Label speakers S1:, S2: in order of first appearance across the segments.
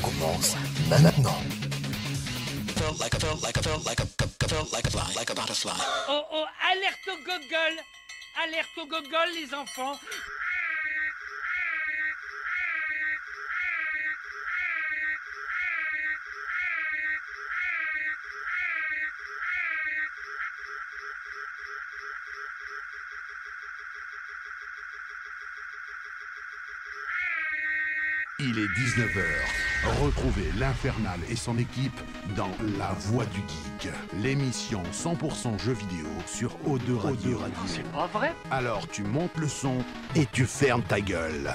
S1: commence là maintenant.
S2: felt like a felt like a felt like a felt like a fly, like a butterfly.
S3: Oh oh, alerte au gogol Alerte au gogol les enfants
S4: Il est 19h. Retrouvez l'Infernal et son équipe dans La Voix du Geek, l'émission 100% jeux vidéo sur O2 Radio. C'est pas vrai Alors tu montes le son et tu fermes ta gueule.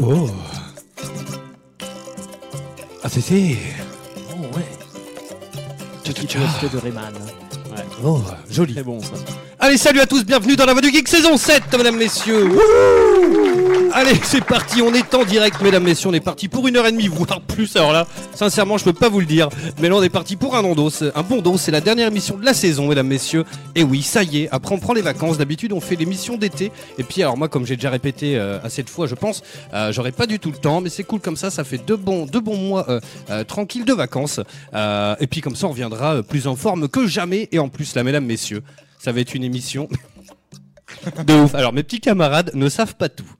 S5: Oh Ah
S6: eh.
S5: c'est c'est
S7: Oh ouais.
S5: Ah.
S7: Petit de Rayman. Ouais.
S5: Oh, joli
S7: Très bon ça.
S5: Allez, salut à tous, bienvenue dans la Voix du Geek saison 7, mesdames, messieurs Wouhou Allez, c'est parti, on est en direct, mesdames, messieurs, on est parti pour une heure et demie, voire plus, alors là, sincèrement, je peux pas vous le dire, mais là, on est parti pour un endos, un bon dos, c'est la dernière émission de la saison, mesdames, messieurs, et oui, ça y est, après on prend les vacances, d'habitude on fait l'émission d'été, et puis alors moi, comme j'ai déjà répété euh, assez de fois, je pense, euh, j'aurais pas du tout le temps, mais c'est cool comme ça, ça fait deux bons, deux bons mois euh, euh, tranquilles de vacances, Euh, et puis comme ça, on reviendra euh, plus en forme que jamais, et en plus, là, mesdames, messieurs, ça va être une émission de ouf. Alors, mes petits camarades ne savent pas tout.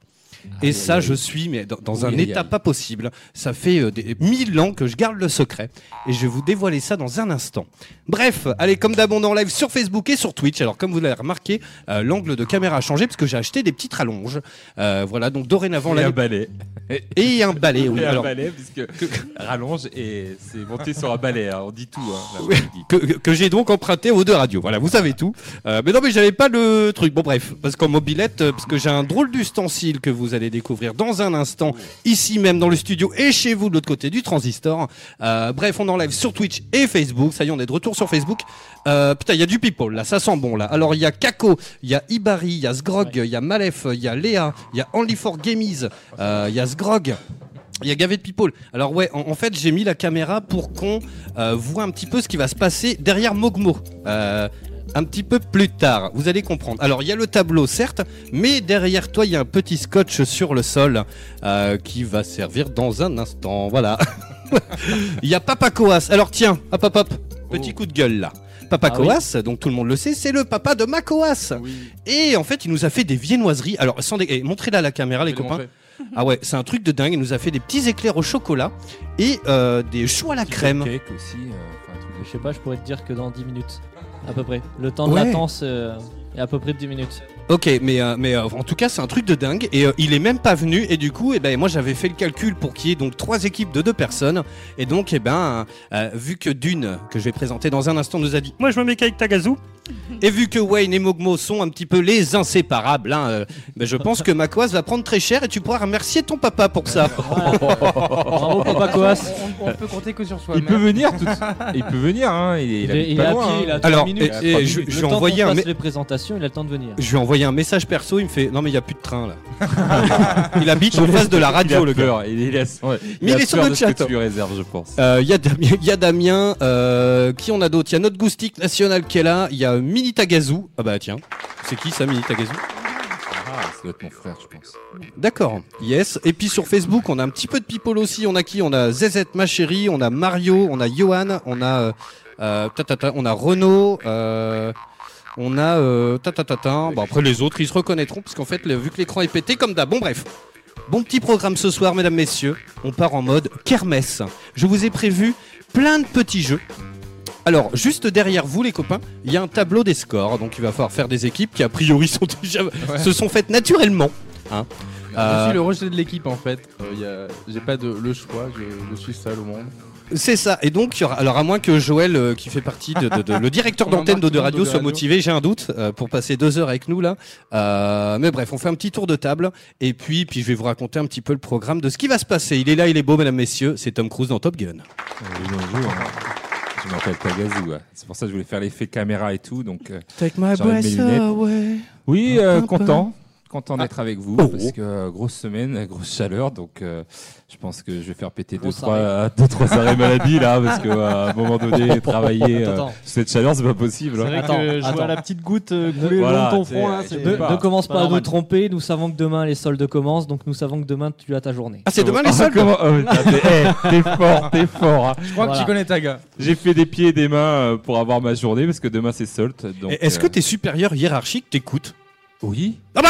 S5: Et ça, je suis mais dans, dans un
S7: aïe,
S5: état
S7: aïe.
S5: pas possible. Ça fait euh, des mille ans que je garde le secret. Et je vais vous dévoiler ça dans un instant. Bref, allez, comme d'hab, on est en live sur Facebook et sur Twitch. Alors, comme vous l'avez remarqué, euh, l'angle de caméra a changé parce que j'ai acheté des petites rallonges. Euh, voilà, donc dorénavant,
S8: Et
S5: la...
S8: un balai.
S5: Et un balai, oui.
S8: Et un
S5: Alors,
S8: balai, puisque rallonge et c'est monté sur un balai. hein, On dit tout. hein, là, on
S5: Oui.
S8: dit.
S5: que, que- que j'ai donc emprunté aux deux radios. Voilà, vous savez tout. Euh, mais non, mais j'avais pas le truc. Bon, bref, parce qu'en mobilette, euh, parce que j'ai un drôle d'ustensile que vous allez découvrir dans un instant, ici même dans le studio et chez vous de l'autre côté du transistor. Euh, bref, on enlève sur Twitch et Facebook. Ça y est, on est de retour sur Facebook. Euh, putain, il y a du people là, ça sent bon là. Alors, il y a Kako, il y a Ibari, il y a Sgrog, il y a Malef, il y a Léa, il y a Only for Gamies, euh, il y a Sgrog. Il y a gavé de people. Alors ouais, en, en fait, j'ai mis la caméra pour qu'on euh, voit un petit peu ce qui va se passer derrière Mogmo. Euh, un petit peu plus tard, vous allez comprendre. Alors, il y a le tableau, certes, mais derrière toi, il y a un petit scotch sur le sol euh, qui va servir dans un instant. Voilà. Il y a Papa Coas. Alors tiens, hop hop hop,
S8: Oh.
S5: petit coup de gueule là. Papa
S7: Ah
S5: Coas, donc tout le monde le sait, c'est le papa de Macoas.
S8: Oui.
S5: Et en fait, il nous a fait des viennoiseries. Alors, sans dé- eh, montrez-la à la caméra, les
S8: Je vais
S5: copains.
S8: montrer.
S5: Ah ouais, c'est un truc de dingue. Il nous a fait des petits éclairs au chocolat et euh, des choux à la crème.
S8: Cake aussi. euh, enfin, un truc de
S7: Je sais pas, je pourrais te dire que dans 10 minutes. À peu près. Le temps
S5: Ouais.
S7: de latence euh, est à peu près de 10 minutes.
S5: Ok, mais, euh, mais euh, en tout cas, c'est un truc de dingue. Et euh, il est même pas venu. Et du coup, eh ben, moi, j'avais fait le calcul pour qu'il y ait donc trois équipes de deux personnes. Et donc, eh ben, euh, vu que Dune, que je vais présenter dans un instant, nous a dit Moi, je me mets qu'avec Tagazu. Et vu que Wayne et Mogmo sont un petit peu les inséparables, hein, euh, ben, je pense que Macoas va prendre très cher et tu pourras remercier ton papa pour ça.
S9: Oh,
S7: Bravo Papa Coas.
S9: On, on- on peut compter que sur
S8: Il
S9: soi-même.
S8: peut venir tout de suite. Il peut venir, hein. Il, est- il
S7: Il,
S8: habite
S7: est- il est
S8: pas
S7: à
S8: loin.
S7: pied,
S8: hein.
S7: il a 3
S5: Alors,
S7: minutes.
S5: et- et je,
S7: Le
S5: je lui ai
S7: temps
S5: envoyé
S7: qu'on
S5: un,
S7: fasse
S5: mé-
S7: les présentations, il a le temps de venir.
S5: Je lui ai envoyé un message perso, il me fait Non, mais il n'y a plus de train là. il habite en face de la radio,
S8: il
S5: le
S8: a
S5: gars.
S8: peur. Il, il a, ouais,
S5: Mais
S8: a
S5: il est sur
S8: peur
S5: le
S8: de ce
S5: chat. hein.
S8: que tu lui réserves, je pense.
S5: Euh, Il y a Damien, il y a Damien, euh, qui on a d'autres Il y a notre Goustic National qui est là, il y a Mini Tagazu. Ah bah tiens, c'est qui ça, Mini Tagazu
S8: Ah, ça doit être mon frère, je pense.
S5: D'accord, yes. Et puis sur Facebook, on a un petit peu de people aussi. On a qui On a ZZ, ma chérie, on a Mario, on a Johan, on a, euh, euh, tatata, on a Renaud, euh, on a euh, tatatata. Bon, après, les autres, ils se reconnaîtront, parce qu'en fait, le- vu que l'écran est pété, comme d'hab. Bon, bref. Bon petit programme ce soir, mesdames, messieurs. On part en mode kermesse. Je vous ai prévu plein de petits jeux. Alors, juste derrière vous, les copains, il y a un tableau des scores. Donc, il va falloir faire des équipes qui, a priori, sont déjà, se sont faites naturellement. hein.
S8: Ah,
S10: Je
S5: Euh,
S10: suis le rejet de l'équipe en fait. Euh, y a- J'ai pas de le choix, je, je suis seul au monde.
S5: Euh, C'est ça. Et donc, il y aura- alors à moins que Joël, euh, qui fait partie de, de- de- le directeur
S10: On embarque
S5: d'antenne
S10: tout le
S5: d'Ode
S10: monde
S5: Radio,
S10: d'Aude
S5: soit
S10: Radio.
S5: motivé, j'ai un doute, euh, pour passer deux heures avec nous là. Euh, mais bref, on fait un petit tour de table. Et puis, puis je vais vous raconter un petit peu le programme de ce qui va se passer. Il est là, il est beau, mesdames, messieurs. C'est Tom Cruise dans Top Gun.
S8: Oui, bonjour. hein. Je m'appelle Tagazu. ouais. C'est pour ça que je voulais faire l'effet caméra et tout. Donc, euh,
S5: Take my
S8: J'enlève mes breath lunettes.
S5: away.
S8: Oui, euh, content. content d'être avec vous parce que euh, grosse semaine, grosse chaleur, donc euh, je pense que je vais faire péter deux
S7: Grosse
S8: trois, euh, deux trois arrêts maladie là parce que euh, à un moment donné travailler euh,
S7: Attends.
S8: sous cette chaleur c'est pas possible.
S1: C'est
S8: hein.
S1: vrai
S7: Attends,
S1: que je
S7: attends.
S1: vois la petite goutte euh, couler
S8: Voilà,
S1: le long de ton
S8: c'est-
S1: front. là,
S8: je
S1: c'est-
S8: peux
S7: Ne,
S8: pas.
S7: ne commence
S1: pas
S7: pas, à nous
S1: normal.
S7: tromper, nous savons que demain les soldes commencent, donc nous savons que demain tu as ta journée.
S5: Ah, c'est demain les
S8: Oh,
S5: soldes
S8: comment- oh, putain, t'es eh, t'es fort, t'es fort. hein.
S10: Je crois
S7: Voilà.
S10: que tu connais ta gars.
S8: J'ai fait des pieds et des mains euh, pour avoir ma journée parce que demain c'est solde. donc,
S5: Et Est-ce que
S8: euh,
S5: tes supérieurs hiérarchiques t'écoutent
S8: oui
S7: Ah, bah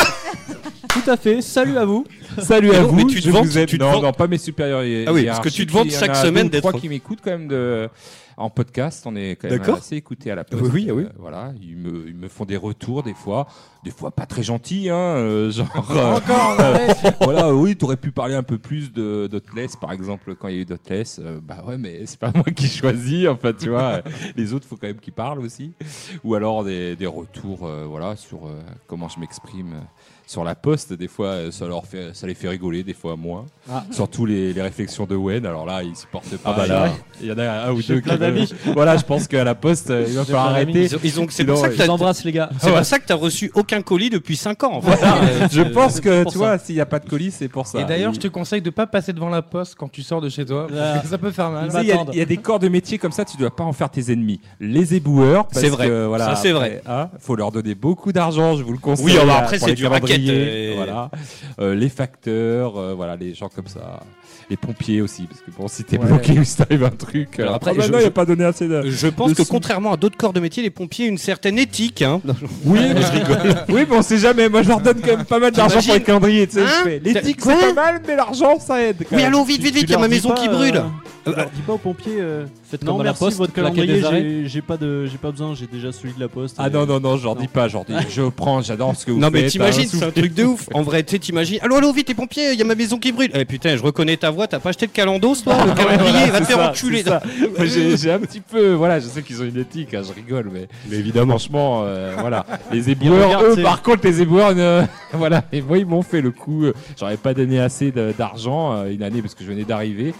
S7: Tout à fait, salut à vous.
S8: Salut
S5: Mais
S8: à
S5: non,
S8: vous.
S5: mais tu te
S8: je
S5: vantes-
S8: vous aime.
S5: tu te
S8: non,
S5: vantes-
S8: non, pas mes supérieurs. hi-
S5: Ah oui, parce que tu te vantes
S8: hiérarchiques,
S5: chaque
S8: il y en a
S5: semaine
S8: deux ou trois
S5: d'être-
S8: qui m'écoutent quand même de... en podcast. On est quand même
S5: D'accord.
S8: assez écoutés à la poste.
S5: Oui, oui, oui.
S8: Euh, voilà, ils me, ils me font des retours des fois, des fois pas très gentils, hein, euh, genre. euh, euh, voilà, oui, t'aurais pu parler un peu plus de d'Otless, par exemple, quand il y a eu d'Otless. euh, bah ouais, mais c'est pas moi qui choisis. Enfin, tu vois, euh, les autres, faut quand même qu'ils parlent aussi. Ou alors des, des retours, euh, voilà, sur euh, comment je m'exprime. euh, sur la poste, des fois, euh, ça, leur fait, ça les fait rigoler, des fois moins.
S7: Ah.
S8: Surtout les, les réflexions de Wen. Alors là, ils supportent pas.
S1: Ah bah là.
S8: il y en a un ou
S1: J'ai
S8: deux
S1: plein
S8: qui veulent-
S1: d'amis.
S8: Voilà, je pense qu'à la poste, euh, il va falloir
S7: plein d'amis.
S8: arrêter.
S5: Ils ont- ils ont- C'est
S8: Sinon, euh,
S5: pour ça que
S7: Je
S5: t'as
S7: vous embrasse les gars.
S5: c'est pour ça que t'as reçu aucun colis depuis 5 ans. en fait.
S8: Je pense que,
S7: pour
S8: tu
S7: ça.
S8: vois, s'il n'y a pas de colis, c'est pour ça.
S10: Et d'ailleurs, je te conseille de pas passer devant la poste quand tu sors de chez toi.
S7: Ah.
S10: Parce que ça peut faire mal.
S8: Tu sais, il y a-
S7: m'attendent.
S8: il y, a des corps de métier comme ça, tu dois pas en faire tes ennemis. Les éboueurs, parce
S5: C'est vrai.
S8: que, voilà,
S5: Ça, c'est
S8: après,
S5: vrai.
S8: hein, faut leur donner beaucoup d'argent, je vous le conseille.
S5: Oui, alors
S8: hein,
S5: après,
S8: pour
S5: c'est
S8: les
S5: du
S8: faire
S5: racket,
S8: briller,
S5: euh,
S8: Voilà. Euh, les facteurs, euh, voilà, les gens comme ça. Les pompiers aussi, parce que bon, si t'es
S10: Ouais.
S8: bloqué ou si t'arrive un truc.
S5: Alors
S8: euh,
S5: après,
S8: ah bah
S5: je-
S8: non,
S5: je-
S8: il a pas donné assez de.
S5: Je pense
S8: Le
S5: que
S8: son.
S5: contrairement à d'autres corps de métier, les pompiers ont une certaine éthique. hein.
S8: Oui, mais je rigole. Oui, mais on sait jamais. Moi, je leur donne quand même pas mal d'argent pour les
S5: T'imagines
S8: calendriers, tu sais.
S5: Hein
S8: je fais, L'éthique,
S5: Quoi
S8: c'est pas mal, mais l'argent, ça aide. quand
S5: Oui,
S8: même.
S5: allons vite, vite, vite, il y a ma maison
S8: euh,
S5: qui brûle.
S1: Je
S5: Euh,
S1: dis pas aux pompiers. euh,
S7: Faites
S1: non,
S7: comme à la
S1: merci,
S7: poste,
S1: votre
S7: plaquez des
S1: calendrier,
S7: arrêts.
S1: j'ai- j'ai pas, de- j'ai pas besoin, j'ai déjà celui de la poste.
S8: Ah
S1: et-
S8: non, non, non, je leur
S1: Non.
S8: dis pas. Je leur dis, je prends, j'adore ce que vous
S5: Non,
S8: faites.
S5: mais
S8: hein,
S5: t'imagines, c'est un
S8: soufflez.
S5: truc de ouf. En vrai, tu sais, t'imagines. Allô, allô, vite, les pompiers, il y a ma maison qui brûle. Eh putain, je reconnais ta voix, t'as pas acheté de calendo, toi Le calendrier,
S8: Voilà,
S5: il va
S8: c'est
S5: te faire
S8: ça,
S5: enculer.
S8: c'est ça. Moi, j'ai, j'ai un petit peu, voilà, je sais qu'ils ont une éthique, hein, je rigole, mais, mais évidemment, franchement, euh, voilà, les éboueurs,
S1: regardent,
S8: eux,
S1: c'est-
S8: par contre, les éboueurs, ne- voilà, et moi, ils m'ont fait le coup. euh, J'aurais pas donné assez de- d'argent euh, une année parce que je venais d'arriver.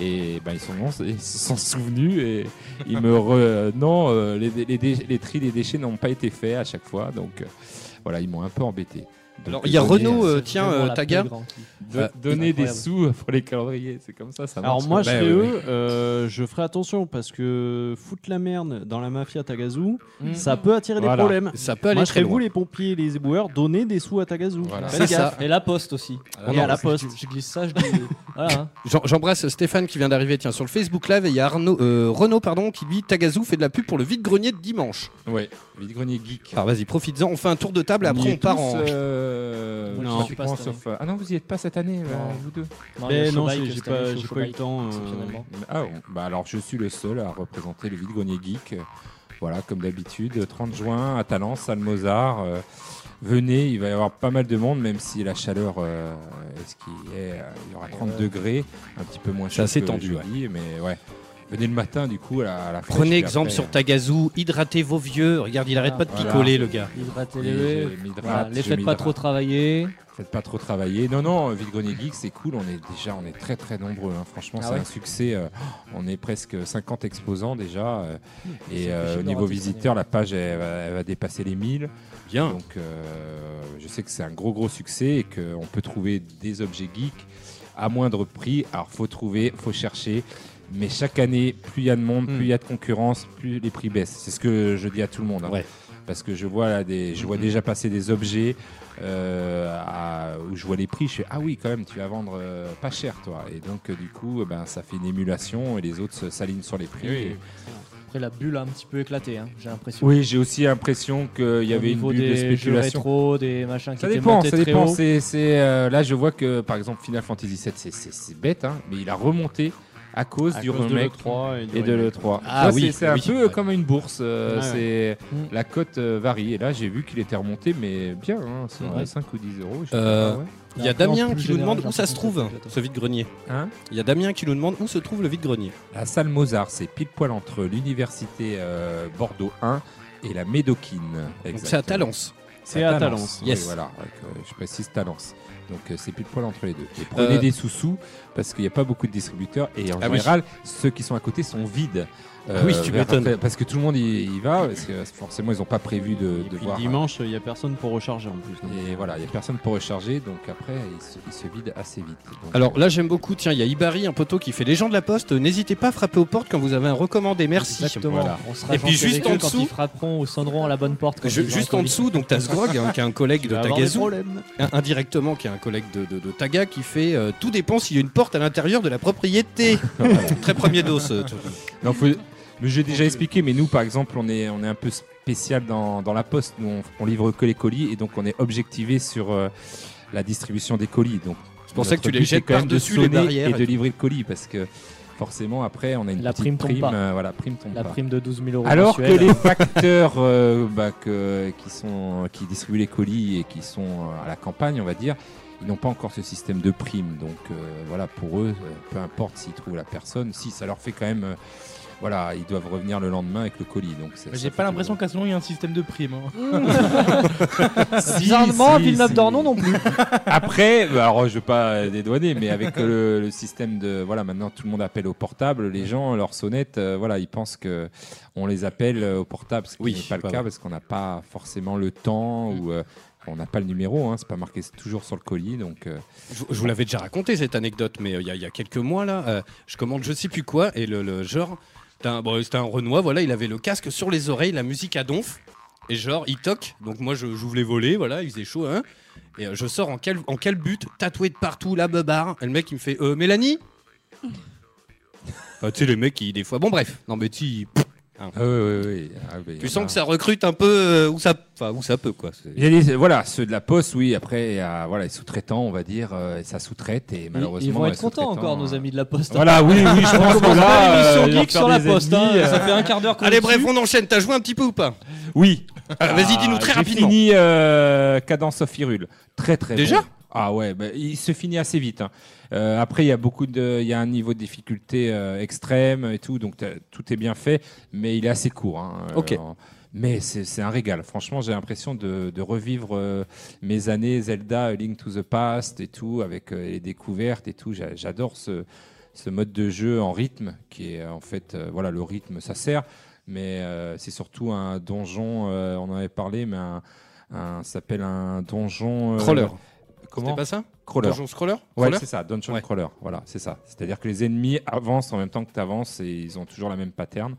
S8: Et ben, ils sont non, ils se sont souvenus et ils me re- euh, non euh, les, dé- les, dé- les tris des déchets n'ont pas été faits à chaque fois donc euh, voilà ils m'ont un peu embêté. Donc,
S5: Alors, il y a
S8: donner-
S5: Renaud, euh,
S7: C'est
S5: tiens,
S7: vraiment
S5: euh,
S7: la
S5: ta
S7: plus
S5: gamme.
S7: grande qui-
S8: do-
S5: Ah,
S8: donner des
S7: incroyable.
S8: sous pour les calendriers c'est comme ça ça
S1: Alors
S8: marche,
S1: moi, je
S8: quoi.
S1: fais
S8: Ben, ouais, ouais.
S1: eux, euh, je ferai attention parce que foutre la merde dans la mafia Tagazu, ça peut attirer des
S8: Mm. Voilà.
S1: problèmes.
S5: Ça peut
S1: Moi,
S5: aller
S1: je serais
S5: très
S1: vous,
S5: loin.
S1: les pompiers, les éboueurs, donnez des sous à Tagazu.
S8: Voilà.
S1: Faites
S5: C'est
S1: gaffe.
S7: Et la poste aussi.
S8: Ah,
S1: Et à la poste.
S7: Je glisse ça, je dis. Voilà. hein.
S5: J'em- J'embrasse Stéphane qui vient d'arriver tiens sur le Facebook Live et il y a Arnaud, euh, Renaud pardon, qui lui, Tagazu, fait de la pub pour le vide-grenier de dimanche.
S8: Ouais, vide-grenier geek.
S5: Alors vas-y, profites-en, on fait un tour de table et
S8: On y
S5: après
S8: est
S5: on part
S8: tous,
S5: en.
S8: euh,
S1: Non.
S8: gratuitement,
S7: Je suis pas cette
S8: sauf, euh, Ah non, vous y êtes pas cette année, euh, vous deux
S1: Mais
S7: Mario
S1: non,
S7: Shobai,
S1: j'ai
S7: que
S1: j'ai
S7: cette année,
S1: pas,
S7: je suis
S1: j'ai
S7: au
S1: pas eu
S7: Shobai,
S1: le temps. euh,
S7: exceptionnellement.
S8: Ah, bon. bah alors je suis le seul à représenter le vide-grenier geek. euh, Voilà, comme d'habitude, 30 juin à Talence, salle Mozart. euh, venez, il va y avoir pas mal de monde, même si la chaleur euh, est ce qui est. euh, il y aura 30 degrés, un petit peu moins chaud.
S5: assez
S8: que
S5: tendu,
S8: jeudi, mais ouais. Venez le matin, du coup, à la, à la fraîche,
S5: Prenez
S8: puis
S5: exemple
S8: après,
S5: sur
S8: euh,
S5: Tagazu, hydratez vos vieux. Regarde, il arrête pas de
S8: Voilà.
S5: picoler le gars.
S7: Hydratez-les.
S8: je
S7: Voilà,
S8: m'hydrate,
S7: les
S8: je
S7: faites pas
S8: m'hydrate.
S7: trop travailler.
S8: Faites pas trop travailler. Non, non, Vide Grenier Geek, c'est cool. On est déjà, on est très très nombreux. hein. Franchement,
S7: Ah
S8: c'est
S7: ouais
S8: un succès. euh, on est presque 50 exposants déjà. euh, et euh,
S7: obligé
S8: au
S7: de
S8: niveau
S7: rater cette
S8: visiteur, la page elle, va- elle va dépasser les 1000.
S5: Bien.
S8: Donc, euh, je sais que c'est un gros gros succès et qu'on peut trouver des objets geeks à moindre prix. Alors, faut trouver, faut chercher. Mais chaque année, plus il y a de monde,
S5: Hmm.
S8: plus il y a de concurrence, plus les prix baissent. C'est ce que je dis à tout le monde. hein.
S5: Ouais. Hmm.
S8: Parce que je vois, là des, je vois déjà passer des objets euh, à- où je vois les prix. Je fais Ah oui, quand même, tu vas vendre euh, pas cher, toi. Et donc, euh, du coup, euh, ben, ça fait une émulation et les autres se- s'alignent sur les prix. Et-
S7: Après, la bulle a un petit peu éclaté, hein, j'ai l'impression.
S8: oui, j'ai aussi l'impression qu'il y
S7: Au
S8: avait une
S7: niveau
S8: bulle
S7: des
S8: de
S7: jeux
S8: spéculation.
S7: rétro, des machins qui
S8: Ça
S7: étaient
S8: dépend,
S7: montés
S8: ça
S7: très
S8: dépend.
S7: haut.
S8: C'est, c'est, euh, là, je vois que par exemple Final Fantasy VII, c'est, c'est- c'est bête, hein, mais il a remonté à cause
S1: à
S8: du
S1: cause de
S8: remake
S1: l'E3 et, du
S8: et de
S1: remake.
S8: l'E3.
S5: Ah
S8: Ça,
S5: oui,
S8: c'est, c'est un
S5: oui,
S8: peu
S5: ouais.
S8: comme une bourse. euh,
S1: Ah
S8: c'est,
S7: Mm.
S8: La cote euh, varie. Et là, j'ai vu qu'il était remonté, mais bien, hein, sur
S7: Ouais.
S8: 5 ou 10 euros. je sais
S5: Euh,
S8: pas, ouais.
S5: Il y a
S7: Après, en
S5: Damien
S7: plus
S5: qui nous
S7: général,
S5: demande
S7: j'ai
S5: où ça se
S7: l'impression que
S5: trouve,
S7: c'est éclatant.
S5: ce vide-grenier.
S8: Hein
S5: Il y a Damien qui nous demande où se trouve le vide-grenier.
S8: La salle Mozart, c'est pile poil entre l'université euh, Bordeaux 1 et la Médoquine.
S5: Donc c'est
S8: Exactement.
S5: à Talence.
S1: C'est à Talence.
S8: Oui,
S5: yes.
S8: voilà, avec, euh, je précise Talence. Donc euh, c'est plus de poil entre les deux. Et prenez
S5: Euh,
S8: des sous-sous parce qu'il n'y a pas beaucoup de distributeurs et en
S5: Ah oui.
S8: général, ceux qui sont à côté sont vides.
S5: Oui, tu
S8: vers
S5: m'étonnes.
S8: après, Parce que tout le monde y, y va, parce que forcément, ils n'ont pas prévu de,
S1: Et
S8: de
S1: puis
S8: voir.
S1: le dimanche, il n'y a personne pour recharger en plus. donc.
S8: Et voilà, il n'y a personne pour recharger, donc après, ils se, ils se vident assez vite. Donc,
S5: Alors là, j'aime beaucoup. Tiens, il y a Ibari, un poteau qui fait les gens de la poste. N'hésitez pas à frapper aux portes quand vous avez un recommandé. Merci.
S7: Exactement.
S8: Voilà.
S7: On sera
S5: Et puis
S7: gentil
S5: juste
S7: avec
S5: en
S7: eux quand
S5: dessous-
S7: ils frapperont ou sonneront à la bonne porte. quand
S5: Je-
S7: ils auront
S5: juste
S7: un
S5: en
S7: colis.
S5: dessous, donc Tasgrog, hein, qui est un collègue de
S1: va avoir des
S5: Tagazu,
S1: problèmes.
S5: un- indirectement, qui est un collègue de, de- de Taga, qui fait euh, tout dépend s'il y a une porte à l'intérieur de la propriété. Très premier dos. ce truc.
S8: euh, Non, faut- mais j'ai déjà expliqué, mais nous, par exemple, on est, on est un peu spécial dans, dans la poste. Nous, on, on livre que les colis et donc on est objectivé sur euh, la distribution des colis. Donc, c'est
S5: pour ça que tu les jettes par-dessus les barrières.
S8: et de livrer le colis parce que forcément, après, on a une
S7: La
S8: petite
S7: prime tombe pas.
S8: euh, voilà, prime tombe
S7: La
S8: pas.
S7: prime de 12 000 euros.
S8: Alors que
S7: mensuels.
S8: les facteurs euh, bah, que- qui, sont, qui distribuent les colis et qui sont euh, à la campagne, on va dire, ils n'ont pas encore ce système de prime. Donc euh, voilà, pour eux, euh, peu importe s'ils trouvent la personne, si ça leur fait quand même. euh, voilà, ils doivent revenir le lendemain avec le colis. Donc ça-
S9: Mais
S8: ça
S9: J'ai
S8: fait
S9: pas l'impression
S8: que-
S9: qu'à ce moment il y a un système de prime. hein.
S7: Bizarrement,
S8: si, si.
S7: Villeneuve-d'Ornon non plus.
S8: Après, bah, alors je vais pas dédouaner, mais avec le, le système de voilà, maintenant tout le monde appelle au portable. Les gens, leur sonnette, euh, voilà, ils pensent que on les appelle euh, au portable, ce qui
S5: Oui,
S8: n'est pas le
S5: pas
S8: cas
S5: vrai.
S8: parce qu'on n'a pas forcément le temps ou euh, on n'a pas le numéro. Hein, c'est pas marqué toujours sur le colis, donc euh,
S5: Je, je vous l'avais déjà raconté cette anecdote, mais euh, il y, a- il y a quelques mois là, euh, je commande je sais plus quoi et le, le genre, c'était un, bon, c'était un Renoir, voilà, il avait le casque sur les oreilles, la musique à donf et genre il toque, donc moi je, j'ouvre les volets, voilà, il faisait chaud, hein, et euh, je sors en quel en quel but, tatoué de partout, la beubare, et le mec il me fait euh, Mélanie. Ah, tu sais les mecs qui des fois, bon bref, non mais tu,
S8: ah, ouais, ouais, ouais, ah, ouais,
S5: tu
S8: on
S5: sens
S8: a-
S5: que ça recrute un peu euh, où ça, enfin, où ça peut quoi. c'est-
S8: Il y a des- voilà, ceux de la poste, oui. Après, il y a, voilà, les sous-traitants, on va dire, euh, ça sous-traite et
S7: Ils-
S8: malheureusement.
S7: Ils vont
S8: les
S7: être contents
S8: sous-traitants,
S7: encore, nos
S8: euh,
S7: amis de la Poste.
S8: Voilà, oui, oui, je pense que là,
S7: Émission
S8: euh, ils vont
S7: geek
S8: faire
S7: sur la
S8: des
S7: Poste. hein.
S8: ennemis, euh,
S7: Ça fait un quart d'heure qu'on
S5: Allez
S7: est
S5: bref,
S7: dessus.
S5: on enchaîne. T'as joué un petit peu ou pas
S8: Oui.
S5: Ah, Vas-y, dis-nous très
S8: j'ai
S5: rapidement.
S8: fini euh, Cadence of Hyrule. Très très
S5: Déjà
S8: bon. Ah ouais, bah, il se finit assez vite. hein. Euh, après, il y a beaucoup de, il y a un niveau de difficulté euh, extrême et tout, donc t'as- tout est bien fait, mais il est assez court. hein. Euh,
S5: Ok.
S8: en- mais c'est c'est un régal. Franchement, j'ai l'impression de, de revivre euh, mes années Zelda, euh, Link to the Past et tout, avec euh, les découvertes et tout. J'a- J'adore ce, ce mode de jeu en rythme, qui est euh, en fait, euh, voilà, le rythme, ça sert, mais euh, c'est surtout un donjon, euh, on en avait parlé, mais un, un- ça s'appelle un donjon... euh,
S5: Crawler.
S8: Comment
S5: C'était pas ça
S8: Crawler.
S5: Donjon Scroller
S8: Ouais,
S5: Crawler
S8: c'est ça, Dungeon
S5: Ouais.
S8: Crawler. Voilà, c'est ça. C'est-à-dire que les ennemis avancent en même temps que tu avances et ils ont toujours la même pattern.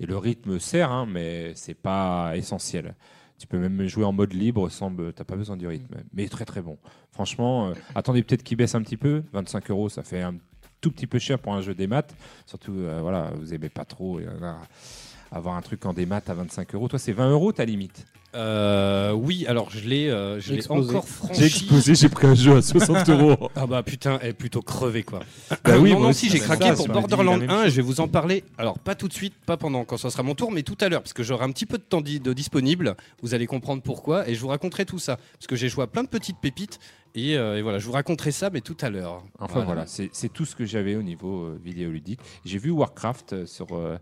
S8: Et le rythme sert, hein, mais c'est pas essentiel. Tu peux même jouer en mode libre sans. be- T'as pas besoin du
S5: Mm.
S8: rythme. Mais très très bon. Franchement, euh, attendez peut-être qu'il baisse un petit peu. 25 euros, ça fait un tout petit peu cher pour un jeu des maths. Surtout, euh, voilà, vous aimez pas trop. et, euh, avoir un truc en des maths à 25 euros. Toi, c'est 20 euros ta limite.
S5: Euh, oui, alors je l'ai, euh, je l'ai
S7: Explosé.
S5: encore franchi.
S8: j'ai pris un jeu à 60 euros.
S5: Ah bah putain, elle est plutôt crevée quoi.
S8: Bah oui,
S5: non,
S8: moi
S5: non,
S8: aussi,
S5: si j'ai
S8: ça
S5: craqué
S8: m'a-
S5: pour
S8: ça m'a dit la
S5: Borderlands
S8: même
S5: 1, je vais vous en parler. Alors pas tout de suite, pas pendant quand ce sera mon tour, mais tout à l'heure, parce que j'aurai un petit peu de temps di- de disponible. Vous allez comprendre pourquoi et je vous raconterai tout ça, parce que j'ai joué à plein de petites pépites et, euh, et voilà, je vous raconterai ça, mais tout à l'heure.
S8: Enfin voilà, c'est c'est tout ce que j'avais au niveau euh, vidéoludique. J'ai vu Warcraft euh, sur euh,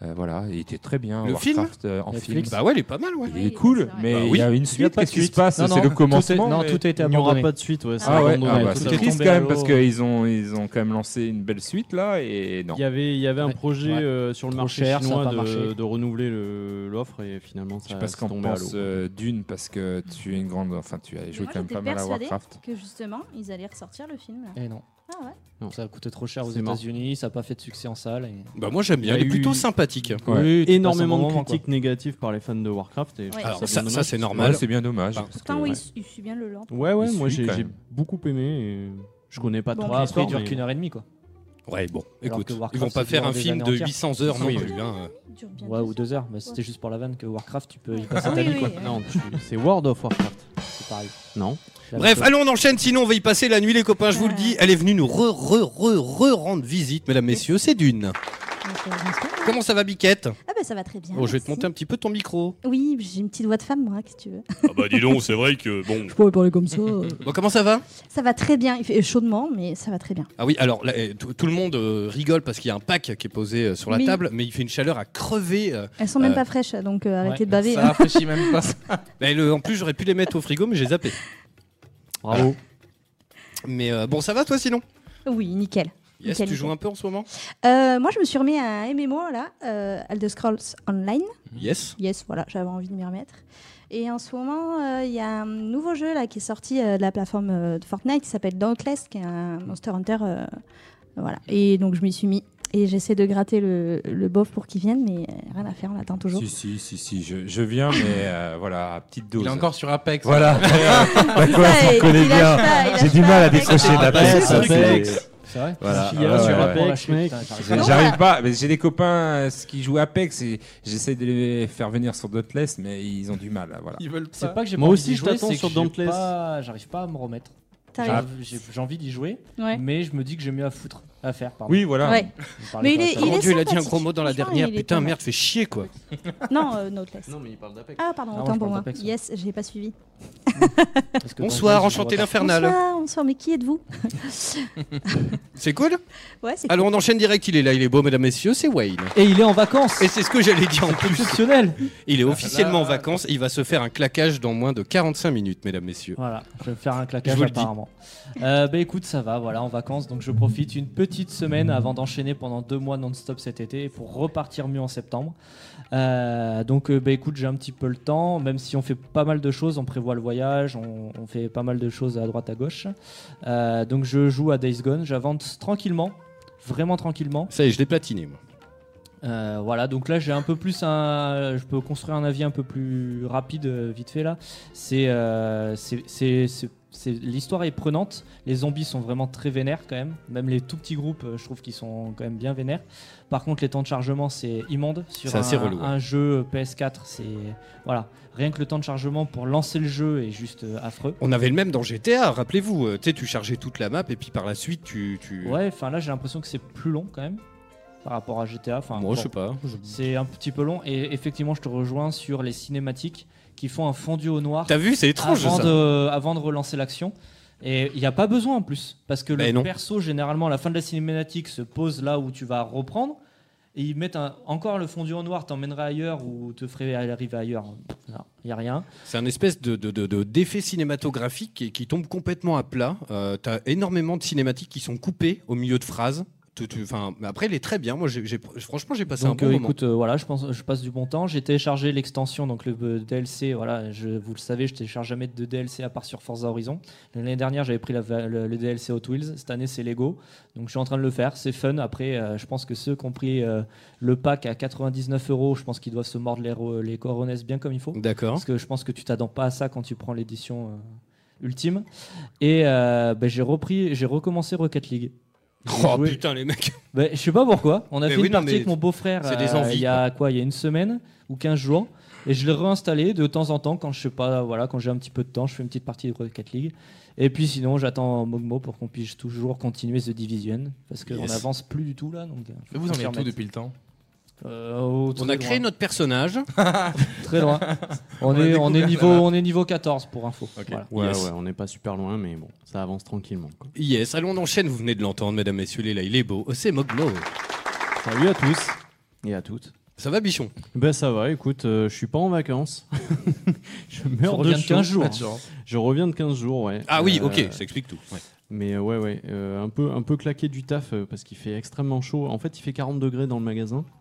S8: euh, voilà, il était très bien.
S5: Le film
S8: Warcraft euh, en
S7: Netflix.
S8: film.
S5: Bah ouais, elle est pas mal ouais.
S8: il est cool, mais
S5: Bah
S8: il
S5: oui.
S8: y a une
S7: Il y a
S8: suite.
S7: pas de
S8: Qu'est-ce qui se
S7: suite.
S8: passe
S7: Non, non,
S8: C'est le
S7: tout est-
S8: commencement.
S7: Non,
S8: mais-
S7: tout a été
S1: Il n'y aura
S7: abandonné.
S1: pas de suite, ouais. c'est
S8: Ah ouais,
S1: abandonné,
S8: ah bah,
S1: tout à
S8: c'est
S7: tombé
S1: fait.
S8: triste
S7: à
S8: quand même
S7: l'eau.
S8: parce qu'ils ont ils ont quand même lancé une belle suite là et non.
S1: Il y avait, il y avait un
S7: Ouais.
S1: projet
S7: Ouais.
S1: euh, sur le
S7: Trop
S1: marché
S7: cher, ça a
S1: chinois
S7: pas
S1: de,
S7: marché.
S1: de renouveler le- l'offre et finalement ça
S8: Je sais pas ce
S1: c'est
S8: qu'en
S1: tombé à
S8: pense
S1: l'eau.
S8: euh, d'une parce que tu es une grande. Enfin, tu as joué
S11: moi,
S8: quand même
S11: j'étais
S8: pas mal à
S11: persuadée
S8: Warcraft. Euh,
S11: que justement ils allaient ressortir le film. là.
S7: Eh non.
S11: Ah ouais.
S1: Non.
S7: Ça a coûté trop cher aux
S1: C'est mort.
S7: États-Unis, ça n'a pas fait de succès en salle. et-
S5: Bah moi j'aime bien,
S7: Il y
S5: elle
S7: a
S5: est plutôt
S7: eu-
S5: sympathique.
S8: Ouais.
S7: Oui, tu passes un
S1: Énormément
S7: bon
S1: de
S7: moment,
S1: critiques négatives par les fans de Warcraft et je
S11: Ouais.
S1: trouve
S5: Alors
S1: bien
S5: ça, ça
S1: dommage.
S5: c'est
S8: Ouais,
S5: normal.
S8: c'est bien dommage.
S5: Bah,
S8: parce que-
S11: Pourtant, oui,
S8: ouais.
S11: il, il suit bien le lore.
S1: Ouais ouais,
S8: Il
S1: moi
S8: suit
S1: j'ai
S8: quand
S1: j'ai
S8: même.
S1: beaucoup aimé. et Je connais pas
S11: Bon,
S1: trop
S7: Bon, après,
S1: l'histoire.
S7: il dure
S1: mais-
S7: qu'une heure et demie, quoi.
S5: Ouais bon,
S7: Alors
S5: écoute,
S7: que Warcraft,
S5: ils vont
S7: ça
S5: pas faire
S7: dure
S5: un
S7: des
S5: film
S7: années
S5: de
S7: entières.
S5: 800 heures non
S8: Oui,
S5: plus. hein.
S11: Il dure bien
S7: Ouais,
S11: deux
S7: ou deux heures. Mais c'était juste pour la vanne que Warcraft, tu peux y passer
S11: Ah
S7: ta
S11: oui,
S7: vie, quoi.
S11: oui.
S1: Non, tu- c'est World of Warcraft.
S7: C'est pareil.
S1: Non.
S7: La
S5: Bref,
S7: même
S5: allons, on enchaîne, sinon on va y passer la nuit, les copains, je vous le
S11: Ouais.
S5: dis. Elle est venue nous re, re, re, re rendre visite, mesdames, messieurs, c'est d'une.
S11: Donc, euh, j'espère.
S5: Comment ça va, Biquette
S11: Ah bah ça va très bien.
S5: Bon, Oh, je vais te
S11: merci.
S5: monter un petit peu ton micro.
S11: Oui, j'ai une petite voix de femme, moi, si tu veux.
S5: Ah bah dis donc, c'est vrai que bon.
S11: Je pourrais parler comme ça.
S5: Bon, comment ça va
S11: ça va très bien. Il fait chaudement, mais ça va très bien.
S5: Ah oui, alors là, eh, tout tout le monde euh, rigole parce qu'il y a un pack qui est posé euh, sur la
S11: Oui.
S5: table, mais il fait une chaleur à crever. euh.
S11: Elles sont même
S5: Euh,
S11: pas fraîches, donc euh, arrêtez de baver.
S9: Ça rafraîchit même pas.
S5: Mais le- en plus, j'aurais pu les mettre au frigo, mais j'ai zappé.
S1: Bravo.
S5: Mais euh, bon, ça va toi sinon
S11: Oui, nickel.
S5: Yes,
S11: Nickel,
S5: tu joues
S11: nickel.
S5: un peu en ce moment
S11: Euh, moi, je me suis remis à un MMO, là, euh, Elder Scrolls Online.
S5: Mhm. Yes.
S11: Yes, voilà, j'avais envie de m'y remettre. Et en ce moment, euh, il y a un nouveau jeu là, qui est sorti euh, de la plateforme euh, de Fortnite qui s'appelle Dauntless, qui est un Monster Hunter. euh, voilà. Et donc, je m'y suis mis. Et j'essaie de gratter le, le bof pour qu'il vienne, mais euh, rien à faire, on l'attend toujours.
S8: Si, si, si, si, je, je viens, mais euh, voilà, à petite dose.
S9: Il est encore sur Apex.
S8: Voilà,
S11: D'accord,
S12: s'en connaît bien. J'ai du mal à décrocher d'Apex.
S1: Apex,
S12: c'est-
S1: Apex.
S12: C'est vrai
S8: Voilà.
S1: Il y a
S8: Ouais,
S1: sur
S8: ouais,
S1: Apex,
S12: ouais.
S1: mec.
S8: J'ai- J'arrive pas, mais j'ai des copains euh, qui jouent Apex et j'essaie de les faire venir sur Dotless, mais ils ont du mal. là, Voilà.
S9: Ils veulent pas.
S12: C'est pas que j'ai
S1: Moi
S12: pas envie
S1: aussi,
S12: d'y
S1: je
S12: jouer,
S1: t'attends
S12: c'est que
S1: sur
S12: j'ai
S1: Dauntless.
S12: pas- J'arrive pas à me remettre.
S11: T'arrives.
S12: J'arrive- J'ai j'ai envie d'y jouer,
S11: Ouais.
S12: mais je me dis que j'ai mieux à foutre, à faire. pardon.
S8: Oui, voilà.
S11: Ouais.
S12: Je parlais
S11: Mais
S12: pas
S11: il
S12: de
S11: est,
S12: ça.
S11: il
S5: Mon
S11: est
S5: dieu, il a dit un
S11: sympathique.
S5: gros mot dans la
S11: Franchement,
S5: dernière.
S11: il est
S5: Putain,
S11: pas mal.
S5: merde, fait chier quoi.
S11: Non, euh, Dauntless.
S10: mais il parle d'Apex.
S11: Ah, pardon,
S12: Ah, moi,
S11: autant
S12: je
S11: pour
S12: parle
S11: moi.
S12: d'Apex, ouais.
S11: Yes, j'ai pas suivi.
S12: Parce que
S5: Bonsoir,
S12: dans le jeu, je
S5: enchanté
S12: vois
S5: l'infernal.
S11: Bonsoir, bonsoir, mais qui êtes-vous
S5: C'est cool
S11: Ouais, c'est
S5: Alors on enchaîne direct, il est là, il est beau, mesdames, messieurs, c'est Wayne.
S7: Et il est en vacances
S5: Et c'est ce que j'allais dire en plus.
S7: Exceptionnel
S5: Il
S12: Ah,
S5: est officiellement en vacances, il va se faire un claquage dans moins de 45 minutes, mesdames, messieurs.
S12: Voilà, je vais me faire un claquage
S5: Je vous le dis.
S12: apparemment. Euh, bah écoute, ça va, voilà, en vacances, donc je profite une petite semaine avant d'enchaîner pendant deux mois non-stop cet été pour repartir mieux en septembre. Euh, donc euh, bah écoute, j'ai un petit peu le temps, même si on fait pas mal de choses, on prévoit le voyage, on, on fait pas mal de choses à droite à gauche. Euh, donc je joue à Days Gone, j'avance tranquillement, vraiment tranquillement.
S5: Ça y est, je l'ai platiné, moi.
S12: Euh, voilà, donc là j'ai un peu plus un. Je peux construire un avis un peu plus rapide, euh, vite fait là. C'est. euh, c'est- c'est- c'est- c'est- L'histoire est prenante. Les zombies sont vraiment très vénères quand même. Même les tout petits groupes, euh, je trouve qu'ils sont quand même bien vénères. Par contre, les temps de chargement, c'est immonde. Sur
S5: C'est
S12: un,
S5: assez relou, ouais.
S12: un jeu euh, PS4, c'est. Voilà. Rien que le temps de chargement pour lancer le jeu est juste euh, affreux.
S5: On avait le même dans GTA, rappelez-vous. euh, Tu sais, tu chargeais toute la map et puis par la suite, tu. tu...
S12: Ouais, enfin là j'ai l'impression que c'est plus long quand même. Par rapport à GTA. Enfin,
S5: Moi, je
S12: bon.
S5: sais pas. Je-
S12: C'est un petit peu long et effectivement, je te rejoins sur les cinématiques qui font un fondu au noir
S5: T'as vu, c'est étrange
S12: avant,
S5: ça.
S12: de, avant de relancer l'action. Et il n'y a pas besoin en plus, parce que
S5: Ben
S12: le
S5: non.
S12: perso, généralement, à la fin de la cinématique se pose là où tu vas reprendre. Et ils mettent un- encore le fondu au noir, t'emmènerais ailleurs ou te ferait arriver ailleurs. Il n'y a rien.
S5: C'est un espèce de, de, de- de- d'effet cinématographique qui, qui tombe complètement à plat. Euh, T'as énormément de cinématiques qui sont coupées au milieu de phrases. Tu- tu- enfin, mais après, il est très bien. Moi, j'ai, j'ai- franchement, j'ai passé
S12: Donc
S5: un
S12: euh,
S5: bon moment.
S12: écoute, euh, voilà, je, pense, je passe du bon temps. J'ai téléchargé l'extension, donc le euh, DLC. Voilà, je, vous le savez, je télécharge jamais de DLC à part sur Forza Horizon. L'année dernière, j'avais pris la va- le, le DLC Hot Wheels. Cette année, c'est Lego. Donc je suis en train de le faire. C'est fun. Après, euh, je pense que ceux qui ont pris euh, le pack à 99 euros, je pense qu'ils doivent se mordre les, ro- les coronesses bien comme il faut.
S5: D'accord.
S12: Parce que je pense que tu t'attends pas à ça quand tu prends l'édition euh, ultime. Et euh, ben, j'ai repris, j'ai recommencé Rocket League. J'ai
S5: Oh
S12: joué-
S5: putain, les mecs.
S12: ben, je sais pas pourquoi. On a
S5: Mais
S12: fait
S5: oui,
S12: une
S5: non,
S12: partie
S5: mais
S12: avec mon beau-frère
S5: c'est des
S12: euh,
S5: envies,
S12: il y a quoi Il y a une semaine ou 15 jours. Et je l'ai réinstallé de temps en temps quand je sais pas, voilà, quand j'ai un petit peu de temps, je fais une petite partie de Rocket League. Et puis sinon, j'attends Mogmo pour qu'on puisse toujours continuer The Division parce qu'on
S5: Yes.
S12: n'avance plus du tout là. Donc, euh,
S9: Mais vous
S12: faut
S9: en
S12: s'y
S9: avez tout
S12: remettre.
S9: depuis le temps.
S12: Euh, oh,
S5: On
S12: très
S5: a créé
S12: loin,
S5: notre personnage.
S12: très loin. on,
S9: On a
S12: est, on est
S9: découvert
S12: niveau,
S9: la map.
S12: on est niveau 14 pour info. Voilà.
S1: Ouais,
S5: Yes.
S1: ouais, on n'est pas super loin, mais bon, ça avance tranquillement. quoi.
S5: Yes, allons, on enchaîne. Vous venez de l'entendre, mesdames, messieurs. Il est là, il est beau. C'est Mogmo.
S1: Salut à tous et à toutes.
S5: Ça va, bichon
S1: Ben ça va, écoute, euh, je suis pas en vacances. je
S12: Je
S1: meurs de
S12: reviens de
S1: chaud.
S12: 15 jours.
S9: Pas de chance.
S1: Je reviens de 15 jours, ouais.
S5: Ah oui,
S1: Euh,
S5: ok, ça explique tout. ouais.
S1: Mais euh, ouais, ouais, euh, un, peu, un peu claqué du taf euh, parce qu'il fait extrêmement chaud. En fait, il fait 40 degrés dans le magasin.
S5: Oh.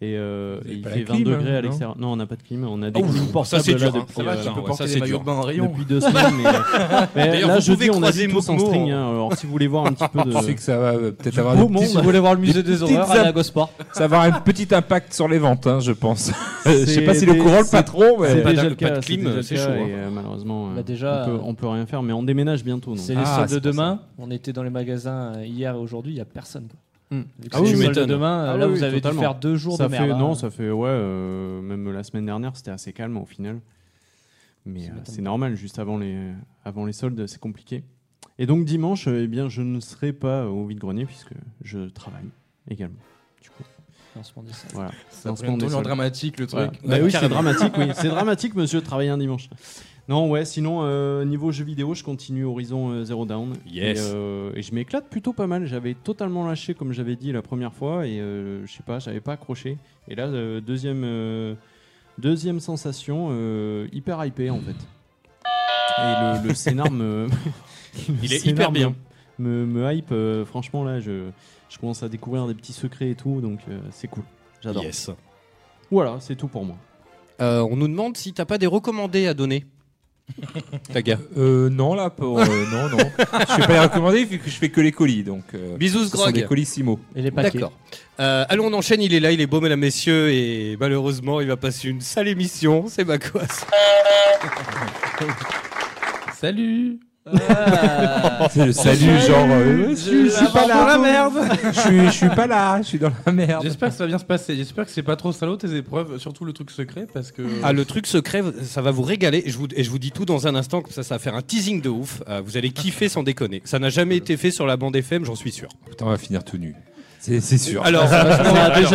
S1: Et, euh,
S8: Vous
S1: et
S8: avez
S1: il
S8: pas la
S1: fait 20
S8: clim,
S1: degrés
S8: hein,
S1: à l'extérieur. Non, on n'a pas de clim, on a des
S5: Ouh,
S1: clims
S5: ça,
S1: portables
S5: c'est
S1: là
S5: dur, hein.
S1: depuis,
S5: Ça va,
S1: euh,
S5: tu
S9: Tu
S5: Ouais,
S9: peux
S5: ça,
S9: porter
S5: c'est
S9: des maillots
S5: dur.
S9: de bain en rayon.
S1: depuis deux semaines. Mais, euh, mais
S5: D'ailleurs,
S1: là,
S5: vous
S1: je
S5: pouvez
S1: dis, on a
S5: croiser
S1: dit tous en
S5: Mokmo,
S1: string.
S5: hein.
S1: hein. alors, si vous voulez voir un petit peu de.
S8: Je sais que ça va euh, peut-être
S1: du
S8: avoir,
S1: beau
S8: une petite-
S1: monde.
S12: Si vous voulez voir le
S8: Des
S12: musée des horreurs,
S8: petites
S12: allez à
S8: ap-
S12: Gosport.
S8: ça va avoir un petit impact sur les ventes, hein, je pense. je sais pas
S1: C'est
S8: si le
S1: des-
S8: courant le
S1: c'est-
S8: patron, mais.
S1: C'est
S5: pas
S1: déjà
S5: de-
S1: le
S5: pas de
S1: cas,
S5: clim,
S1: déjà le
S5: c'est
S1: cas,
S5: chaud,
S1: et, euh, malheureusement, euh,
S12: Bah, déjà,
S1: on, peut,
S12: euh,
S1: on peut rien faire, mais on déménage bientôt. donc.
S12: C'est
S8: Ah,
S12: les
S8: c'est
S12: soldes de
S8: pour ça.
S12: demain. On était dans les magasins euh, hier et aujourd'hui, il n'y a personne. Quoi.
S9: Hmm.
S12: Vu que
S5: Ah
S12: c'est
S5: oui,
S12: les
S5: tu
S12: soldes de
S5: m'étonnes.
S12: demain, euh,
S1: Ah
S12: là
S1: oui,
S12: vous avez dû
S1: totalement.
S12: faire deux jours
S1: ça
S12: de
S1: fait,
S12: merde.
S1: Non,
S12: hein.
S1: ça fait, ouais, euh, même la semaine dernière, c'était assez calme au final. Mais
S12: Ça
S1: euh,
S12: m'étonne
S1: c'est
S12: pas.
S1: normal, juste avant les, avant les soldes, c'est compliqué. Et donc dimanche, euh, eh bien, je ne serai pas au vide-grenier puisque je travaille également. Du coup,
S12: Lancement des soldes.
S1: voilà.
S9: Ça
S1: Lancement
S9: prend
S1: des
S9: toujours
S1: soldes.
S9: dramatique le
S1: Voilà.
S9: truc.
S1: Bah oui, c'est
S5: carrément.
S1: dramatique, oui. C'est dramatique, monsieur, de travailler un dimanche. Non, ouais, sinon, euh, niveau jeux vidéo, je continue Horizon euh, Zero Down.
S5: Yes.
S1: Et, euh, et je m'éclate plutôt pas mal. J'avais totalement lâché, comme j'avais dit la première fois, et euh, je sais pas, j'avais pas accroché. Et là, euh, deuxième, euh, deuxième sensation, euh, hyper hypé en fait. Et le, le scénar me. le
S8: euh,
S5: Il est
S1: scénar
S5: hyper bien.
S1: me- me, me hype. Euh, franchement, là, je, je commence à découvrir des petits secrets et tout, donc euh, c'est cool. J'adore.
S5: Yes.
S1: Voilà, c'est tout pour moi.
S5: Euh, on nous demande si t'as pas des recommandés à donner. Taga.
S8: Euh, non, là, pour, euh, non, non. Je vais pas les recommander vu que je fais que les colis. Donc, euh,
S5: Bisous,
S8: ce sont
S5: Grog.
S8: des colissimo.
S5: D'accord. Euh, allons, on enchaîne. Il est là, il est beau, mesdames, messieurs, et malheureusement, il va passer une sale émission. C'est Bacos.
S8: Euh.
S9: Salut
S8: C'est
S9: Ah.
S8: le Ah. salut, genre. euh,
S9: Je suis pas là.
S8: la merde. Je suis- je suis pas là, je suis dans la merde.
S9: J'espère que ça va bien se passer. J'espère que c'est pas trop salaud tes épreuves, surtout le truc secret parce que.
S5: Ah, le truc secret, ça va vous régaler. Je vous, et je vous dis tout dans un instant, comme ça, ça va faire un teasing de ouf. Euh, vous allez kiffer sans déconner. Ça n'a
S8: Euh.
S5: jamais été fait sur la bande FM, j'en suis sûr.
S8: Putain, on va finir tout nu. C'est c'est sûr.
S5: Alors, alors, c'est-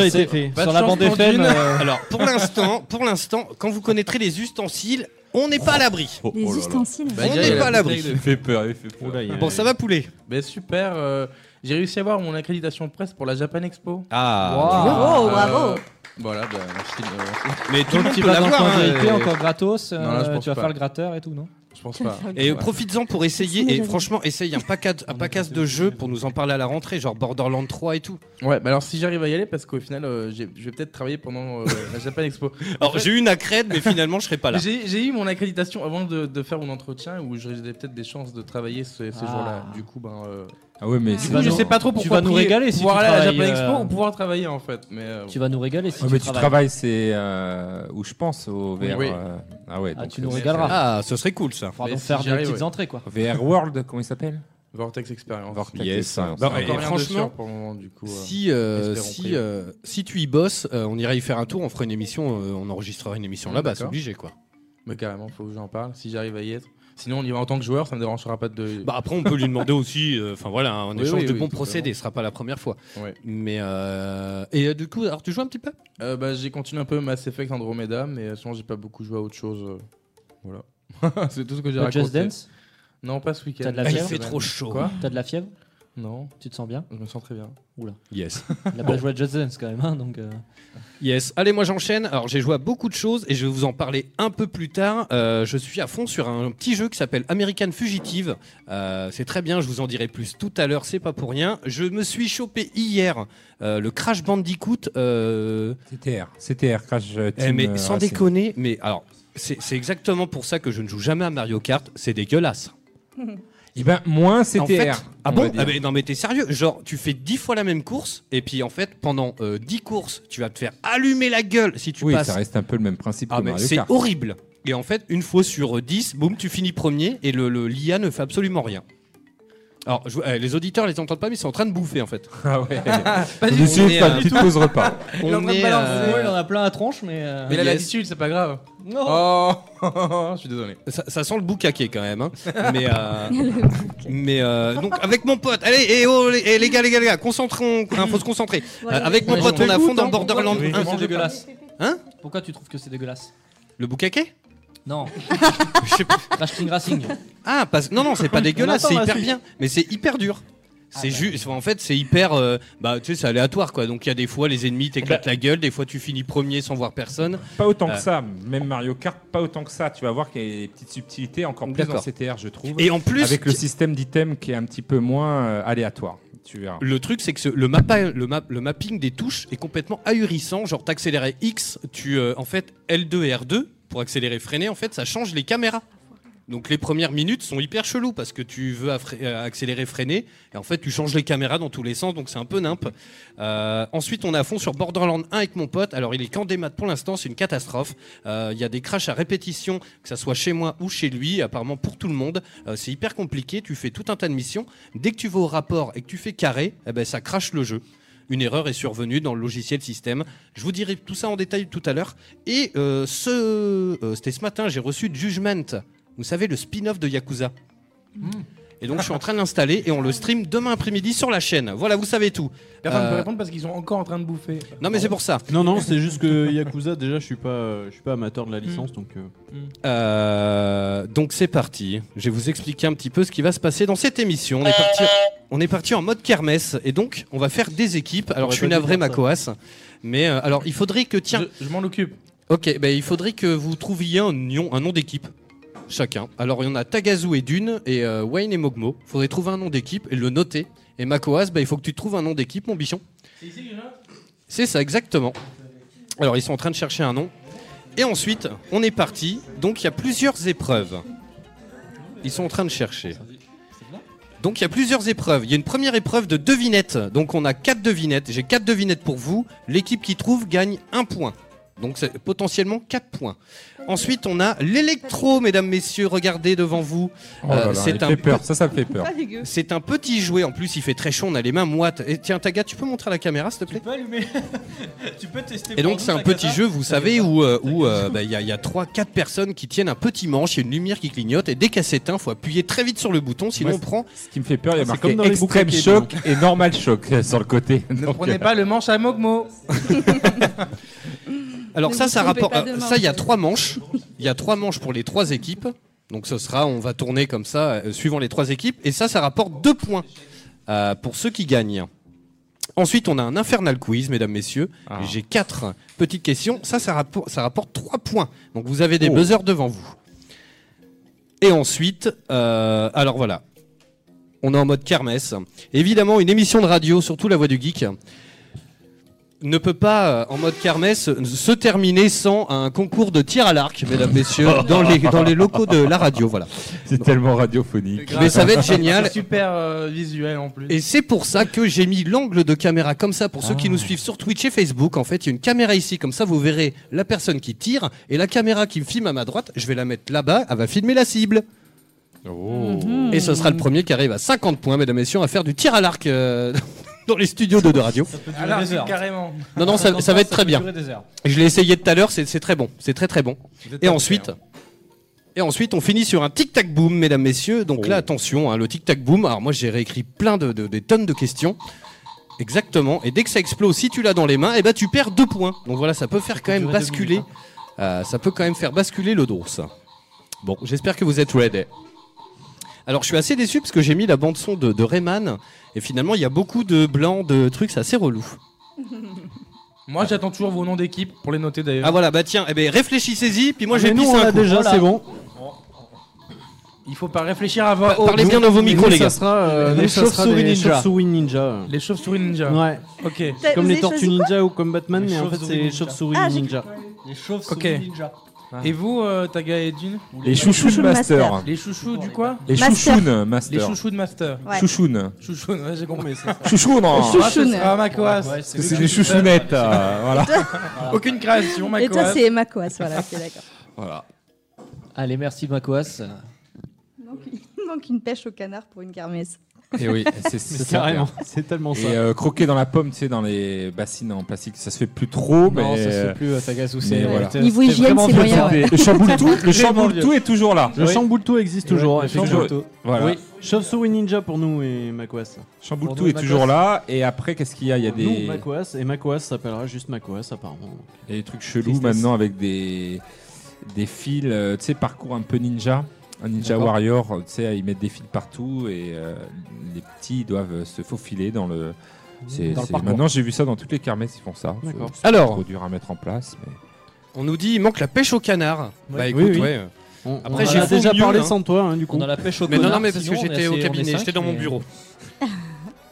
S12: Sur la bande FM, euh,
S5: Alors, pour l'instant, pour l'instant, quand vous connaîtrez les ustensiles, on n'est pas à l'abri.
S8: Oh,
S11: Les ustensiles.
S5: on
S9: Bah, déjà, il y
S5: n'est
S9: a
S5: pas à
S9: la
S5: l'abri.
S9: bouteille
S8: Il fait peur, il fait peur.
S5: Bon, ça va poulet.
S9: Ben super, euh, j'ai réussi à avoir mon accréditation presse pour la Japan Expo.
S5: Ah.
S9: Wow.
S5: Bravo, bravo.
S9: Voilà, ben merci. de-
S5: Mais
S12: tout le monde qui
S9: Tu vas
S12: va dans le
S9: l'avoir,
S12: coin
S9: hein,
S12: VIP
S9: euh,
S12: encore gratos. euh,
S9: Non, là, je pense
S12: tu vas
S9: pas.
S12: faire le gratteur et tout, non
S9: Je pense
S12: pas.
S5: Et euh, profites-en pour essayer. Et franchement, essaye un package, un package de jeux pour nous en parler à la rentrée, genre Borderlands 3 et tout.
S9: Ouais, bah alors si j'arrive à y aller, parce qu'au final, euh, j'ai- je vais peut-être travailler pendant euh, la Japan Expo.
S5: Alors, j'ai eu une accrède, mais finalement, je serai pas là.
S9: J'ai j'ai eu mon accréditation avant de, de faire mon entretien où j'aurais peut-être des chances de travailler ce- ces
S12: Ah.
S9: jours-là. Du coup, ben. euh,
S8: Ah ouais, mais
S9: du
S8: c'est-
S9: coup, je
S8: Tu
S9: sais
S8: vas
S9: pas trop
S8: nous-
S9: pourquoi.
S8: tu vas nous
S9: prier,
S8: régaler si
S9: pouvoir
S8: tu
S9: aller à la Japan
S8: travailles,
S9: Expo
S8: euh,
S9: ou pouvoir travailler en fait. Mais, euh,
S12: Tu vas nous régaler si
S8: Ah,
S12: tu
S8: mais tu
S12: travailles.
S8: travailles, c'est euh, où je pense au VR.
S9: Oui.
S8: euh, Ah ouais.
S12: Ah,
S8: donc,
S12: tu nous
S8: euh,
S12: régaleras.
S5: Ah, ce serait cool ça.
S12: Faudra
S9: Mais
S12: donc
S9: si
S12: faire
S9: j'y
S12: des
S9: arrive,
S12: petites
S9: ouais.
S12: entrées, quoi.
S8: VR World, comment il s'appelle
S9: Vortex Experience.
S8: Vortex
S5: Yes.
S8: Experience.
S5: Non,
S9: Encore
S5: et
S9: rien de
S5: franchement,
S9: sûr pour le moment, du coup. euh,
S5: Si, euh,
S9: espérons
S5: si,
S9: prier.
S5: euh, si tu y bosses, euh, on ira y faire un tour, on fera une émission, euh, on enregistrera une émission
S9: Ouais,
S5: là-bas, c'est
S9: d'accord.
S5: obligé quoi.
S9: Mais carrément, faut que j'en parle si j'arrive à y être. Sinon, on y va en tant que joueur, ça me dérangera pas de.
S5: Bah après, on peut lui demander aussi, euh, enfin voilà, un
S9: Oui,
S5: échange
S9: oui,
S5: de
S9: oui,
S5: bons
S9: tout à
S5: procédés,
S9: fait.
S5: ce sera pas la première fois.
S9: Ouais.
S5: Mais euh, et euh, du coup, alors tu joues un petit peu
S9: Euh, bah, j'ai continué un peu Mass Effect Andromeda, mais euh, sinon, j'ai pas beaucoup joué à autre chose. euh, Voilà. C'est tout ce que j'ai
S12: Pas
S9: raconté.
S12: Bah, Just Dance
S9: Non, pas ce week-end.
S12: T'as de la
S5: Ah, Il
S12: fièvre
S5: fait trop chaud.
S9: Quoi
S12: T'as de la fièvre
S9: Non,
S12: Tu te sens bien
S9: je me sens très bien.
S5: Yes.
S12: Il a pas joué à Just Dance quand même, hein, donc. euh,
S5: Yes. Allez, moi j'enchaîne. Alors j'ai joué à beaucoup de choses et je vais vous en parler un peu plus tard. Euh, je suis à fond sur un petit jeu qui s'appelle American Fugitive. Euh, c'est très bien, je vous en dirai plus tout à l'heure, c'est pas pour rien. Je me suis chopé hier euh, le Crash Bandicoot. euh,
S8: CTR. CTR, Crash Team.
S5: Eh, mais
S8: euh,
S5: sans
S8: Racing.
S5: déconner, mais alors, c'est c'est exactement pour ça que je ne joue jamais à Mario Kart, c'est dégueulasse.
S8: Eh ben, moins CTR.
S5: En fait- ah
S8: on va
S5: bon
S8: dire.
S5: Ah mais Non mais t'es sérieux Genre tu fais 10 fois la même course et puis en fait pendant euh, 10 courses tu vas te faire allumer la gueule si tu
S8: Oui,
S5: passes.
S8: ça reste un peu le même principe
S5: Ah
S8: que
S5: mais
S8: Mario
S5: c'est
S8: Kart.
S5: horrible Et en fait une fois sur euh, 10, boum tu finis premier et le, le- l'IA ne fait absolument rien. Alors je- euh, les auditeurs les entendent pas mais ils sont en train de bouffer en fait.
S8: Ah ouais.
S9: Pas
S8: Tout de
S5: On
S8: suite,
S5: est,
S8: pas
S5: euh,
S8: de petite pause repas.
S9: Il est en train de balancer.
S12: ouais, il en a plein à tronche, mais. euh,
S9: Mais là,
S5: yes.
S9: l'habitude, c'est pas grave.
S12: Non.
S9: Oh, je suis désolé.
S5: Ça, ça sent le boucaquet quand même. hein. Mais, euh, mais euh, donc avec mon pote, allez, et oh, les, eh, les gars, les gars, les gars, concentrons, il faut se concentrer.
S11: Voilà.
S5: Euh, avec mon
S9: Ouais,
S5: pote,
S9: j'en
S5: on est à
S9: écoute,
S5: fond dans
S9: hein,
S5: Borderlands
S9: pourquoi tu-
S5: 1.
S12: C'est dégueulasse.
S5: Hein
S12: Pourquoi tu trouves que c'est dégueulasse
S5: Le boucaquet
S12: Non,
S5: Je sais pas.
S12: Crash Team Racing.
S5: Ah, parce- non, non, c'est pas dégueulasse,
S12: attend
S5: c'est
S12: la
S5: hyper
S12: suite.
S5: bien, mais c'est hyper dur. C'est juste, en fait, c'est hyper, euh, bah, tu sais, c'est aléatoire, quoi. Donc il y a des fois les ennemis t'éclatent la gueule, des fois tu finis premier sans voir personne.
S8: Eh ben- Pas autant
S5: Euh.
S8: que ça, même Mario Kart, pas autant que ça. Tu vas voir qu'il y a des petites subtilités encore plus dans
S5: D'accord.
S8: CTR, je trouve.
S5: Et en plus,
S8: avec le système d'items qui est un petit peu moins euh, aléatoire. Tu verras.
S5: Le truc, c'est que ce- le, mappa- le, map- le mapping des touches est complètement ahurissant. Genre, t'accélérais X, tu euh, en fait L2 et R2 pour accélérer, freiner. En fait, ça change les caméras. Donc les premières minutes sont hyper cheloues parce que tu veux affre- euh, accélérer, freiner, et en fait tu changes les caméras dans tous les sens, donc c'est un peu nimp. Euh, ensuite on est à fond sur Borderlands 1 avec mon pote, alors il est qu'en démat pour l'instant, c'est une catastrophe. Euh, Il y a des crashs à répétition, que ça soit chez moi ou chez lui, apparemment pour tout le monde. Euh, c'est hyper compliqué, tu fais tout un tas de missions. Dès que tu vas au rapport et que tu fais carré, eh ben, ça crache le jeu. Une erreur est survenue dans le logiciel système. Je vous dirai tout ça en détail tout à l'heure. Et euh, ce, euh, c'était ce matin, j'ai reçu Judgment. Vous savez, le spin-off de Yakuza.
S9: Hmm.
S5: Et donc, je suis en train de l'installer et on le stream demain après-midi sur la chaîne. Voilà, vous savez tout.
S9: Personne ne peut
S5: Euh,
S9: répondre parce qu'ils sont encore en train de bouffer.
S5: Non, mais c'est pour ça.
S1: Non, non, c'est juste que Yakuza, déjà, je suis pas, euh, je suis pas amateur de
S9: Hmm.
S1: la licence, donc. euh,
S5: Euh, donc c'est parti. Je vais vous expliquer un petit peu ce qui va se passer dans cette émission. On est parti, on est parti en mode kermesse et donc on va faire des équipes. Alors je suis
S1: pas dû
S5: navré
S1: faire ça.
S5: Macoas, mais euh, alors il faudrait que tiens,
S9: Je, je m'en occupe.
S5: ok, ben il faudrait que vous trouviez un nom, un nom d'équipe. chacun. Alors il y en a Tagazu et Dune et euh, Wayne et Mogmo. Faudrait trouver un nom d'équipe et le noter. Et Makoas, bah, il faut que tu trouves un nom d'équipe, mon bichon. C'est ça, exactement. Alors ils sont en train de chercher un nom. Et ensuite, on est parti. Donc il y a plusieurs épreuves. Ils sont en train de chercher. Donc il y a plusieurs épreuves. Il y a une première épreuve de devinettes. Donc on a quatre devinettes. J'ai quatre devinettes pour vous. L'équipe qui trouve gagne un point. Donc c'est potentiellement quatre points. Ensuite on a l'électro, mesdames, messieurs. Regardez devant vous.
S8: Oh
S5: Euh,
S8: là là, il fait peur.
S5: pe-
S8: Ça, ça me fait peur. Pas
S5: C'est un petit jouet. En plus il fait très chaud. On a les mains moites. Et tiens Taga, tu peux montrer à la caméra s'il te plaît
S12: Tu peux allumer. tu peux tester.
S5: et
S12: pour
S5: donc
S12: nous
S5: c'est un
S12: ta
S5: petit
S12: cata.
S5: jeu, vous savez, où euh, où, euh, bah, il y a- il y a trois, quatre personnes qui tiennent un petit manche, il y a une lumière qui clignote et dès qu'elle s'éteint, faut appuyer très vite sur le bouton, sinon
S8: Moi,
S5: on prend. Ah,
S8: Ce qui me fait peur, il y a
S5: C'est
S8: marqué
S5: comme dans les
S8: extrême
S5: boucliers,
S8: choc et normal choc euh, sur le côté. euh,
S9: Ne prenez pas Ah, le manche à Mogmo.
S5: Alors
S9: Ne
S5: ça,
S9: vous
S5: ça
S9: trompez
S5: rapporte.
S9: pas de
S5: euh,
S9: manche.
S5: ça, il y a trois manches. Il y a trois manches pour les trois équipes. Donc ce sera, on va tourner comme ça, euh, suivant les trois équipes. Et ça, ça rapporte deux points euh, pour ceux qui gagnent. Ensuite, on a un infernal quiz, mesdames, messieurs. J'ai quatre petites questions. Ça, ça, rappo- ça rapporte trois points. Donc vous avez des
S8: Oh.
S5: buzzers devant vous. Et ensuite, euh, alors voilà, on est en mode kermesse. Évidemment, une émission de radio, surtout La Voix du Geek, ne peut pas, euh, en mode kermesse, se terminer sans un concours de tir à l'arc, mesdames, messieurs, dans les, dans les locaux de la radio. Voilà.
S8: C'est tellement radiophonique.
S5: Mais ça va être génial.
S9: C'est Super euh, visuel en plus.
S5: Et c'est pour ça que j'ai mis l'angle de caméra comme ça. Pour ceux qui nous suivent sur Twitch et Facebook, en fait, il y a une caméra ici. Comme ça, vous verrez la personne qui tire. Et la caméra qui me filme à ma droite, je vais la mettre là-bas. Elle va filmer la cible. Et ce sera le premier qui arrive à 50 points, mesdames et messieurs, à faire du tir à l'arc euh, dans les studios de, de radio.
S9: Alors,
S12: des heures.
S9: carrément.
S5: Non, non, ça, ça va être très bien.
S12: durer des heures.
S5: Je l'ai essayé tout à l'heure, c'est c'est très bon. C'est très très bon.
S9: Vous êtes
S5: Et
S9: pas
S5: ensuite, et ensuite, on finit sur un tic-tac-boom, mesdames, messieurs. Donc là, attention, hein, le tic-tac-boom. Alors moi, j'ai réécrit plein de, de- des tonnes de questions. Exactement. Et dès que ça explose, si tu l'as dans les mains, eh ben, tu perds deux points. Donc voilà, ça peut faire quand même
S12: durer deux
S5: basculer. euh, ça peut quand même faire basculer le dos. ça. Bon, j'espère que vous êtes ready. Alors je suis assez déçu parce que j'ai mis la bande son de, de Rayman et finalement il y a beaucoup de blancs, de trucs, c'est assez relou.
S9: Moi, j'attends toujours vos noms d'équipe pour les noter d'ailleurs.
S5: Ah voilà, bah tiens, eh ben, réfléchissez-y, puis moi je vais
S9: Ah, nous,
S5: pisser
S9: on
S5: un
S9: l'a
S5: coup.
S9: déjà, Voilà. c'est bon.
S5: Il faut pas
S9: Réfléchir avant.
S1: Oh,
S5: Par- parlez bien dans vos micros, les gars.
S9: euh,
S1: les chauves-souris ninja. ninja.
S9: Les chauves-souris ninja.
S1: Ouais.
S9: Ok.
S12: T'as-
S1: Comme
S12: vous
S1: les
S12: avez
S1: tortues
S12: choisi quoi
S1: ninja ou comme Batman,
S12: Les
S1: mais en fait,
S12: chauves-souris
S1: c'est les
S12: ninja.
S1: chauves-souris
S12: Ah, j'ai
S1: ninja.
S12: Les chauves
S9: Ok.
S12: ninja.
S9: Et vous, euh, Taga et Dune
S8: Les chouchous de Master.
S9: Les chouchous du quoi
S8: Les Master. chouchounes, Master.
S9: Les chouchous de Master.
S8: Ouais. Chouchounes.
S9: Chouchounes, ouais, j'ai compris. ça.
S8: Chouchounes, hein.
S9: Ah, ce
S11: Chouchounes.
S9: sera Makoas.
S11: Ouais,
S8: Parce que c'est des chouchounettes. euh, voilà.
S9: Ah. Aucune création,
S11: Et toi,
S9: Makoas.
S11: c'est Makoas, voilà, ok, d'accord.
S8: Voilà.
S12: Allez, merci Makoas.
S11: Il manque- Il manque une pêche au canard pour une kermesse.
S5: Eh
S8: Et oui, c'est
S1: Mais
S8: c'est
S1: carrément,
S8: clair.
S1: c'est tellement ça.
S8: Et euh, croquer dans la pomme, tu sais, dans les bassines en plastique, ça se fait plus trop. mais
S12: Non, ça se fait plus, euh, Tagazu, c'est-
S8: mais
S12: ouais.
S8: voilà.
S12: Niveau C'était hygiène, vraiment c'est vieux, moyen, ouais.
S8: Le chamboule tout, le
S1: Vraiment
S8: chamboule tout
S1: vieux.
S8: est toujours là.
S1: Le chamboule tout existe toujours.
S8: Le
S1: effectivement.
S8: chamboule tout. Voilà.
S1: Oui. Chauve-souris ninja pour nous et Makoas.
S8: Chamboule tout est toujours là. Et après, qu'est-ce qu'il y a Il y a
S1: Nous,
S8: des.
S1: Makoas, et Makoas s'appellera juste Makoas apparemment.
S8: Il y a des trucs chelous
S1: Tristesse.
S8: maintenant avec des, des fils, euh, tu sais, parcours un peu ninja. Un ninja
S1: D'accord.
S8: warrior, euh, tu sais, ils mettent des fils partout et euh, les petits doivent euh, se faufiler dans le. c'est-
S5: Dans le
S8: c'est-
S5: parcours.
S8: maintenant, j'ai vu ça dans toutes les kermesses, ils font ça.
S5: D'accord.
S8: C'est- c'est
S5: Alors.
S8: trop dur à mettre en place. Mais...
S5: On nous dit il manque la pêche au canard.
S1: Ouais.
S5: Bah écoute,
S1: Oui, oui.
S5: ouais. euh,
S1: On-
S5: Après,
S1: on en
S5: j'ai
S1: a
S5: fait au
S1: déjà
S5: mieux,
S1: parlé
S5: hein.
S1: sans toi, hein, du coup.
S12: On a la pêche au
S5: Mais non,
S12: canard,
S5: non, mais parce que
S12: sinon, on est
S5: j'étais au
S12: assez- on est
S5: cabinet,
S12: cinq,
S5: j'étais dans mon
S12: mais-
S5: bureau.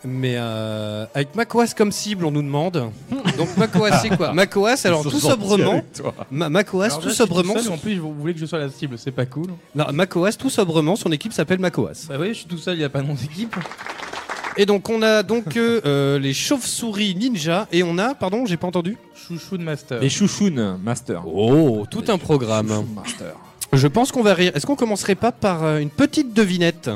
S5: Mais euh, avec Macoas comme cible, on nous demande. Donc Macoas, c'est quoi Macoas, alors
S9: Ils sont
S5: tout
S9: gentils
S5: sobrement.
S9: avec toi.
S5: Ma- Macoas,
S9: Alors,
S5: tout
S9: là, je suis
S5: sobrement.
S9: seul,
S5: son-
S9: En plus, vous voulez que je sois la cible, c'est pas cool.
S5: Non, Macoas, tout sobrement, son équipe s'appelle Macoas.
S9: Bah oui, je suis tout seul, il n'y a pas de nom d'équipe.
S5: Et donc on a donc euh, euh, les chauves-souris ninja et on a, pardon, j'ai pas entendu.
S9: Chouchou de Master.
S8: Les chouchounes, master.
S5: Oh, tout un programme. Je pense qu'on va rire. Est-ce qu'on commencerait pas par euh, une petite devinette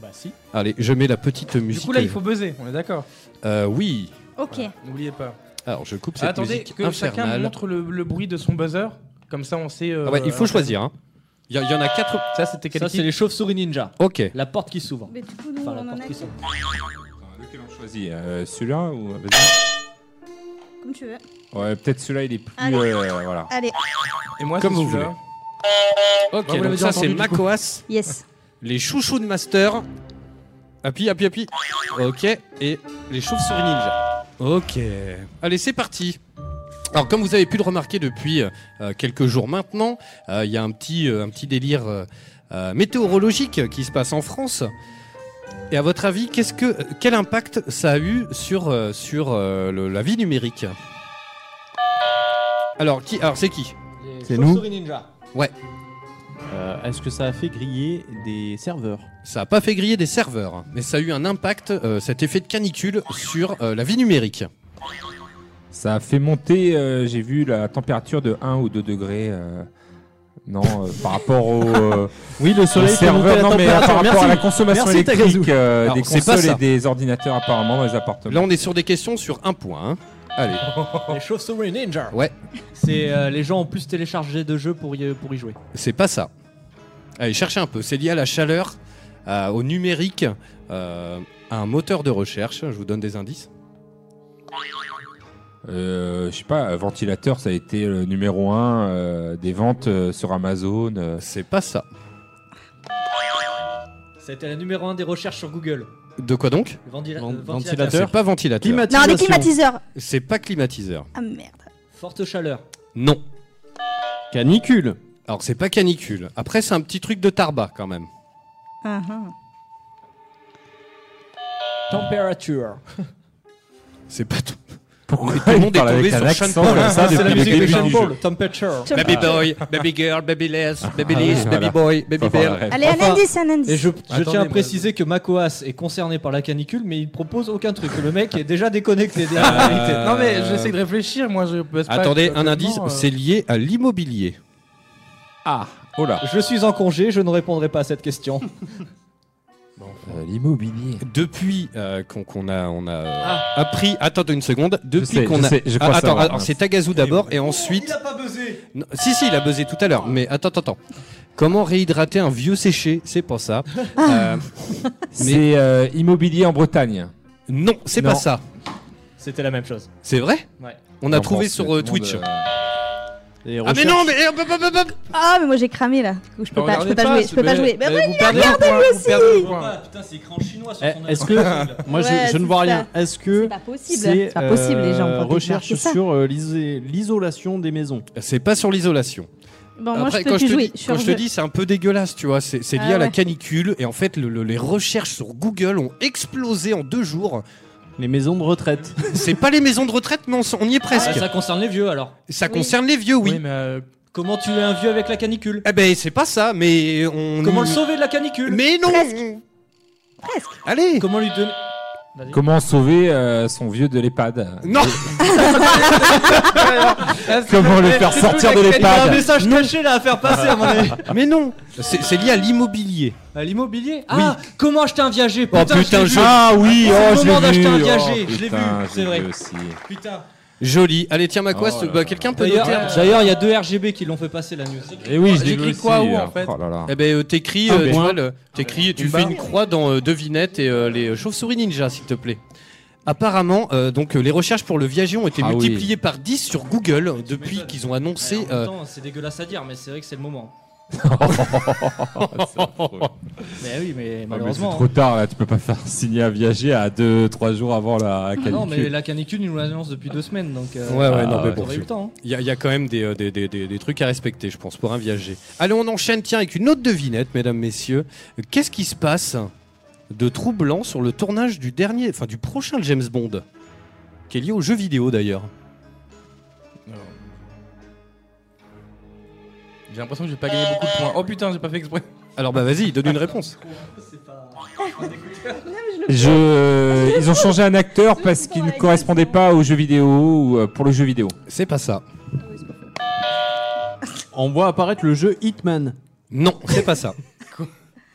S9: Bah si.
S5: Allez, je mets la petite
S9: Du
S5: musique.
S9: coup, là, il faut buzzer, on est d'accord.
S5: Euh, oui.
S11: Ok.
S9: N'oubliez pas.
S5: Alors je coupe cette
S9: Attendez,
S5: musique
S9: que chacun
S5: infernale.
S9: montre le, le bruit de son buzzer. Comme ça, on sait. euh,
S5: Ah ouais, il faut
S9: euh,
S5: choisir. hein. Il y, a- il y en a quatre.
S9: Ça, c'était quelle
S12: Ça,
S9: équipe
S12: c'est les chauves-souris ninja.
S5: Ok.
S12: La porte qui s'ouvre.
S11: Mais du coup, nous,
S12: Enfin, la
S11: on en
S12: porte
S11: a
S12: qui s'ouvre.
S8: Choisis euh, celui-là ou. vas-y.
S11: comme tu veux.
S8: Ouais, peut-être celui-là, il est plus.
S11: Allez.
S8: euh,
S5: Ah.
S8: voilà.
S11: Allez.
S9: Et moi,
S8: Comme
S9: c'est
S8: vous
S9: celui-là.
S8: voulez.
S5: Ok,
S9: Bah, vous l'avez
S5: donc
S9: déjà
S5: ça c'est
S9: entendu, du coup.
S5: Macoas,
S11: Yes.
S5: les chouchous de Master. Happy, happy, happy. Ok, et les chauves-souris ninja. Ok. Allez, c'est parti. Alors, comme vous avez pu le remarquer depuis euh, quelques jours maintenant, euh, il y a un petit, euh, un petit délire euh, euh, météorologique qui se passe en France. Et à votre avis, qu'est-ce que, euh, quel impact ça a eu sur, euh, sur euh, le- la vie numérique Alors, qui, alors c'est qui
S1: C'est nous. chauves-souris
S12: Ninja.
S5: Ouais.
S1: Euh, Est-ce que ça a fait griller des serveurs
S5: Ça n'a pas fait griller des serveurs, mais ça a eu un impact, euh, cet effet de canicule, sur euh, la vie numérique.
S8: Ça a fait monter, euh, j'ai vu, la température de 1 ou 2 degrés. euh, non, euh, par rapport au. euh,
S1: Oui, le soleil
S8: au
S1: fait monter la
S8: serveur, non, mais euh, par
S1: température.
S8: rapport
S1: Merci.
S8: à la consommation
S1: Merci,
S8: électrique
S1: Tagazu.
S8: euh,
S5: Alors,
S8: des
S5: c'est pas
S8: consoles
S5: ça.
S8: et des ordinateurs, apparemment, dans les appartements.
S5: Là, on est sur des questions sur un point. hein. Allez.
S12: Les chauves-souris ninja.
S5: Ouais.
S12: C'est euh, les gens ont plus téléchargé de jeux pour y, pour y jouer.
S5: C'est pas ça. Allez, cherchez un peu. C'est lié à la chaleur, à- au numérique, euh, à un moteur de recherche. Je vous donne des indices.
S8: Euh, je sais pas, euh, ventilateur, ça a été le numéro 1 des ventes euh, sur Amazon. euh.
S5: C'est pas ça.
S12: C'était la numéro 1 des recherches sur Google.
S5: De quoi donc
S12: Le vendila-
S1: Ven-
S12: euh,
S1: ventilateur.
S5: C'est pas ventilateur.
S1: Climatisation.
S11: Non, des climatiseurs.
S5: C'est pas climatiseur.
S11: Ah merde.
S12: Forte chaleur.
S5: Non.
S1: Canicule.
S5: Alors c'est pas canicule. Après c'est un petit truc de tarba quand même.
S11: Ah, ah.
S12: Température.
S5: C'est pas tout. Pourquoi tout le monde est
S8: parle
S5: tombé
S8: avec
S5: sur
S8: un
S5: Sean
S8: accent
S5: Paul
S8: comme ça
S5: C'est la
S8: depuis le
S5: musique de
S8: début
S5: Sean
S8: du
S5: Paul.
S8: jeu.
S12: Temperature.
S5: Baby boy, baby girl, baby less, baby
S8: Ah,
S5: less,
S8: voilà.
S5: baby boy, baby
S8: Faut faire la
S5: bear.
S8: rêve.
S11: Allez, un
S12: Enfin,
S11: indice, un indice.
S12: Et je, je
S9: Attendez,
S12: tiens à
S9: moi-
S12: préciser que Makoas est concerné par la canicule, mais il propose aucun truc. Le mec est déjà déconnecté. des réalités.
S9: Non, mais j'essaie de réfléchir, moi je baisse pas
S5: Attendez, un
S9: complètement,
S5: indice,
S9: euh.
S5: c'est lié à l'immobilier.
S8: Ah, oh là.
S12: Je suis en congé, je ne répondrai pas à cette question.
S8: Euh, L'immobilier.
S5: Depuis euh, qu'on qu'on a, on a
S12: Ah.
S5: appris. Attends une seconde.
S8: sais,
S5: Depuis
S8: je
S5: qu'on a.
S8: sais, je crois
S5: Ah, attends,
S8: savoir. Eh,
S5: alors, c'est Tagazu d'abord et ensuite.
S12: pas buzzé.
S5: Non, si, si, il a buzzé tout à l'heure, mais attends, attends, attends. Comment réhydrater un vieux séché C'est pas ça.
S12: Ah.
S5: Euh,
S8: C'est euh, immobilier en Bretagne.
S5: non, c'est pas
S8: Non.
S5: ça.
S12: C'était la même chose.
S5: C'est vrai
S12: Ouais.
S5: On a
S8: En
S5: trouvé
S8: France,
S5: sur
S8: tout le
S5: euh,
S8: monde,
S5: Twitch.
S8: euh,
S1: Des
S5: Ah, mais
S1: recherches.
S5: non, mais. eh, hop, hop, hop, hop.
S11: Ah, mais moi j'ai cramé là. Du coup, je peux pas, je peux pas jouer. Je peux pas jouer.
S8: Eh,
S11: Mais oui,
S9: regardez lui aussi
S12: Ah, putain, c'est écran chinois sur
S1: Eh, Est-ce que moi je-
S11: Ouais,
S1: je, ne
S11: c'est
S1: vois
S11: ça.
S1: rien. Est-ce que
S11: c'est pas possible.
S1: c'est
S11: C'est pas possible, les gens.
S1: euh,
S11: quand ils
S1: recherche
S11: marquent ça.
S1: sur euh, l'isé- l'isolation des maisons
S5: C'est pas sur l'isolation.
S11: Bon, moi je
S5: Après,
S11: peux
S5: quand, je
S11: plus
S5: te
S11: jouer.
S5: dis,
S11: Je suis
S5: quand je te
S11: hors-jeu.
S5: dis, c'est un peu dégueulasse, tu vois. C'est c'est lié
S11: Ah
S5: à la
S11: ouais.
S5: canicule et en fait, le- le- les recherches sur Google ont explosé en deux jours.
S1: Les maisons de retraite.
S5: c'est pas les maisons de retraite, mais on, s- on y est presque.
S12: Ah, ça concerne les vieux alors.
S5: Ça
S11: Oui.
S5: concerne les vieux, oui.
S9: mais euh,
S12: Comment tuer un vieux avec la canicule
S5: Eh ben, c'est pas ça, mais on.
S12: Comment le sauver de la canicule
S5: Mais non
S11: Presque. Presque.
S5: Allez
S12: Comment lui donner
S8: Comment sauver euh, son vieux de l'EHPAD
S5: Non
S8: Comment
S12: Eh,
S8: le faire sortir de
S12: un
S8: l'EHPAD
S12: message caché là à faire passer à mon avis.
S5: Mais non C'est c'est lié à l'immobilier.
S12: À L'immobilier Ah, comment acheter un viager
S5: Oh,
S12: Putain,
S5: putain,
S12: je l'ai
S5: je-
S12: vu.
S8: Ah oui,
S12: C'est
S8: oh,
S12: le
S8: je l'ai
S12: moment d'acheter
S8: vu.
S12: un
S8: Oh,
S12: viager, je l'ai vu,
S8: putain,
S12: c'est
S8: j'ai
S12: vrai.
S8: vu aussi.
S12: Putain.
S5: Joli. Allez, tiens, ma quest,
S8: Oh là
S5: bah,
S8: là.
S5: quelqu'un peut
S12: D'ailleurs,
S5: noter.
S12: d'ailleurs, il y a deux RGB qui l'ont fait passer la news.
S8: Et Eh oui, je l'ai
S9: J'écris
S8: vu
S9: quoi
S8: aussi,
S9: où, en
S8: euh,
S9: fait
S8: oh là Ah, Bah là.
S5: Eh ben, euh, t'écris, euh, tu vois, le-
S12: Ah,
S5: t'écris, tu
S9: Une
S5: fais
S9: barre.
S5: une croix dans euh, devinette et euh, les chauves-souris ninja, s'il te plaît. Apparemment, euh, donc euh, les recherches pour le viager ont été
S8: Ah oui.
S5: multipliées par 10 sur Google depuis
S12: m'étonnes.
S5: qu'ils ont annoncé.
S12: Ouais, en
S5: euh,
S12: même temps, c'est dégueulasse à dire, mais c'est vrai que c'est le moment. Mais oui,
S8: Ah, mais
S12: mais
S8: c'est
S12: malheureusement.
S8: trop tard là, tu peux pas faire signer un viager à 2-3 jours avant la
S12: hein.
S8: canicule.
S12: Non, mais la canicule, ils nous l'annoncent depuis deux semaines, donc. euh,
S5: Ouais, Ah, ouais, non, mais
S12: on
S5: bon,
S12: aurait eu
S5: je-
S12: le temps. hein.
S5: Il y, a- il y a quand même des, euh, des, des- des- des trucs à respecter, je pense, pour un viager. Allez, on enchaîne, tiens, avec une autre devinette, mesdames, messieurs. Qu'est-ce qui se passe de troublant sur le tournage du dernier, enfin du prochain James Bond Qui est lié aux jeux vidéo d'ailleurs.
S9: J'ai l'impression que j'ai pas gagné beaucoup de points. Oh putain, j'ai pas fait exprès.
S5: Alors bah vas-y, donne une réponse.
S8: Je... Ils ont changé un acteur parce qu'il ne correspondait pas au jeu vidéo ou euh, pour le jeu vidéo.
S5: C'est pas ça.
S1: On voit apparaître le jeu Hitman.
S5: Non, c'est pas ça.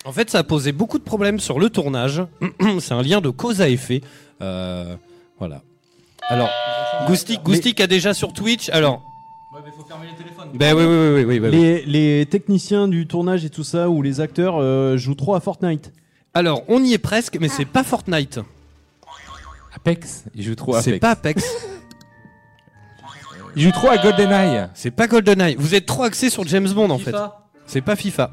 S5: En fait, ça a posé beaucoup de problèmes sur le tournage. C'est un lien de cause à effet. Euh, voilà. Alors, Goustic, Goustic a déjà sur Twitch. Alors,
S12: Ouais, mais faut fermer les téléphones.
S5: ben oui, oui, oui, oui, oui, oui.
S1: Les, les techniciens du tournage et tout ça, ou les acteurs, euh, jouent trop à Fortnite.
S5: Alors, on y est presque,
S11: Ah.
S5: mais c'est pas Fortnite.
S8: Apex, il joue trop à
S5: C'est
S8: Apex.
S5: pas Apex.
S8: Il joue trop à GoldenEye.
S5: C'est pas GoldenEye. Vous êtes trop axé sur James Bond en fait.
S12: FIFA.
S5: C'est pas FIFA.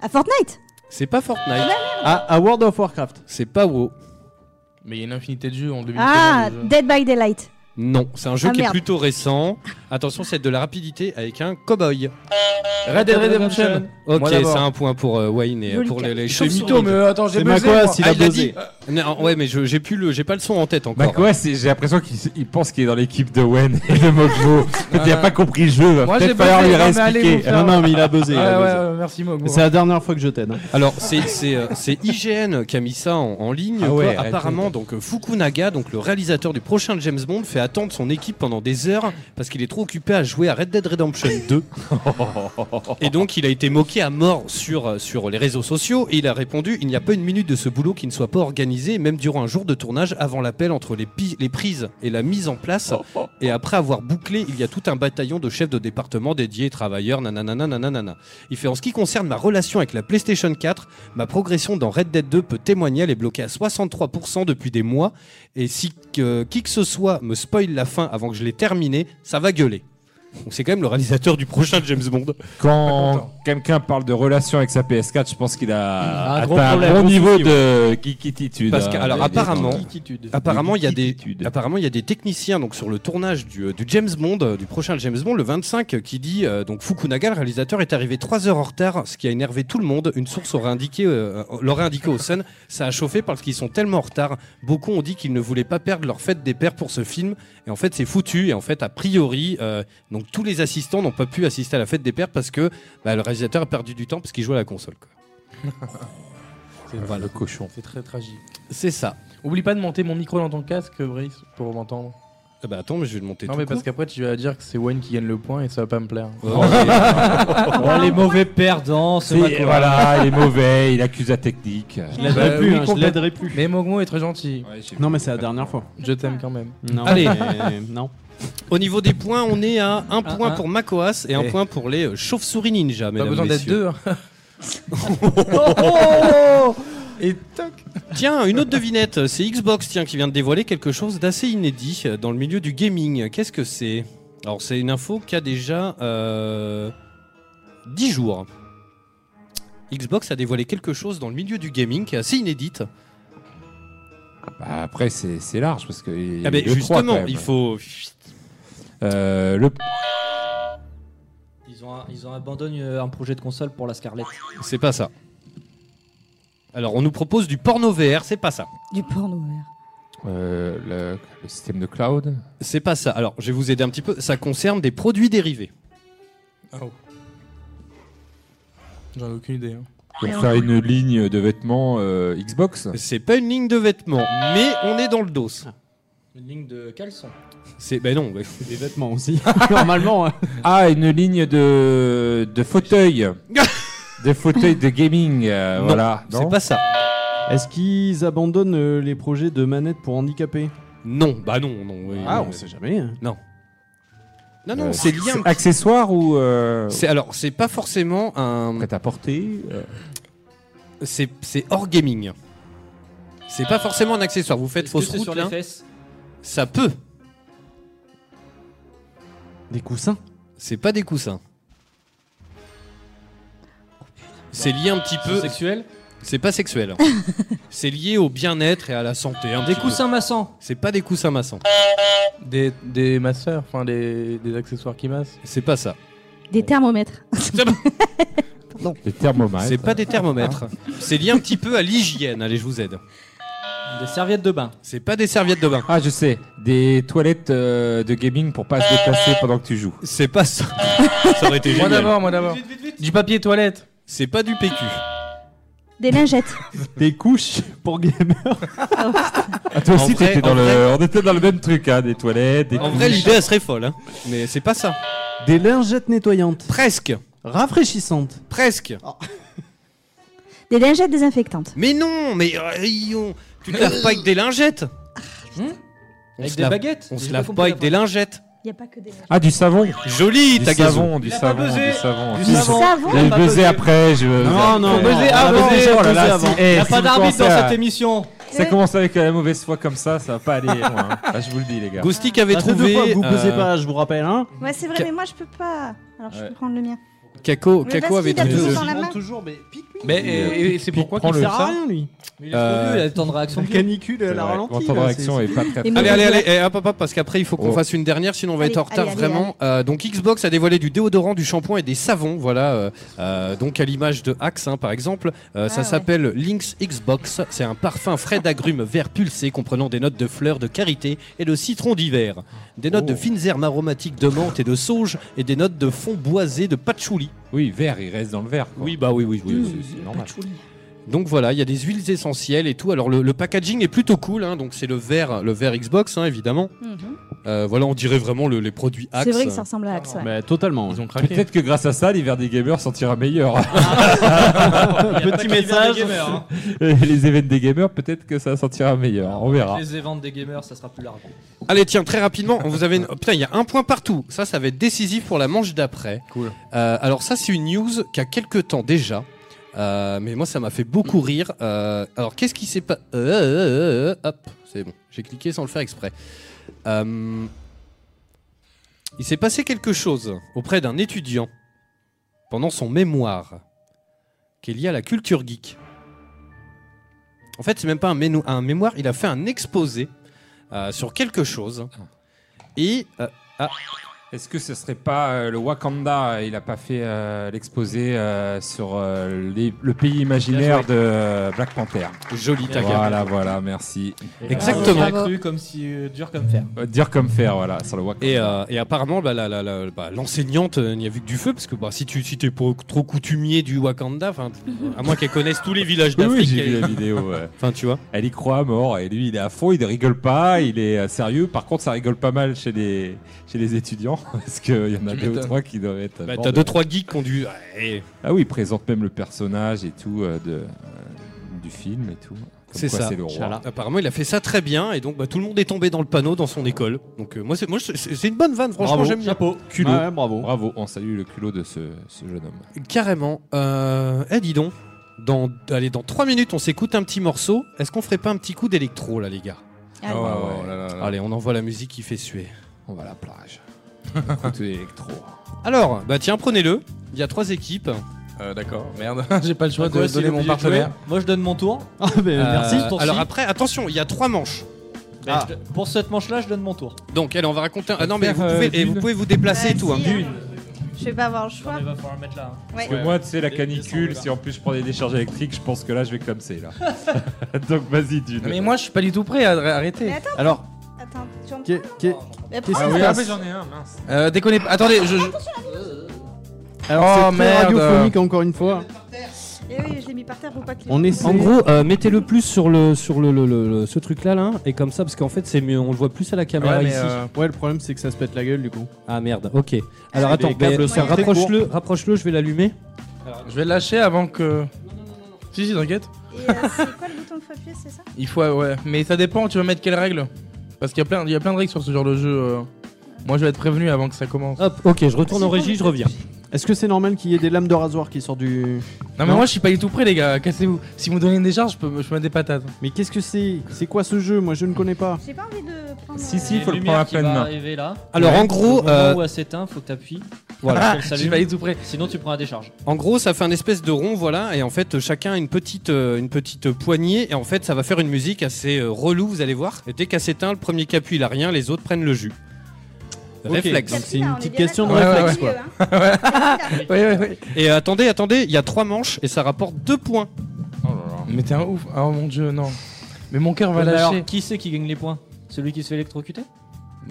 S11: À Fortnite Ah,
S5: C'est pas Fortnite.
S1: À, à World of Warcraft.
S5: C'est pas WoW.
S9: Mais il y a une infinité de jeux en 2000.
S11: Ah, Dead by Daylight.
S5: Non, c'est un jeu
S11: Ah,
S5: qui est
S11: merde.
S5: plutôt récent. Attention, c'est de la rapidité avec un cowboy.
S9: Red Dead Redemption.
S5: Ok,
S9: Moi
S5: c'est
S9: d'abord.
S5: un point pour euh, Wayne et
S9: Je
S5: euh,
S9: le
S5: pour les,
S9: calme.
S5: les
S9: C'est
S5: chauves-souris.
S9: mytho, mais, euh, attends, j'ai
S5: C'est
S9: buzzé,
S5: Macquas,
S9: moi.
S5: il
S9: Ah,
S5: a
S9: il l'a
S5: buzzé.
S9: dit. Bah,
S5: Non, ouais, mais je- j'ai plus le, j'ai pas le son en tête encore.
S8: Macquas, Bah, c'est- j'ai l'impression qu'il s- il pense qu'il est dans l'équipe de Wen et de Mogmo. Il n'a pas compris le jeu, va
S9: Moi,
S8: peut-être
S9: j'ai
S8: falloir
S9: buzzé,
S8: lui
S9: non, mais allez vous
S8: réexpliquer.
S9: faire- Non, non, mais il a buzzé,
S1: il
S5: Ah
S9: a Ouais, buzzé. ouais, ouais, merci, Mogmo.
S1: Euh, C'est la dernière fois que je t'aide. hein.
S5: Alors, c'est- c'est euh, c'est IGN qui a mis ça en, en ligne.
S1: Ah
S5: quoi.
S1: ouais,
S5: Apparemment,
S1: attends.
S5: donc euh, Fukunaga, donc le réalisateur du prochain James Bond, fait attendre son équipe pendant des heures parce qu'il est trop occupé à jouer à Red Dead Redemption 2. et donc, il a été moqué à mort sur, euh, sur les réseaux sociaux et il a répondu Il n'y a pas une minute de ce boulot qui ne soit pas organisé, même durant un jour de tournage avant l'appel entre les, pi- les prises et la mise en place. Et après avoir bouclé, il y a tout un bataillon de chefs de département dédiés, travailleurs, nanana, nanana. Il fait en ce qui concerne ma relation avec la PlayStation 4, ma progression dans Red Dead 2 peut témoigner, elle est bloquée à 63% depuis des mois. Et si que- qui que ce soit me spoil la fin avant que je l'ai terminée, ça va gueuler. Donc c'est quand même le réalisateur du prochain James Bond.
S8: Quand quelqu'un parle de relation avec sa PS4, je pense qu'il a
S5: Un gros
S8: atteint un
S5: problème,
S8: bon
S5: gros
S8: niveau
S5: souci,
S8: de geekitude. hein.
S5: Parce que, alors apparemment, apparemment il y a des,
S8: Geekitude.
S5: apparemment il y a des techniciens donc sur le tournage du, euh, du James Bond, euh, du prochain James Bond, le 25, euh, qui dit euh, donc Fukunaga, le réalisateur, est arrivé 3 heures en retard, ce qui a énervé tout le monde. Une source aurait indiqué, euh, euh, l'aurait indiqué au Sun, ça a chauffé parce qu'ils sont tellement en retard. Beaucoup ont dit qu'ils ne voulaient pas perdre leur fête des pères pour ce film, et en fait c'est foutu. Et en fait a priori, euh, donc tous les assistants n'ont pas pu assister à la fête des pères parce que bah, le réalisateur a perdu du temps parce qu'il jouait à la console. quoi.
S8: le cochon.
S9: C'est très tragique.
S5: C'est ça.
S9: Oublie pas de monter mon micro dans ton casque, Brice, pour m'entendre.
S5: Ah bah attends, mais je vais le monter
S9: Non,
S5: tout
S9: mais
S5: court.
S9: parce qu'après, tu vas dire que c'est Wayne qui gagne le point et ça va pas me plaire.
S5: Oh, les-
S12: Oh, les mauvais perdants, ce
S9: Si,
S12: Macron.
S8: Voilà, il est mauvais, il accuse la technique.
S9: Je
S1: l'aiderai plus, hein, je
S9: complète-
S1: l'aiderai plus.
S9: Mais Mogmo est très gentil.
S1: Non, mais c'est la dernière fois.
S9: Je t'aime quand même.
S1: Non.
S5: Allez.
S1: mais- non.
S5: Au niveau des points, on est à un point
S9: un.
S5: pour Makoas et un
S9: Ah, Eh.
S5: point pour les euh, chauves-souris ninja.
S9: Pas
S5: mesdames,
S9: besoin d'être
S5: messieurs.
S9: deux. Oh Et toc
S5: Tiens, une autre devinette. C'est Xbox tiens, qui vient de dévoiler quelque chose d'assez inédit euh, dans le milieu du gaming. Qu'est-ce que c'est Alors, c'est une info qui a déjà euh, 10 jours. Xbox a dévoilé quelque chose dans le milieu du gaming qui est assez inédite.
S8: Bah, après, c'est c'est large parce que.
S5: Ah ben, justement, il faut.
S8: Euh, le...
S12: Ils ont, un- ils ont abandonné euh, un projet de console pour la Scarlett.
S5: C'est pas ça. Alors, on nous propose du porno VR, c'est pas ça.
S11: Du porno vert.
S8: euh, le, le système de cloud.
S5: C'est pas ça. Alors, je vais vous aider un petit peu. Ça concerne des produits dérivés.
S9: J'en ai aucune idée. hein.
S8: Pour faire une ligne de vêtements euh, Xbox.
S5: C'est pas une ligne de vêtements, mais on est dans le dos.
S12: Une ligne de caleçon.
S5: C'est ben non, ouais.
S1: Des vêtements aussi. Normalement. hein.
S8: Ah, une ligne de, de fauteuil. de fauteuil de gaming. euh,
S5: Ben Non,
S8: voilà.
S5: c'est pas ça.
S1: Est-ce qu'ils abandonnent euh, les projets de manettes pour handicapés
S5: Non, bah non, non. oui,
S1: Ah,
S5: non,
S1: on sait jamais. hein.
S5: non, non,
S8: Euh,
S5: c'est lié. un petit-
S8: Accessoire ou. euh,
S5: C'est alors, c'est pas forcément un.
S8: Prêt à porter. euh,
S5: C'est c'est hors gaming. C'est pas forcément un accessoire. Vous faites
S12: Est-ce que
S5: fausse
S12: c'est
S5: route
S12: sur les
S5: là.
S12: fesses
S5: Ça peut.
S1: Des coussins
S5: C'est pas des coussins. C'est lié un petit peu.
S12: C'est sexuel
S5: C'est pas sexuel. c'est lié au bien-être et à la santé. un
S12: Des
S5: petit peu.
S12: coussins massants
S5: C'est pas des coussins massants.
S9: Des, des masseurs, enfin des, des accessoires qui massent.
S5: C'est pas ça.
S11: Des thermomètres.
S8: Le thermomètre.
S5: C'est pas des thermomètres. C'est lié un petit peu à l'hygiène. Allez, je vous aide.
S12: Des serviettes de bain
S5: C'est pas des serviettes de bain.
S8: Ah, je sais. Des toilettes euh, de gaming pour pas se déplacer pendant que tu joues.
S5: C'est pas ça. ça aurait été
S9: Moi
S5: génial.
S9: d'abord, moi d'abord. Du papier toilette.
S5: C'est pas du PQ.
S11: Des lingettes.
S8: Des couches pour gamer. ah, toi
S5: En
S8: aussi,
S5: vrai-
S8: t'étais dans
S5: en
S8: le.
S5: vrai-
S8: On était dans le même truc, hein, des toilettes, des.
S5: En vrai, l'idée, elle serait folle. hein. Mais c'est pas ça.
S1: Des lingettes nettoyantes.
S5: Presque.
S1: Rafraîchissantes.
S5: Presque.
S12: Oh.
S11: Des lingettes désinfectantes.
S5: Mais non, mais euh, aïe, tu te laves pas avec des lingettes. Hmm on
S12: Ah, Avec
S5: se
S12: des
S5: lave-
S12: baguettes
S5: On
S12: J'ai
S5: se
S12: pas
S5: lave
S12: compris
S5: pas avec
S12: la
S5: des lingettes.
S11: Il n'y a pas que des lingettes.
S8: Ah, du savon.
S5: Joli,
S8: Du
S5: ta gazon.
S8: savon, du
S12: Il a pas
S8: savon,
S12: buzzé.
S8: du savon.
S12: Du
S11: Du
S12: savon.
S11: savon.
S8: J'ai
S12: pas
S8: buzzé
S12: buzzé.
S8: après, je
S1: Non, non,
S8: Faut
S1: non,
S8: buzzer
S1: on a
S8: avant,
S1: buzzé,
S8: oh là
S1: buzzé
S8: là,
S1: avant.
S8: si- eh,
S12: Il n'y a
S8: si
S12: pas
S8: vous
S12: d'arbitre
S8: commencez
S12: dans
S8: à-
S12: cette émission
S8: Ça commence avec euh, la mauvaise foi comme ça, ça va pas aller loin. hein. Ah, je vous le dis, les gars.
S5: Goustic avait
S1: Ça fait deux
S5: trouvé.
S1: fois que Bah, vous
S5: euh,
S1: pesez pas, je vous rappelle. Hein.
S11: Ouais, c'est vrai,
S5: Ca-
S11: mais moi je peux pas. Alors je peux prendre le mien.
S5: Caco,
S11: Mais
S5: Caco
S11: parce
S5: avait euh,
S11: qu'il a
S5: trouvé.
S11: toujours dans la main.
S1: toujours, mais pique
S9: Mais et- et c'est pourquoi qu'il
S1: Il
S9: fait
S1: sert à
S9: ça
S1: rien, lui.
S12: Mais il est trop vieux, il a le temps de réaction
S1: La
S12: de Dieu.
S1: canicule, elle
S12: C'est
S1: a
S12: vrai,
S1: ralenti.
S12: mon temps de
S1: là,
S12: réaction
S1: c'est-
S12: est pas très-
S1: Et
S12: Et
S5: Allez,
S12: mon
S5: allez,
S12: jeu-
S5: allez, eh, hop, hop, hop, parce qu'après il faut qu'on
S12: Oh.
S5: fasse une dernière, sinon on va
S12: Allez,
S5: être en retard
S12: allez, allez,
S5: vraiment. Euh, donc Xbox a dévoilé du déodorant, du shampoing et des savons, voilà. euh, euh, donc à l'image de Axe, hein, par exemple, Euh, ça s'appelle Lynx Xbox. C'est un parfum frais d'agrumes vert pulsé comprenant des notes de fleurs, de karité et de citron d'hiver, des notes
S8: Oh.
S5: de fines herbes aromatiques de menthe et de sauge et des notes de fond boisé de patchouli.
S8: Oui, vert, il reste dans le vert.
S5: Oui, bah oui, oui, oui,
S8: Mmh,
S5: c'est- c'est normal. Donc voilà, il y a des huiles essentielles et tout. Alors le, le packaging est plutôt cool, hein. donc c'est le vert, le vert Xbox hein, évidemment.
S11: Mhm.
S5: Euh, voilà, on dirait vraiment le- les produits Axe.
S11: C'est vrai que ça ressemble à
S1: Bah,
S11: Axe. ouais.
S1: totalement.
S5: Ils ont
S8: craqué. Peut-être que grâce à ça, l'hiver des gamers sortira meilleur.
S1: Ah.
S12: Petit message. gamers,
S8: les événements des gamers, peut-être que ça sortira meilleur. On verra.
S12: Les éventes des gamers, ça sera plus large.
S5: Allez, tiens, très rapidement, on vous avait. une- oh, putain, il y a un point partout. Ça, ça va être décisif pour la manche d'après.
S9: Cool.
S5: Euh, alors, ça, c'est une news qui a quelques temps déjà. Euh, mais moi, ça m'a fait beaucoup rire. Euh, alors, qu'est-ce qui s'est Euh, passé Hop, c'est bon. J'ai cliqué sans le faire exprès. Euh, il s'est passé quelque chose auprès d'un étudiant pendant son mémoire qui est lié à la culture geek. En fait, c'est même pas un, méno- un mémoire, il a fait un exposé euh, sur quelque chose. Et. euh, ah.
S8: Est-ce que ce serait pas euh, le Wakanda Il a pas fait euh, l'exposé euh, sur euh, les- le pays imaginaire de euh, Black Panther.
S5: Joli
S12: Taga.
S8: Voilà, voilà, merci.
S12: Cru comme si euh, dur comme fer.
S8: Euh, Dire comme faire, voilà, sur le Wakanda.
S5: Et, euh, et apparemment, bah, la- la- la- bah, l'enseignante euh, n'y a vu que du feu, parce que bah, si tu si t'es pas trop coutumier du Wakanda, enfin,
S8: Mhm.
S5: à moins qu'elle connaisse tous les villages
S8: Oui,
S5: d'Afrique.
S8: oui, j'ai
S5: elle-
S8: vu la vidéo. ouais.
S5: Enfin, tu vois.
S8: Elle y croit à mort. Et lui, il est à fond, il rigole pas, il est euh, sérieux. Par contre, ça rigole pas mal chez les, chez les étudiants. Parce qu'il y en a
S5: Tu
S8: deux ou
S5: m'étonnes.
S8: trois qui doivent être. à
S5: Bah,
S8: bord
S5: t'as
S8: de-
S5: deux, trois geeks qui ont dû. Eh,
S8: Ah oui, il présente même le personnage et tout euh, de, euh, du film et tout. Comme
S5: C'est
S8: quoi,
S5: ça.
S8: C'est le roi.
S5: Apparemment, il a fait ça très bien, et donc bah, tout le monde est tombé dans le panneau dans son école. Donc euh, moi, c'est moi, c'est- c'est une bonne vanne, franchement, j'aime bien. Culot.
S8: Ah bravo. Bravo, on salue le culot de ce, ce jeune homme.
S5: Carrément. Euh, eh, dis donc, dans, allez, dans 3 minutes, on s'écoute un petit morceau. Est-ce qu'on ferait pas un petit coup d'électro, là, les gars
S8: Allez. Ah ouais, ouais, oh là là là.
S5: Allez, on envoie la musique qui fait suer.
S8: On va à la plage. Écoute électro.
S5: Alors, bah tiens, prenez-le. Il y a trois équipes.
S8: Euh,
S9: D'accord, merde, j'ai pas le choix
S5: À quoi
S9: de
S5: c'est
S9: donner mon
S5: obligé de
S9: partenaire.
S5: jouer
S12: Moi, je donne mon tour.
S1: Ah, ben,
S5: Euh,
S12: merci. Ton
S5: alors
S12: si.
S5: après, attention, il y a trois manches.
S12: Ben, je- Pour cette manche-là, je donne mon tour.
S5: Donc, allez, on va raconter. Ah non, mais
S12: Faire,
S5: vous
S12: euh,
S5: pouvez, et
S12: d'une.
S5: vous pouvez vous déplacer et tout. hein.
S11: Je vais pas avoir le choix.
S12: Il va falloir mettre là. hein.
S8: Parce que moi, tu sais, la canicule, si en plus je prends des décharges électriques, je pense que là, je vais clamser, là. Donc, vas-y, d'une.
S9: Mais moi, je suis pas du tout prêt à arrêter.
S11: Mais attends.
S8: Alors,
S11: Attends, tu en
S1: Qu'est- qu'est-
S11: Mais
S1: qu'est-ce
S11: prends.
S1: qui se
S11: Ah
S1: passe
S11: oui,
S8: ai un, mince.
S9: Euh, déconnez pas. Attendez, je. je-
S1: Alors, c'est très
S9: merde.
S1: radiophonique encore une fois.
S11: Eh oui, je l'ai mis par terre pour pas que les-
S1: On essaie.
S5: En gros, euh, mettez-le plus sur le sur le, le- le- le- ce truc là là et comme ça parce qu'en fait c'est mieux, on le voit plus à la caméra ici.
S8: euh,
S1: Ouais, le problème c'est que ça se pète la gueule du coup.
S5: Ah merde, ok. Alors
S1: Les
S5: attends,
S1: câbles
S5: mais-
S1: sont très
S5: rapproche-le, rapproche-le, je vais l'allumer.
S9: Je vais le lâcher avant que. Si, si, t'inquiète.
S11: Et, euh, c'est quoi le bouton de papier, c'est ça
S9: Il faut, ouais. Mais ça dépend, tu vas mettre quelle règle Parce qu'il y, a plein- il y a plein de règles sur ce genre de jeu. euh. Moi, je vais être prévenu avant que ça commence.
S5: Hop, ok, je retourne en régie, je reviens.
S1: Est-ce que c'est normal qu'il y ait des lames de rasoir qui sortent du.
S9: Non, mais moi, je suis pas du tout prêt, les gars. Cassez-vous. Si vous me donnez une décharge, je peux, me- je peux mettre des patates.
S1: Mais qu'est-ce que c'est C'est quoi ce jeu Moi je ne connais pas.
S11: J'ai pas envie de prendre. euh,
S8: Si, si,
S12: Il y
S8: il
S12: a
S8: faut
S12: une
S8: le
S12: lumière
S8: prendre à
S12: qui
S8: pleine
S12: va
S8: main.
S12: arriver là.
S5: Alors, en
S12: Au
S5: gros,
S12: moment
S5: euh,
S12: où elle s'éteint, faut que t'appuies.
S5: Voilà.
S12: Pour le
S9: J'ai
S12: saluer.
S9: failli tout près.
S12: Sinon, tu prends la décharge.
S5: En gros, ça fait un espèce de rond, voilà, et en fait, chacun a une petite, euh, une petite poignée, et en fait, ça va faire une musique assez euh, relou, vous allez voir. Et dès qu'elle s'éteint, le premier qui appuie, il a rien, les autres prennent le jus.
S1: Ok,
S5: Réflexe.
S1: donc c'est une petite question de réflexe quoi.
S5: Et attendez, attendez, il y a trois manches, et ça rapporte deux points.
S1: Oh
S9: Mais t'es un ouf. Oh mon dieu, non. Mais mon cœur va
S12: Mais
S9: lâcher.
S12: alors, qui c'est qui gagne les poins Celui qui se fait électrocuter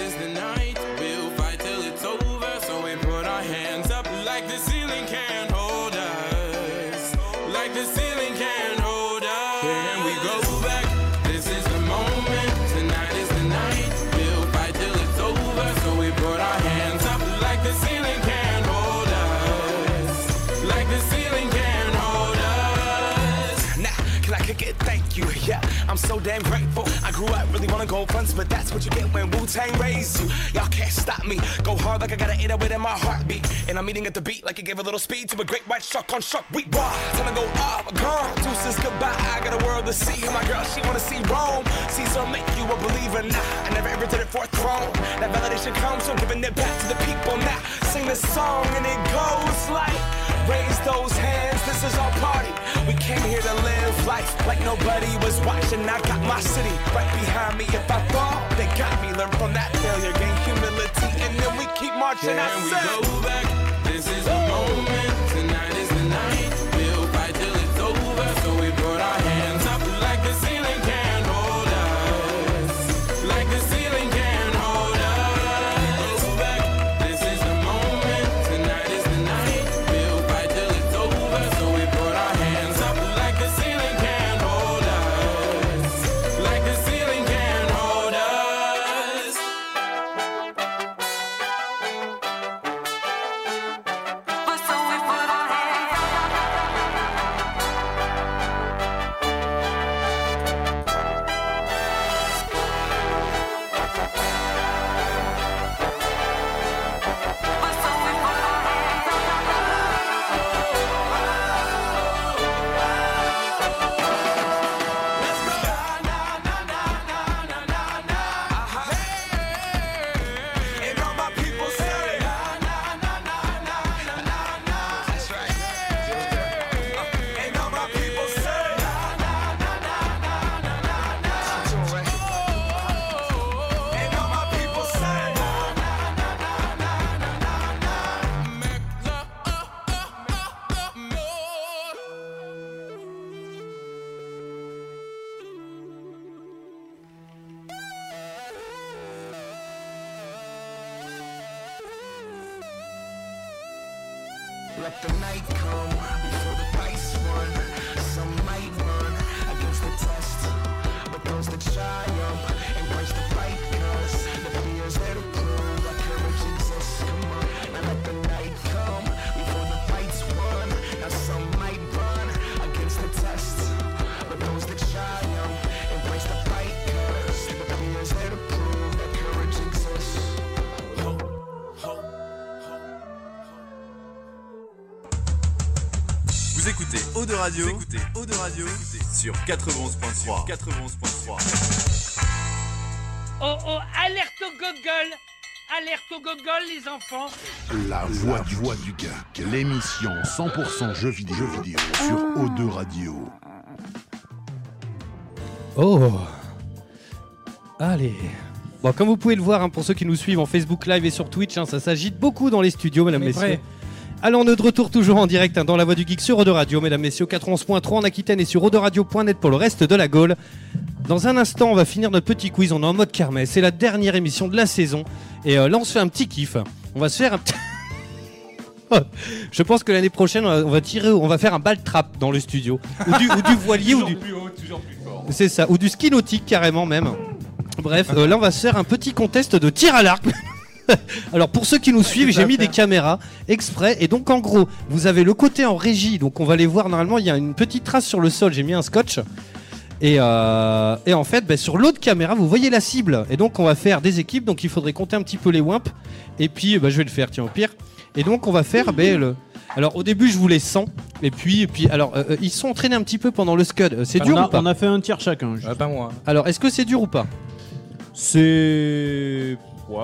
S13: is the night. We'll fight till it's over. So we put our hands up like the ceiling can't hold us. Like the ceiling can't hold us. Here we go back. This is the moment. Tonight is the night. We'll fight till it's over. So we put our hands up like the ceiling can't hold us. Like the ceiling can't hold us.
S14: Now, can I kick it? Thank you. Yeah, I'm so damn grateful. I grew up really wanna go fronts, but that's what you get when Wu Tang raised you. Y'all can't stop me. Go hard like I got an 808 in my heartbeat. And I'm eating at the beat like it gave a little speed to a great white shark on shark week. Wah, time to go off, gone. Deuces goodbye. I got a world to see. My girl, she wanna see Rome. Caesar make you a believer. Nah, I never ever did it for a throne. That validation comes from giving it back to the people. Now, sing this song and it goes like. Raise those hands, this is our party. We came here to live life like nobody was watching. I got my city right behind me. If I fall, they got me. Learn from that failure, gain humility, and then we keep marching. I
S13: Can we
S14: said,
S13: go back? This is the moment. Tonight is the night. We'll fight till it's over. So we put our hands up like the ceiling can't hold us. Like the ceiling can't hold us. Go back. This is the moment. Tonight is the night. We'll fight till it's over. So we put our hands up like the ceiling can't hold us. Like the ceiling can't hold us.
S14: let the night come before the price run. Some might run against the test, but those that triumph embrace the fight 'cause the fears there to prove that courage exists. Come on, now let the night come before the fight's won. Now some might run against the test, but those that triumph embrace the fight 'cause the fears there to prove that courage exists. Hope, hope.
S15: Vous écoutez Eau de Radio, vous écoutez Eau de Radio vous écoutez sur 91.3. 91.3.
S3: Oh oh, alerte au gogol Alerte au gogol, les enfants
S4: La voix, du, voix du geek, l'émission 100% jeux vidéo, jeux vidéo sur O2 Radio.
S5: Oh Allez Bon, comme vous pouvez le voir, hein, pour ceux qui nous suivent en Facebook Live et sur Twitch, hein, ça s'agite beaucoup dans les studios, mesdames,
S7: On est
S5: messieurs.
S7: prêts.
S5: Alors, on est de retour toujours en direct hein, dans La Voix du Geek sur Eau de Radio, mesdames, messieurs, 411.3 en Aquitaine et sur Radio.net pour le reste de la Gaule. Dans un instant, on va finir notre petit quiz, on est en mode kermesse, c'est la dernière émission de la saison. Et euh, là, on se fait un petit kiff. On va se faire un petit... Je pense que l'année prochaine, on va- on va tirer, on va faire un ball trap dans le studio. Ou du, ou du voilier ou
S8: toujours
S5: du...
S8: plus haut, toujours plus fort.
S5: C'est ça, ou du ski nautique carrément même. Bref, euh, là on va se faire un petit contest de tir à l'arc. Alors pour ceux qui nous suivent, j'ai mis des caméras exprès et donc en gros, vous avez le côté en régie, donc on va les voir normalement, il y a une petite trace sur le sol, j'ai mis un scotch. Et, euh, et en fait, bah, sur l'autre caméra, vous voyez la cible. Et donc, on va faire des équipes. Donc, il faudrait compter un petit peu les wimps. Et puis, bah, je vais le faire, tiens, au pire. Et donc, on va faire. bah, le... Alors, au début, je voulais 100. Et puis, et puis alors, euh, euh, ils sont entraînés un petit peu pendant le Scud. Euh, C'est
S1: On
S5: dur
S1: a-
S5: ou pas
S1: on a fait un tir chacun.
S5: pas moi. Alors, est-ce que c'est dur ou pas
S1: C'est. Ouais.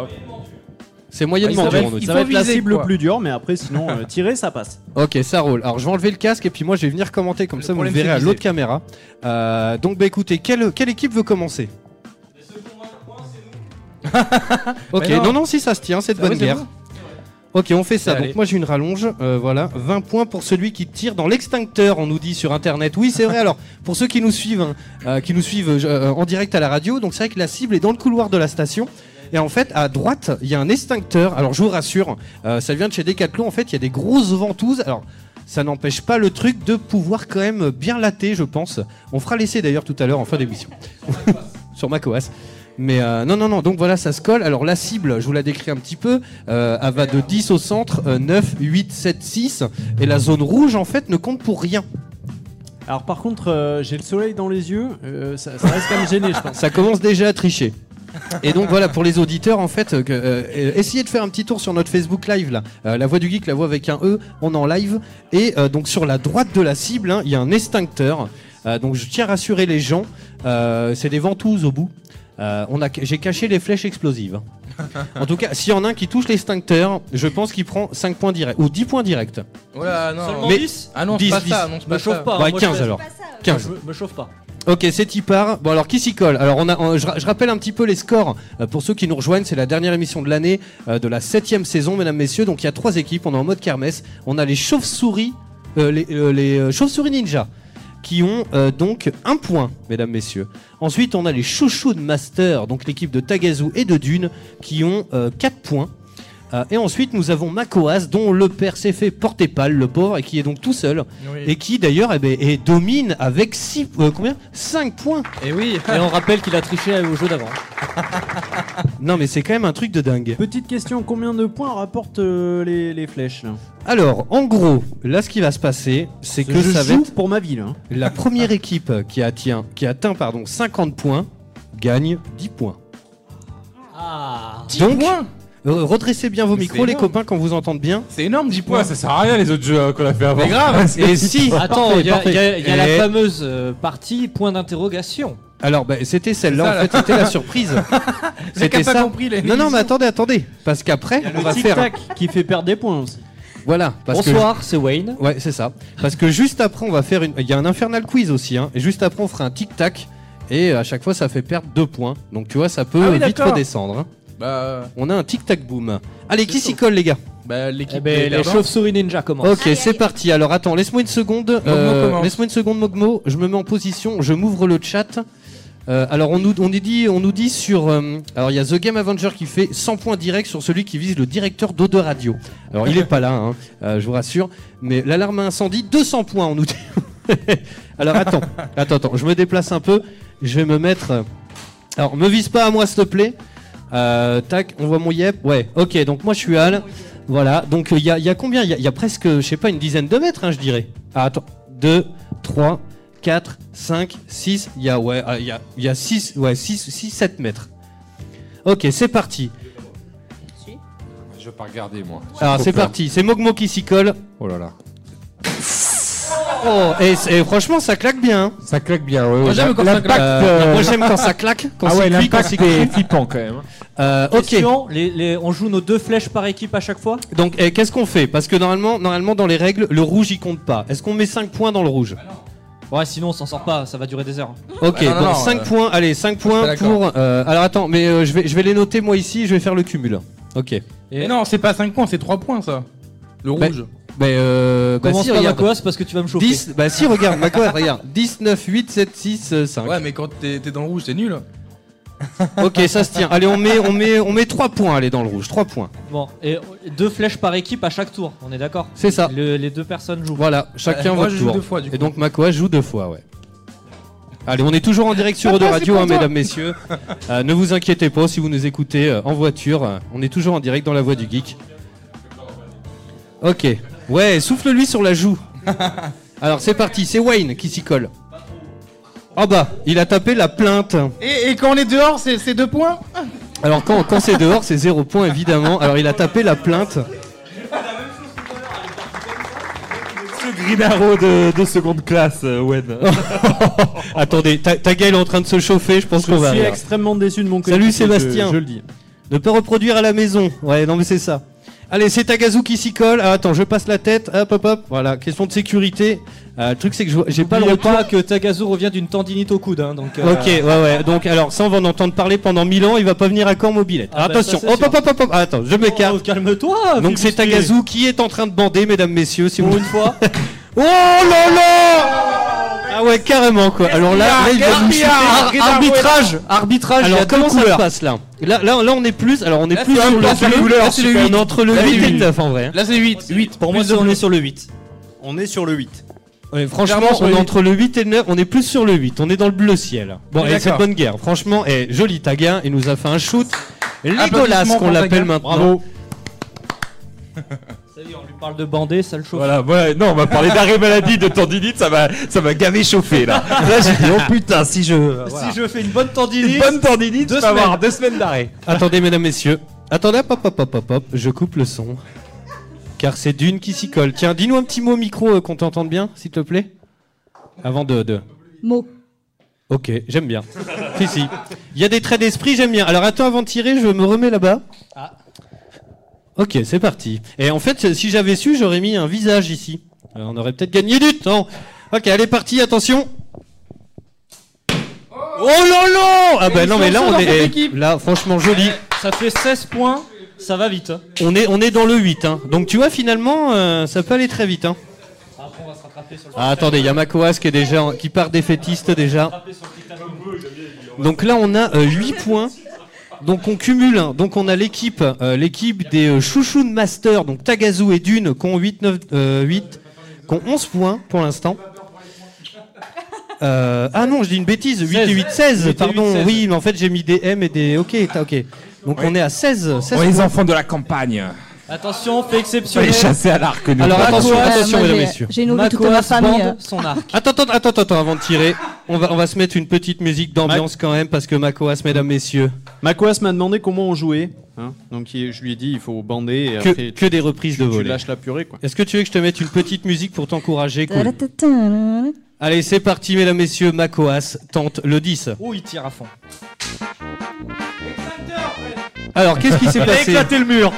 S5: C'est moyennement
S1: ça va
S5: dur, on
S1: être,
S5: nous dit.
S1: ça va être la cible le plus dure, mais après, sinon, euh, tirer, ça passe.
S5: Ok, ça roule. Alors je vais enlever le casque et puis moi je vais venir commenter comme ça, vous le
S1: problème,
S5: verrez
S1: c'est
S5: à
S1: viser.
S5: l'autre caméra. Euh, donc bah écoutez, quelle, quelle équipe veut commencer Ok,
S7: Mais non.
S5: non. non, si ça se tient, c'est de
S7: Ah oui,
S5: bonne
S7: c'est
S5: guerre.
S7: bon.
S5: Ok, on fait ça.
S7: Allez.
S5: Donc moi j'ai une rallonge, Euh, voilà, 20 points pour celui qui tire dans l'extincteur, on nous dit sur internet. Oui, c'est vrai. Alors pour ceux qui nous suivent, hein, euh, qui nous suivent euh, euh, en direct à la radio, donc c'est vrai que la cible est dans le couloir de la station. Et en fait, à droite, il y a un extincteur. Alors je vous rassure, euh, ça vient de chez Decathlon. En fait, il y a des grosses ventouses. Alors ça n'empêche pas le truc de pouvoir quand même bien latter, je pense. On fera l'essai d'ailleurs tout à l'heure en fin d'émission. sur macOS. Mais euh, non, non, non, donc voilà, ça se colle. Alors la cible, je vous la décris un petit peu, euh, elle va de 10 au centre, euh, 9, 8, 7, 6. Et la zone rouge, en fait, ne compte pour rien.
S1: Alors, par contre, euh, j'ai le soleil dans les yeux, euh, ça, ça reste quand même gêné, je pense.
S5: Ça commence déjà à tricher. Et donc voilà pour les auditeurs en fait, euh, que, euh, euh, essayez de faire un petit tour sur notre Facebook Live là, Euh, la voix du geek, la voix avec un E, on est en live et euh, donc sur la droite de la cible, hein, il y a un extincteur. Euh, donc je tiens à rassurer les gens, euh, c'est des ventouses au bout. Euh, on a, j'ai caché les flèches explosives. hein. En tout cas, s'il y en a un qui touche l'extincteur, je pense qu'il prend 5 points directs ou 10 points directs.
S9: Voilà, Oh non.
S5: Mais-
S9: Ah non,
S5: 10,
S9: pas
S5: 10.
S9: ça, annonce
S5: Me
S9: pas
S5: chauffe
S9: ça.
S12: Bah,
S5: pas, hein, Ouais, moi, je 15 fais- alors. c'est pas ça, ouais. 15.
S12: Je me- me chauffe pas.
S5: Ok, c'est Ipar. Bon, alors qui s'y colle Alors, on a, on- je, ra- je rappelle un petit peu les scores. Euh, pour ceux qui nous rejoignent, c'est la dernière émission de l'année euh, de la septième saison, mesdames, messieurs. Donc, il y a trois équipes. On est en mode kermesse. On a les chauves-souris, euh, les, euh, les, euh, chauves-souris ninja, qui ont euh, donc un point, mesdames, messieurs. Ensuite, on a les chouchous de master, donc l'équipe de Tagazu et de Dune, qui ont euh, quatre points. Euh, et ensuite, nous avons Makoas, dont le père s'est fait porter pâle, le pauvre, et qui est donc tout seul.
S7: Oui.
S5: Et qui, d'ailleurs, eh ben, eh, domine avec 6 combien 5 points.
S12: Eh
S7: Et oui, et on rappelle qu'il a triché au jeu d'avant.
S5: Non, mais c'est quand même un truc de dingue.
S1: Petite question, combien de points rapportent euh, les, les flèches là
S5: Alors, en gros, là, ce qui va se passer, c'est
S1: Parce
S5: que
S1: que je
S5: ça va
S1: joue
S5: être pour ma ville.
S1: hein.
S5: La première équipe qui atteint, qui atteint pardon, 50 points gagne 10 points.
S12: Ah.
S5: Donc, euh, redressez bien vos micros, les
S12: énorme.
S5: copains, qu'on vous entende bien.
S9: C'est énorme, 10
S8: Ouais, ça sert à rien les autres jeux euh, qu'on a fait avant.
S5: Mais grave Et si
S12: Attends, il y a, il y a- il y a
S5: Et-
S12: la fameuse euh, partie point d'interrogation.
S5: Alors, bah, c'était
S12: C'est
S5: celle-là,
S12: ça,
S5: en fait,
S12: là.
S5: c'était la surprise.
S12: a pas compris les
S5: Non, non, mais attendez, attendez. Parce qu'après, on
S1: Le
S5: va faire.
S1: tic-tac qui fait perdre des points aussi.
S5: Voilà. Parce
S1: Bonsoir,
S5: c'est Wayne. Ouais, c'est ça. Parce que juste après, on va faire une. Il y a un Infernal Quiz aussi, hein. Et juste après, on fera un tic-tac. Et euh, à chaque fois, ça fait perdre deux points. Donc, tu vois, ça peut
S9: Ah oui,
S5: euh, vite
S9: d'accord.
S5: redescendre. hein.
S12: euh.
S9: Bah,
S5: On a un tic-tac boom. Allez, qui s'y colle, les gars
S9: bah l'équipe.
S12: Eh
S5: ben,
S9: des
S5: les
S9: perdants.
S5: chauves-souris ninja Ok, c'est parti. Alors attends, laisse-moi une seconde. euh,
S9: commence.
S5: laisse-moi une seconde, Mogmo. Je me mets en position. Je m'ouvre le chat. Euh, alors on nous, on, nous dit, on nous dit sur... euh, alors il y a The Game Avenger qui fait 100 points directs sur celui qui vise le directeur d'Ode Radio. Alors il est pas là, hein, euh, je vous rassure. Mais l'alarme à incendie, 200 points on nous dit. alors attends, attends, attends, je me déplace un peu. Je vais me mettre... euh, Alors me vise pas à moi s'il te plaît. Euh, tac, on voit mon yep. Ouais, ok, donc moi je suis Al. Voilà, donc il y, a- y a combien Il y, a- y a presque, je sais pas, une dizaine de mètres, hein, je dirais. Ah, attends, 2, 3, 4, 5, 6. Il y a, ouais, ah, il y a, y a 6, ouais, 6, 6, 7 mètres. Ok, c'est parti.
S8: Je vais pas regarder, moi.
S5: Alors
S8: J'ai
S5: Ah, c'est
S8: trop peur.
S5: parti, c'est Mogmo qui s'y colle.
S8: Oh là là.
S5: Oh, et, c'est- et franchement, ça claque bien. hein.
S8: Ça claque bien, ouais. ouais.
S5: Moi, j'aime
S8: L'impact,
S5: quand ça claque.
S8: euh,
S5: Moi, j'aime quand ça claque, quand
S8: ah
S5: c'est
S8: ouais,
S5: cuit, quand
S8: l'impact
S5: c'est
S8: est
S5: cuit.
S8: flippant quand même. hein.
S5: Euh, ok.
S12: Question, les- les- on joue nos deux flèches par équipe à chaque fois
S5: Donc, eh, qu'est-ce qu'on fait Parce que normalement, normalement, dans les règles, le rouge il compte pas. Est-ce qu'on met 5 points dans le rouge
S12: Ouais, sinon on s'en sort pas, ça va durer des heures.
S5: Ok, donc 5 points, allez, 5 points pour. euh, alors attends, mais euh, je, vais, je vais les noter moi ici, je vais faire le cumul. Ok.
S9: Mais non, c'est pas 5 points, c'est 3 points ça. Le
S5: Bah,
S9: rouge.
S5: Bah, euh, bah,
S9: Commence
S5: si,
S9: pas,
S5: regarde.
S9: Makoas, parce que tu vas me chauffer.
S5: 10, bah si, regarde, Makoas, regarde. 10, 9, 8, 7, 6, 5.
S9: Ouais, mais quand t'es t'es dans le rouge, c'est nul.
S5: Ok, ça se tient. Allez, on met, on met, on met 3 points, allez, dans le rouge, 3 points.
S12: Bon, et deux flèches par équipe à chaque tour, on est d'accord
S5: C'est ça.
S12: Le- les deux personnes jouent.
S5: Voilà,
S10: Euh,
S5: chacun votre tour. Et donc Makoa joue deux fois, ouais. Allez, on est toujours en direct sur
S12: Papa,
S5: Eau de
S12: c'est
S5: Radio,
S12: Ah, pour
S5: hein,
S12: toi.
S5: mesdames, messieurs. Euh, ne vous inquiétez pas si vous nous écoutez euh, en voiture. euh, on est toujours en direct dans la voix du geek. Ok. Ouais, souffle-lui sur la joue. Alors c'est parti, c'est Wayne qui s'y colle. Oh bah, il a tapé la plainte.
S10: Et, et quand on est dehors, c'est c'est deux points
S5: Alors quand, quand c'est dehors, c'est zéro point évidemment. Alors il a tapé la plainte.
S16: Monsieur Grinaro de, de seconde classe, euh, Wen.
S5: Attendez, ta, ta gueule est en train de se chauffer, je pense
S1: Je
S5: qu'on va.
S1: suis extrêmement déçu de mon côté.
S5: Salut Sébastien.
S1: Je, je le dis.
S5: Ne pas reproduire à la maison. Ouais, non mais c'est ça. Allez, c'est Tagazu qui s'y colle. Ah, attends, je passe la tête. Hop, hop, hop. Voilà, question de sécurité. Euh, le truc, c'est que je vois- j'ai pas le
S12: N'oubliez
S5: retour.
S12: pas que Tagazu revient d'une tendinite au coude, hein, donc. euh,
S5: Ok, ouais, ouais. Donc, alors, ça, on va en entendre parler pendant 1000 ans. Il va pas venir à Caen Mobilette.
S12: Ah bah,
S5: Attention.
S12: ça, c'est
S5: hop, hop, hop, hop, hop. Attends, je m'écarte.
S12: calme-toi.
S5: Donc,
S12: Fibusqué.
S5: c'est Tagazu qui est en train de bander, mesdames, messieurs. Si Pour
S12: une fois.
S5: oh là là Ah ouais, carrément, quoi. Alors là, là, il va nous shooter.
S10: Ar- arbitrage, arbitrage, il y
S5: Alors,
S10: a deux
S5: comment ça se
S10: couleurs.
S5: passe là là, là, là, on est plus. Alors, on est
S10: Là,
S5: plus
S10: c'est
S5: sur
S10: un
S5: le
S10: place, la
S5: bleu,
S10: couleur,
S5: là, c'est le
S10: super.
S5: huit.
S10: Là,
S5: entre le
S10: c'est
S5: 8 et le
S10: huit.
S5: 9 en vrai.
S10: Là, c'est 8. 8.
S5: Pour moi, c'est- on est sur
S10: le 8. On est sur le 8.
S5: Ouais, franchement,
S10: Clairement, sur
S5: on est
S10: le huit.
S5: entre le 8 et le 9, on est plus sur le 8, on est dans le bleu ciel. Bon,
S10: Oui,
S5: et c'est
S10: d'accord.
S5: bonne guerre. Franchement, et joli Taguin, il nous a fait un shoot. Légolas,
S12: Applaudissements
S5: qu'on
S12: pour
S5: l'appelle
S12: Taguin.
S5: maintenant.
S12: Bravo. Ça y est, on lui parle de bandé, ça le chauffe.
S16: Voilà, voilà, non, on va parler d'arrêt maladie, de tendinite, ça va, ça va gaver chauffer là. Là, j'ai dit, oh putain, si je.
S5: Bah,
S16: voilà.
S12: Si je fais une bonne tendinite.
S16: Une bonne tendinite, je peux avoir deux semaines d'arrêt.
S5: Attendez, mesdames, messieurs. Attendez, hop, hop, hop, hop, hop, hop, je coupe le son. Car c'est d'une qui s'y colle. Tiens, dis-nous un petit mot au micro euh, qu'on t'entende bien, s'il te plaît. Avant de. de...
S11: Mot.
S5: Ok, j'aime bien. si, si. Il y a des traits d'esprit, j'aime bien. Alors attends, avant de tirer, je me remets là-bas. Ok, c'est parti. Et en fait, si j'avais su, j'aurais mis un visage ici. Alors, on aurait peut-être gagné du temps. Ok, allez, parti, attention. Oh là là Ah bah non, mais là, on est. Là, franchement, joli.
S12: Ça fait 16 points, ça va vite. hein.
S5: On est, on est dans le 8. Hein. Donc tu vois, finalement, euh, ça peut aller très vite. Hein.
S12: Après, on va se rattraper sur le
S5: Ah, attendez, il y a Makoas qui, est déjà, en- qui part défaitiste déjà. Donc là, on a 8 points. Donc on cumule. hein. Donc on a l'équipe euh, l'équipe des euh, Chouchoun Master, donc Tagazu et Dune, qui ont 8, 9, euh, 8, qui ont 11 points pour l'instant. Euh, ah non, je dis une bêtise, 8 et 8, 16,
S12: 8,
S5: pardon.
S12: 16.
S5: Oui, mais en fait, j'ai mis des M et des. Ok, t'as- ok. Donc on est à 16. 16
S8: Oh, les
S5: points.
S8: enfants de la campagne.
S12: Attention, fait
S8: On va
S12: exceptionnel.
S8: les chasser à l'arc, nous.
S5: Alors attention,
S12: Makoas,
S5: attention,
S12: moi,
S5: mesdames,
S12: j'ai-
S5: messieurs.
S11: j'ai nourri toute ma
S12: Makoas
S11: famille,
S12: bande
S11: euh.
S12: son arc.
S5: Attends, attends, attends, attends, avant de tirer, on va, on va se mettre une petite musique d'ambiance quand même parce que Makoas, mesdames, messieurs.
S1: Makoas m'a demandé comment on jouait. hein. Donc il- je lui ai dit il faut bander. Et
S5: Que-
S1: après,
S5: que des reprises
S1: tu-
S5: de
S1: tu
S5: volée.
S1: lâches la purée quoi.
S5: Est-ce que tu veux que je te mette une petite musique pour t'encourager cool.
S11: Tadatatarara.
S5: Allez, c'est parti, mesdames, messieurs. Makoas tente le 10.
S12: Oh, il tire à fond.
S5: Alors, qu'est-ce qui s'est
S12: Il a
S5: passé
S12: éclaté
S5: le mur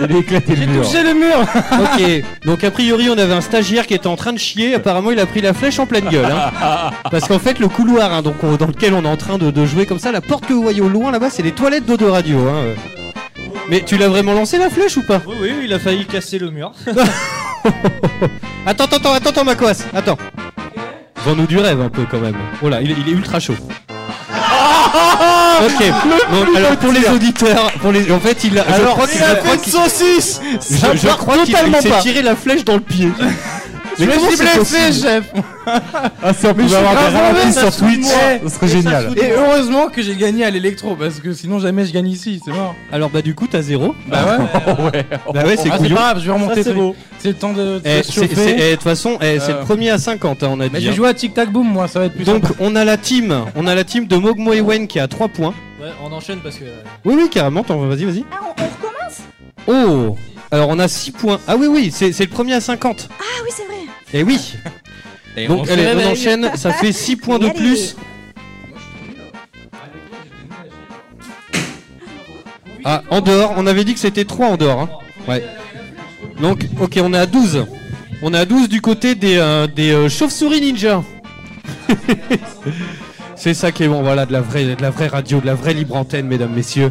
S5: Il a éclaté le mur.
S12: touché
S5: le mur Ok, donc a priori, on avait un stagiaire qui était en train de chier. Apparemment, il a pris la flèche en pleine gueule. hein. Parce qu'en fait, le couloir hein, donc, on- dans lequel on est en train de, de jouer comme ça, la porte que vous voyez au loin là-bas, c'est les toilettes d'eau de radio. hein. Mais tu l'as vraiment lancé la flèche ou pas
S12: Oui, oui, il a failli casser le mur.
S5: Attends, Oh attends, attends, attends, attends, Makoas, attends. Vends-nous du rêve un peu quand même. Voilà, il, est- il est ultra chaud.
S13: Ah,
S5: Ok. Bon, alors pour les auditeurs, pour les, en fait, il a.
S16: Je
S5: alors,
S16: crois qu'il a fait une
S5: saucisse. Je,
S16: Ça
S5: je
S16: part
S5: crois qu'il
S16: totalement
S5: il s'est
S16: pas.
S5: tiré la flèche dans le pied.
S16: Je me
S5: comment
S16: suis
S5: c'est
S16: blessé,
S5: possible
S16: chef.
S5: Ah, ça, on
S16: Mais
S5: pouvait
S16: je suis
S5: avoir des
S16: grave
S5: ralentis
S16: mauvais,
S5: sur
S16: ça se fout de
S5: Twitch.
S16: moi.
S5: Ça serait
S9: Et
S5: génial.
S9: se fout de Et moi. heureusement que j'ai gagné à l'électro, parce que sinon jamais je gagne ici, c'est mort.
S5: Alors bah du coup t'as zéro.
S9: Bah ouais.
S5: Bah ouais, c'est
S9: Ah,
S5: couillon.
S9: pas grave, je vais remonter.
S5: Ça, c'est
S9: très
S5: beau.
S9: vite. C'est le temps de, de
S5: Eh,
S9: se
S5: c'est-
S9: chauffer.
S5: c'est- eh, de toute façon, eh, c'est
S9: Euh,
S5: le premier à 50, hein, on a
S9: Mais
S5: dit.
S9: j'ai
S5: hein.
S9: joué à Tic Tac Boom, moi, ça va être plus
S5: Donc
S9: sympa.
S5: on a la team, on a la team de Mogmo Ewen qui a 3 points.
S12: Ouais, on enchaîne parce que. euh,
S5: Oui oui carrément, t'en- vas-y vas-y.
S11: Ah, on, on
S5: Oh
S11: recommence
S5: Alors on a 6 points. Ah oui oui, c'est c'est le premier à 50.
S11: Ah oui, c'est vrai.
S5: Et Eh oui
S12: Et on
S5: Donc
S12: se
S5: allez,
S12: réveille.
S5: on enchaîne, ça fait 6 points de
S11: Allez.
S5: plus. Ah, en dehors, on avait dit que c'était 3 en dehors. hein. Ouais. Donc, ok, on est à 12. On est à 12 du côté des, euh, des euh, chauves-souris ninja. C'est ça qui est bon, voilà, de la, vraie, de la vraie radio, de la vraie libre antenne, mesdames, messieurs.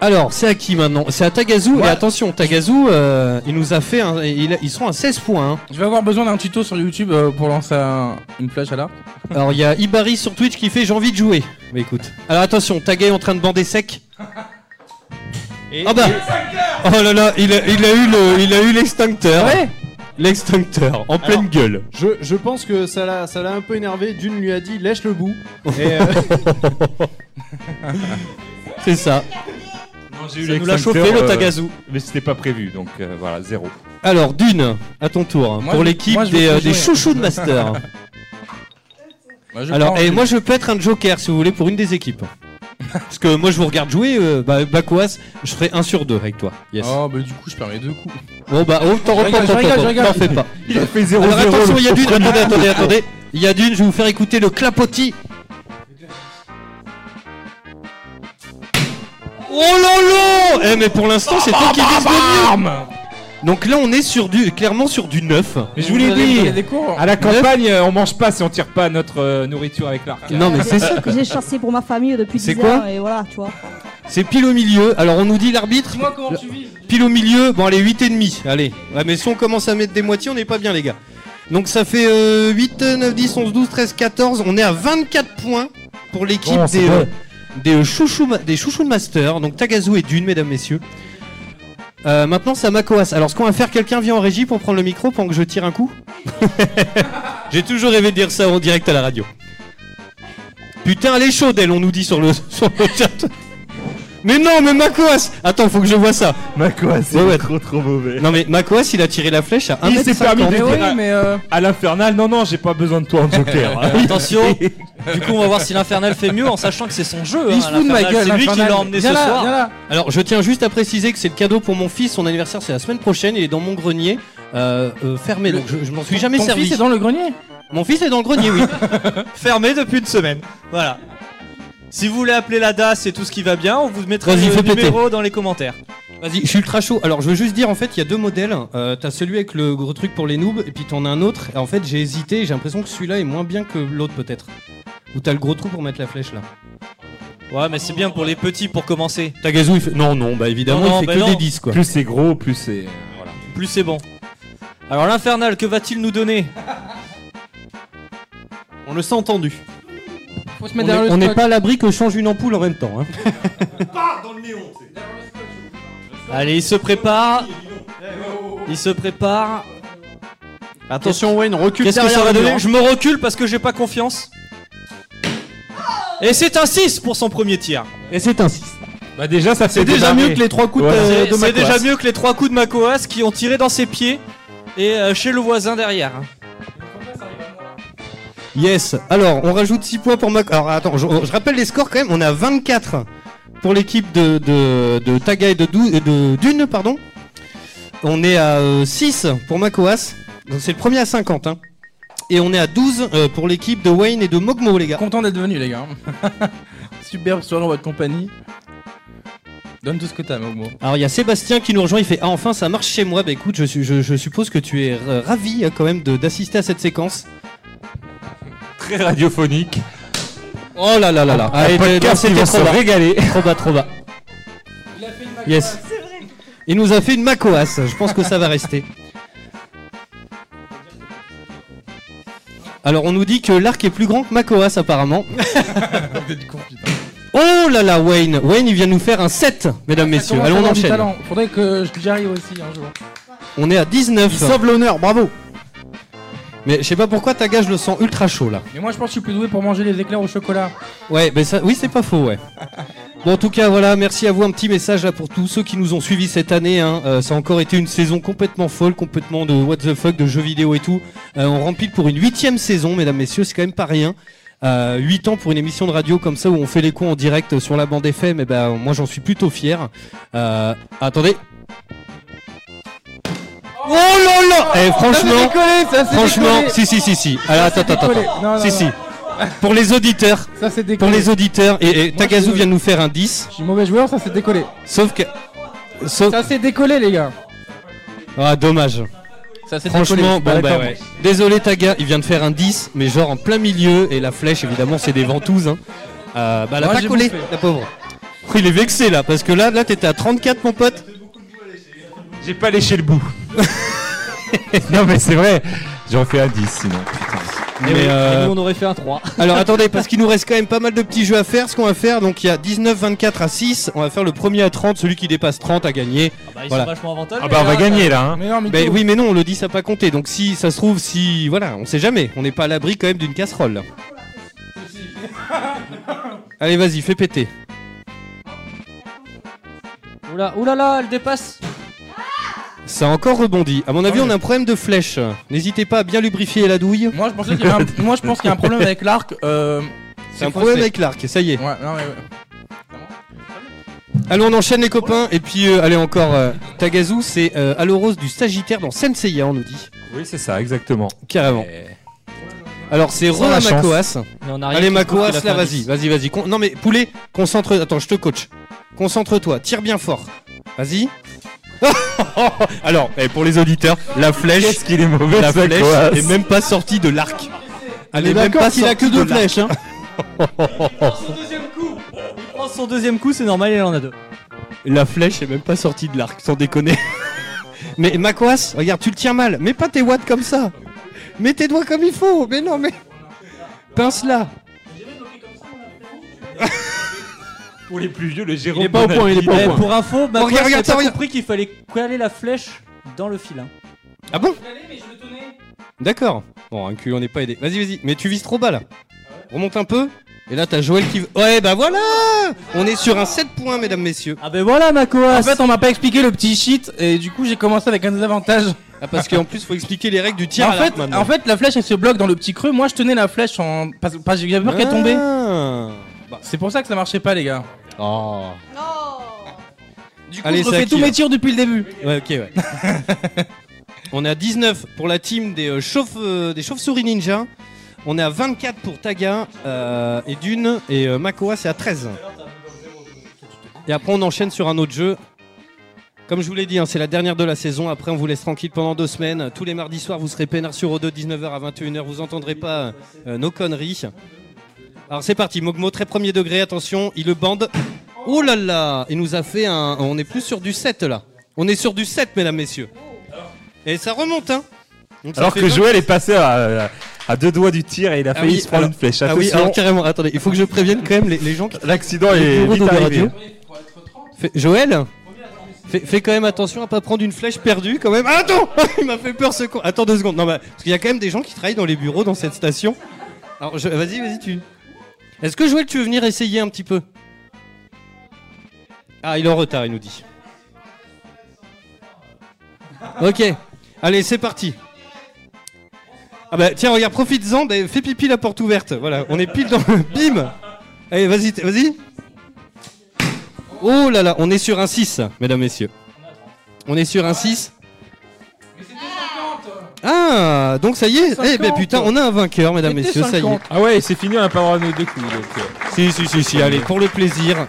S5: Alors, c'est à qui maintenant C'est à Tagazu. Et attention, Tagazu, euh, il nous a fait. un- il- ils sont à 16 points. hein.
S9: Je vais avoir besoin d'un tuto sur YouTube euh, pour lancer un- une flèche à l'arc.
S5: Alors il y a Ibari sur Twitch qui fait j'ai envie de jouer. Mais écoute. Alors attention, Tagay est en train de bander sec. Ah bah Oh là là, il a, il a eu le, il a eu l'extincteur.
S1: Ouais.
S5: L'extincteur en pleine
S1: Alors,
S5: gueule.
S1: Je, je pense que ça l'a ça l'a un peu énervé. Dune lui a dit lèche le bout. Et, euh,
S5: C'est ça. Ça nous l'a chauffé le Tagazu.
S8: euh, Mais c'était pas prévu, donc euh, voilà, zéro.
S5: Alors Dune, à ton tour hein,
S8: Moi,
S5: pour
S8: je-
S5: l'équipe
S8: moi, je
S5: des,
S8: veux
S5: euh,
S8: que
S5: des
S8: jouer.
S5: chouchous de master.
S9: bah,
S8: Moi, je
S5: Alors
S8: prends
S5: et
S8: Dune.
S5: moi je peux être un joker si vous voulez pour une des équipes. Parce que moi je vous regarde jouer, euh, bah, Bakoas, je ferai 1 sur 2 avec toi. Yes.
S9: Oh, bah du coup, je perds mes deux coups.
S5: Bon bah oh t'en
S9: Je rigole,
S5: reprends,
S9: je rigole, je rigole.
S5: t'en fais pas.
S9: Il a fait 0-0,
S5: Alors attention,
S9: le
S5: il y a d'une,
S9: premier.
S5: attendez, attendez, attendez. Il y a d'une, je vais vous faire écouter le clapotis. Oh là là Eh mais pour l'instant c'est toi qui vise le mieux Donc là on est sur du clairement sur du 9.
S8: Mais je vous l'ai dit, à la campagne, euh, on mange pas si on tire pas notre euh, nourriture avec l'arc.
S5: Non, mais c'est ça,
S11: J'ai chassé pour ma famille depuis
S5: C'est
S11: 10
S5: quoi
S11: ans et voilà, tu vois.
S5: C'est pile au milieu. Alors on nous dit l'arbitre.
S11: Dis-moi comment tu vises.
S5: Pile au milieu. Bon allez 8 et demi. Allez. Ouais, mais si on commence à mettre des moitiés, on n'est pas bien les gars. Donc ça fait euh, 8, euh, 9, 10, 11, 12, 13, 14. On est à 24 points pour l'équipe
S16: Bon, c'est
S5: des,
S16: bon.
S5: euh, des, euh, chouchous, ma- des chouchous de master. Donc Tagazu et Dune, mesdames, messieurs. Euh, maintenant, c'est à Makoas. Alors, ce qu'on va faire, quelqu'un vient en régie pour prendre le micro pendant que je tire un coup J'ai toujours rêvé de dire ça en direct à la radio. Putain, elle est chaude, elle, on nous dit sur le, sur le chat. Mais non, mais Makoas Attends, faut que je vois ça. Makoas, c'est trop trop mauvais. Non, mais Makoas, il a tiré la flèche à 1
S8: Il s'est permis de
S5: mais
S8: dire à- à l'infernal, non, non, j'ai pas besoin de toi en joker.
S12: Attention, du coup on va voir si l'Infernal fait mieux en sachant que c'est son jeu. hein, l'Infernal. C'est lui qui l'a emmené ce soir.
S5: Alors, je tiens juste à préciser que c'est le cadeau pour mon fils. Son anniversaire, c'est la semaine prochaine. Il est dans mon grenier, euh, euh, fermé. donc, je, je m'en suis jamais
S9: Ton
S5: servi.
S9: fils est dans le grenier
S5: Mon fils est dans le grenier, oui.
S6: Fermé depuis une semaine. Voilà. Si vous voulez appeler la DAS et tout ce qui va bien, on vous mettra
S5: Vas-y,
S6: le
S5: fais péter.
S6: numéro dans les commentaires.
S5: Vas-y, je suis ultra chaud. Alors, je veux juste dire, en fait, il y a deux modèles. Euh, t'as celui avec le gros truc pour les noobs, et puis t'en as un autre. Et en fait, j'ai hésité. J'ai l'impression que celui-là est moins bien que l'autre, peut-être. Ou t'as le gros trou pour mettre la flèche là.
S6: Ouais, mais c'est bien pour les petits pour commencer.
S5: Tagazu, il fait. Non, non, bah évidemment,
S6: Non, non,
S5: il fait
S6: bah
S5: que
S6: non.
S5: des 10 quoi.
S8: Plus c'est gros, plus
S16: euh,
S8: c'est.
S6: Plus c'est bon. Alors l'Infernal, que va-t-il nous donner
S1: on le sent entendu.
S9: Faut se
S5: On
S9: mettre
S5: est-
S9: derrière
S5: On
S9: le
S5: n'est
S9: stock.
S5: pas à l'abri que change une ampoule en même temps. hein.
S6: Allez, il se prépare. Il se prépare.
S1: Attention Wayne, recule
S6: Qu'est-ce que
S1: derrière
S6: ça va
S1: le mur,
S6: donner
S1: hein.
S6: Je me recule parce que j'ai pas confiance. Et c'est un 6 pour son premier tir.
S5: Et c'est un 6.
S8: Bah déjà ça
S5: C'est déjà mieux que les trois coups de-
S6: C'est-
S5: de Macoas.
S6: C'est déjà mieux que les trois coups de Macoas qui ont tiré dans ses pieds et euh, chez le voisin derrière.
S5: Yes. Alors, on rajoute 6 points pour Mac. Alors, attends, je, je rappelle les scores quand même. On a 24 pour l'équipe de, de, de Taga et de, Dou- et de Dune, pardon. On est à 6 pour Makoas. Donc, c'est le premier à 50. hein. Et on est à 12 euh, pour l'équipe de Wayne et de Mogmo, les gars.
S9: Content d'être venu, les gars. Superbe soirée en votre compagnie. Donne tout ce que t'as, Momo.
S5: Alors, il y a Sébastien qui nous rejoint. Il fait Ah, enfin, ça marche chez moi. Bah, écoute, je, suis- je- je suppose que tu es euh, ravi euh, quand même de- d'assister à cette séquence.
S8: Très radiophonique.
S5: Oh là là là là.
S8: Un podcast,
S5: non,
S8: ils vont
S5: trop
S8: se
S5: bas.
S8: régaler.
S5: Trop bas, trop bas. Yes. Il nous a fait une macoas. Je pense que ça va rester. Alors on nous dit que l'arc est plus grand que Makoas apparemment. oh là là Wayne, Wayne il vient nous faire un 7, mesdames, messieurs. Allons on enchaîne.
S9: Il Faudrait que j'y arrive aussi un jour.
S5: On est à 19.
S17: Il sauve
S5: l'honneur, bravo. Mais je sais pas pourquoi ta gage le sent ultra chaud là.
S9: Mais moi, je pense que je suis plus doué pour manger les éclairs au chocolat.
S5: Ouais, mais ça, oui, c'est pas faux, ouais. Bon, en tout cas, voilà, merci à vous. Un petit message là pour tous ceux qui nous ont suivis cette année. hein. Euh, ça a encore été une saison complètement folle, complètement de what the fuck, de jeux vidéo et tout. Euh, on remplit pour une huitième saison, mesdames, messieurs, c'est quand même pas rien. Euh, Huit ans pour une émission de radio comme ça où on fait les cons en direct sur la bande FM, et ben moi j'en suis plutôt fier. Euh, attendez. Oh là là Eh,
S6: Ça
S5: franchement,
S6: s'est décollé, ça s'est
S5: franchement,
S6: décollé.
S5: si si si si. Alors, attends, attends,
S6: décollé.
S5: attends.
S6: Non, non,
S5: si
S6: non.
S5: si. Pour les auditeurs,
S9: Ça, c'est décollé.
S5: pour les auditeurs, et, et
S9: Moi, je
S5: Tagazu
S9: suis-
S5: vient de nous faire un 10.
S9: Je suis mauvais joueur, ça s'est décollé.
S5: Sauf que. Sauf...
S9: Ça s'est décollé, les gars.
S5: Ah, dommage.
S9: Ça s'est
S5: Franchement, bon,
S9: décollé. Ah,
S5: bah,
S9: d'accord.
S5: ouais. Désolé, Taga, il vient de faire un 10, mais genre en plein milieu, et la flèche, évidemment, c'est des ventouses. Hein. Euh, bah, elle a
S6: Moi,
S5: pas
S6: j'ai
S5: collé,
S6: bouffé.
S5: la pauvre. Oh, il est vexé là, parce que là, là t'étais à 34, mon pote.
S16: J'ai pas léché le bout. non, mais c'est vrai.
S8: Eh
S16: J'en fais un 10 sinon.
S5: Mais, euh,
S12: Et nous, on aurait fait un 3.
S5: Alors attendez, parce qu'il nous reste quand même pas mal de petits jeux à faire. Ce qu'on va faire, donc il y a 19, 24 à 6. On va faire le premier à 30. Celui qui dépasse 30 a gagné.
S12: bah, ils sont vachement avantageux,
S5: Ah bah on
S12: les
S5: va
S12: gars,
S5: gagner
S12: ça.
S5: là. hein.
S12: Mais non, mais
S5: Bah
S12: tout.
S5: oui, mais non, on le dit, ça a pas compté. Donc si ça se trouve, si. Voilà, on sait jamais. On n'est pas à l'abri quand même d'une casserole. Allez, vas-y, fais péter.
S12: Oula, oula là, elle dépasse.
S5: Ça a encore rebondi. À mon avis, on a un problème de flèche. N'hésitez pas à bien lubrifier la douille.
S9: Moi, je pensais qu'il y avait un- moi, je pense qu'il y a un problème avec l'arc. euh,
S5: C'est un problème
S9: faussé.
S5: avec l'arc, ça y est.
S9: Ouais, non, mais.
S5: Allons, on enchaîne les copains. Et puis, euh, allez, encore. euh, Tagazu, c'est euh, Alorose du Sagittaire dans Senseiya, on nous dit.
S8: Oui, c'est ça, exactement.
S5: Carrément.
S8: Eh.
S5: Alors c'est
S8: Sans
S5: re
S8: la
S5: à
S8: chance.
S5: Makoas.
S12: Mais on a rien
S5: Allez
S12: qui prouve
S5: Makoas
S12: qu'il a fait
S5: là
S12: un
S5: vas-y,
S12: dix.
S5: vas-y, vas-y. Con- Non mais poulet, concentre. Attends, je te coach. Concentre-toi, tire bien fort. Vas-y. Alors, eh, pour les auditeurs, la flèche,
S16: Qu'est-ce qu'il est mauvais,
S5: la
S16: Makoas.
S5: flèche est même pas sortie de l'arc.
S17: On est d'accord qu'il a
S5: sortie
S17: que deux
S5: de l'arc.
S17: flèches, hein.
S12: Il prend son deuxième coup, c'est normal, il en a deux.
S5: la flèche est même pas sortie de l'arc, sans déconner. mais Makoas, regarde, tu le tiens mal. Mets pas tes watts comme ça. Mets tes doigts comme il faut. Mais non, mais pince là.
S16: Pour les plus vieux, le Jérôme.
S12: Il est pas au point, il est pas au point. Pour info,
S16: Makoas
S12: Makoas
S16: n'a
S12: n'a
S16: pas
S12: pas compris qu'il fallait coller la flèche dans le hein. filin.
S5: Ah bon D'accord. Bon, un cul, on n'est pas aidé. Vas-y, vas-y. Mais tu vises trop bas là. Remonte un peu. Et là, t'as Joël qui. Ouais, bah voilà On est sur un 7 points, mesdames, messieurs.
S12: Ah ben voilà, Makoas
S9: En fait, on m'a pas expliqué le petit shit et du coup, j'ai commencé avec un désavantage.
S5: Ah, parce qu'en plus, faut expliquer les règles du tir
S9: en
S5: à l'arc
S9: fait,
S5: maintenant.
S9: en fait, la flèche elle se bloque dans le petit creux. Moi, je tenais la flèche en. Parce, parce que j'avais peur qu'elle tombait. C'est pour ça que ça marchait pas, les gars.
S5: Ah. Oh.
S9: Du coup, je refais tous mes tirs depuis le début.
S1: Ah,
S5: Ouais, ok, ouais. Ah. on est à 19 pour la team des euh, chauves- euh, des chauves-souris ninja. On est à 24 pour Taga euh, et Dune. Et euh, Makoa, c'est à 13. Et après, on enchaîne sur un autre jeu. Comme je vous l'ai dit, hein, c'est la dernière de la saison. Après, on vous laisse tranquille pendant deux semaines. Tous les mardis soirs, vous serez peinard sur O2, 19h à 21h. Vous entendrez pas euh, nos conneries. Alors, c'est parti. Mogmo, très premier degré. Attention, il le bande. Oh là là Il nous a fait un. On est plus sur du 7 là. On est sur du 7, mesdames, messieurs. Et ça remonte, hein Donc, ça
S16: Alors
S5: fait
S16: que
S5: 20.
S16: Joël est passé à, à deux doigts du tir et il a
S5: Ah
S16: failli
S5: oui,
S16: se prendre
S5: alors-
S16: une flèche.
S5: Ah oui,
S16: Attention.
S5: alors carrément. Attendez, il faut que je prévienne quand même les, les gens qui.
S16: L'accident
S5: les
S16: est
S5: bourreaux
S16: vite
S5: de la
S16: arrivé.
S5: Fais- Joël Fais, fais quand même attention à pas prendre une flèche perdue quand même. Ah, attends Il m'a fait peur ce con. Attends deux secondes. Non, bah, parce qu'il y a quand même des gens qui travaillent dans les bureaux dans cette station. Alors, je- vas-y, vas-y, tu. Est-ce que Joël, tu veux venir essayer un petit peu Ah, il est en retard, il nous dit. Ok. Allez, c'est parti. Ah bah tiens, regarde, profites-en, bah, fais pipi la porte ouverte. Voilà, on est pile dans le bim. Allez, vas-y, t- vas-y. Oh là là, on est sur un 6, mesdames, messieurs. On est sur un 6. Ah, donc ça y est, eh ben
S8: 50.
S5: putain, on a un vainqueur, mesdames,
S8: C'était
S5: messieurs, ça y est.
S8: 50. Ah ouais, c'est fini, on n'a pas le droit de nos deux coups. donc, euh,
S5: Si, si, si, si, allez, pour le plaisir.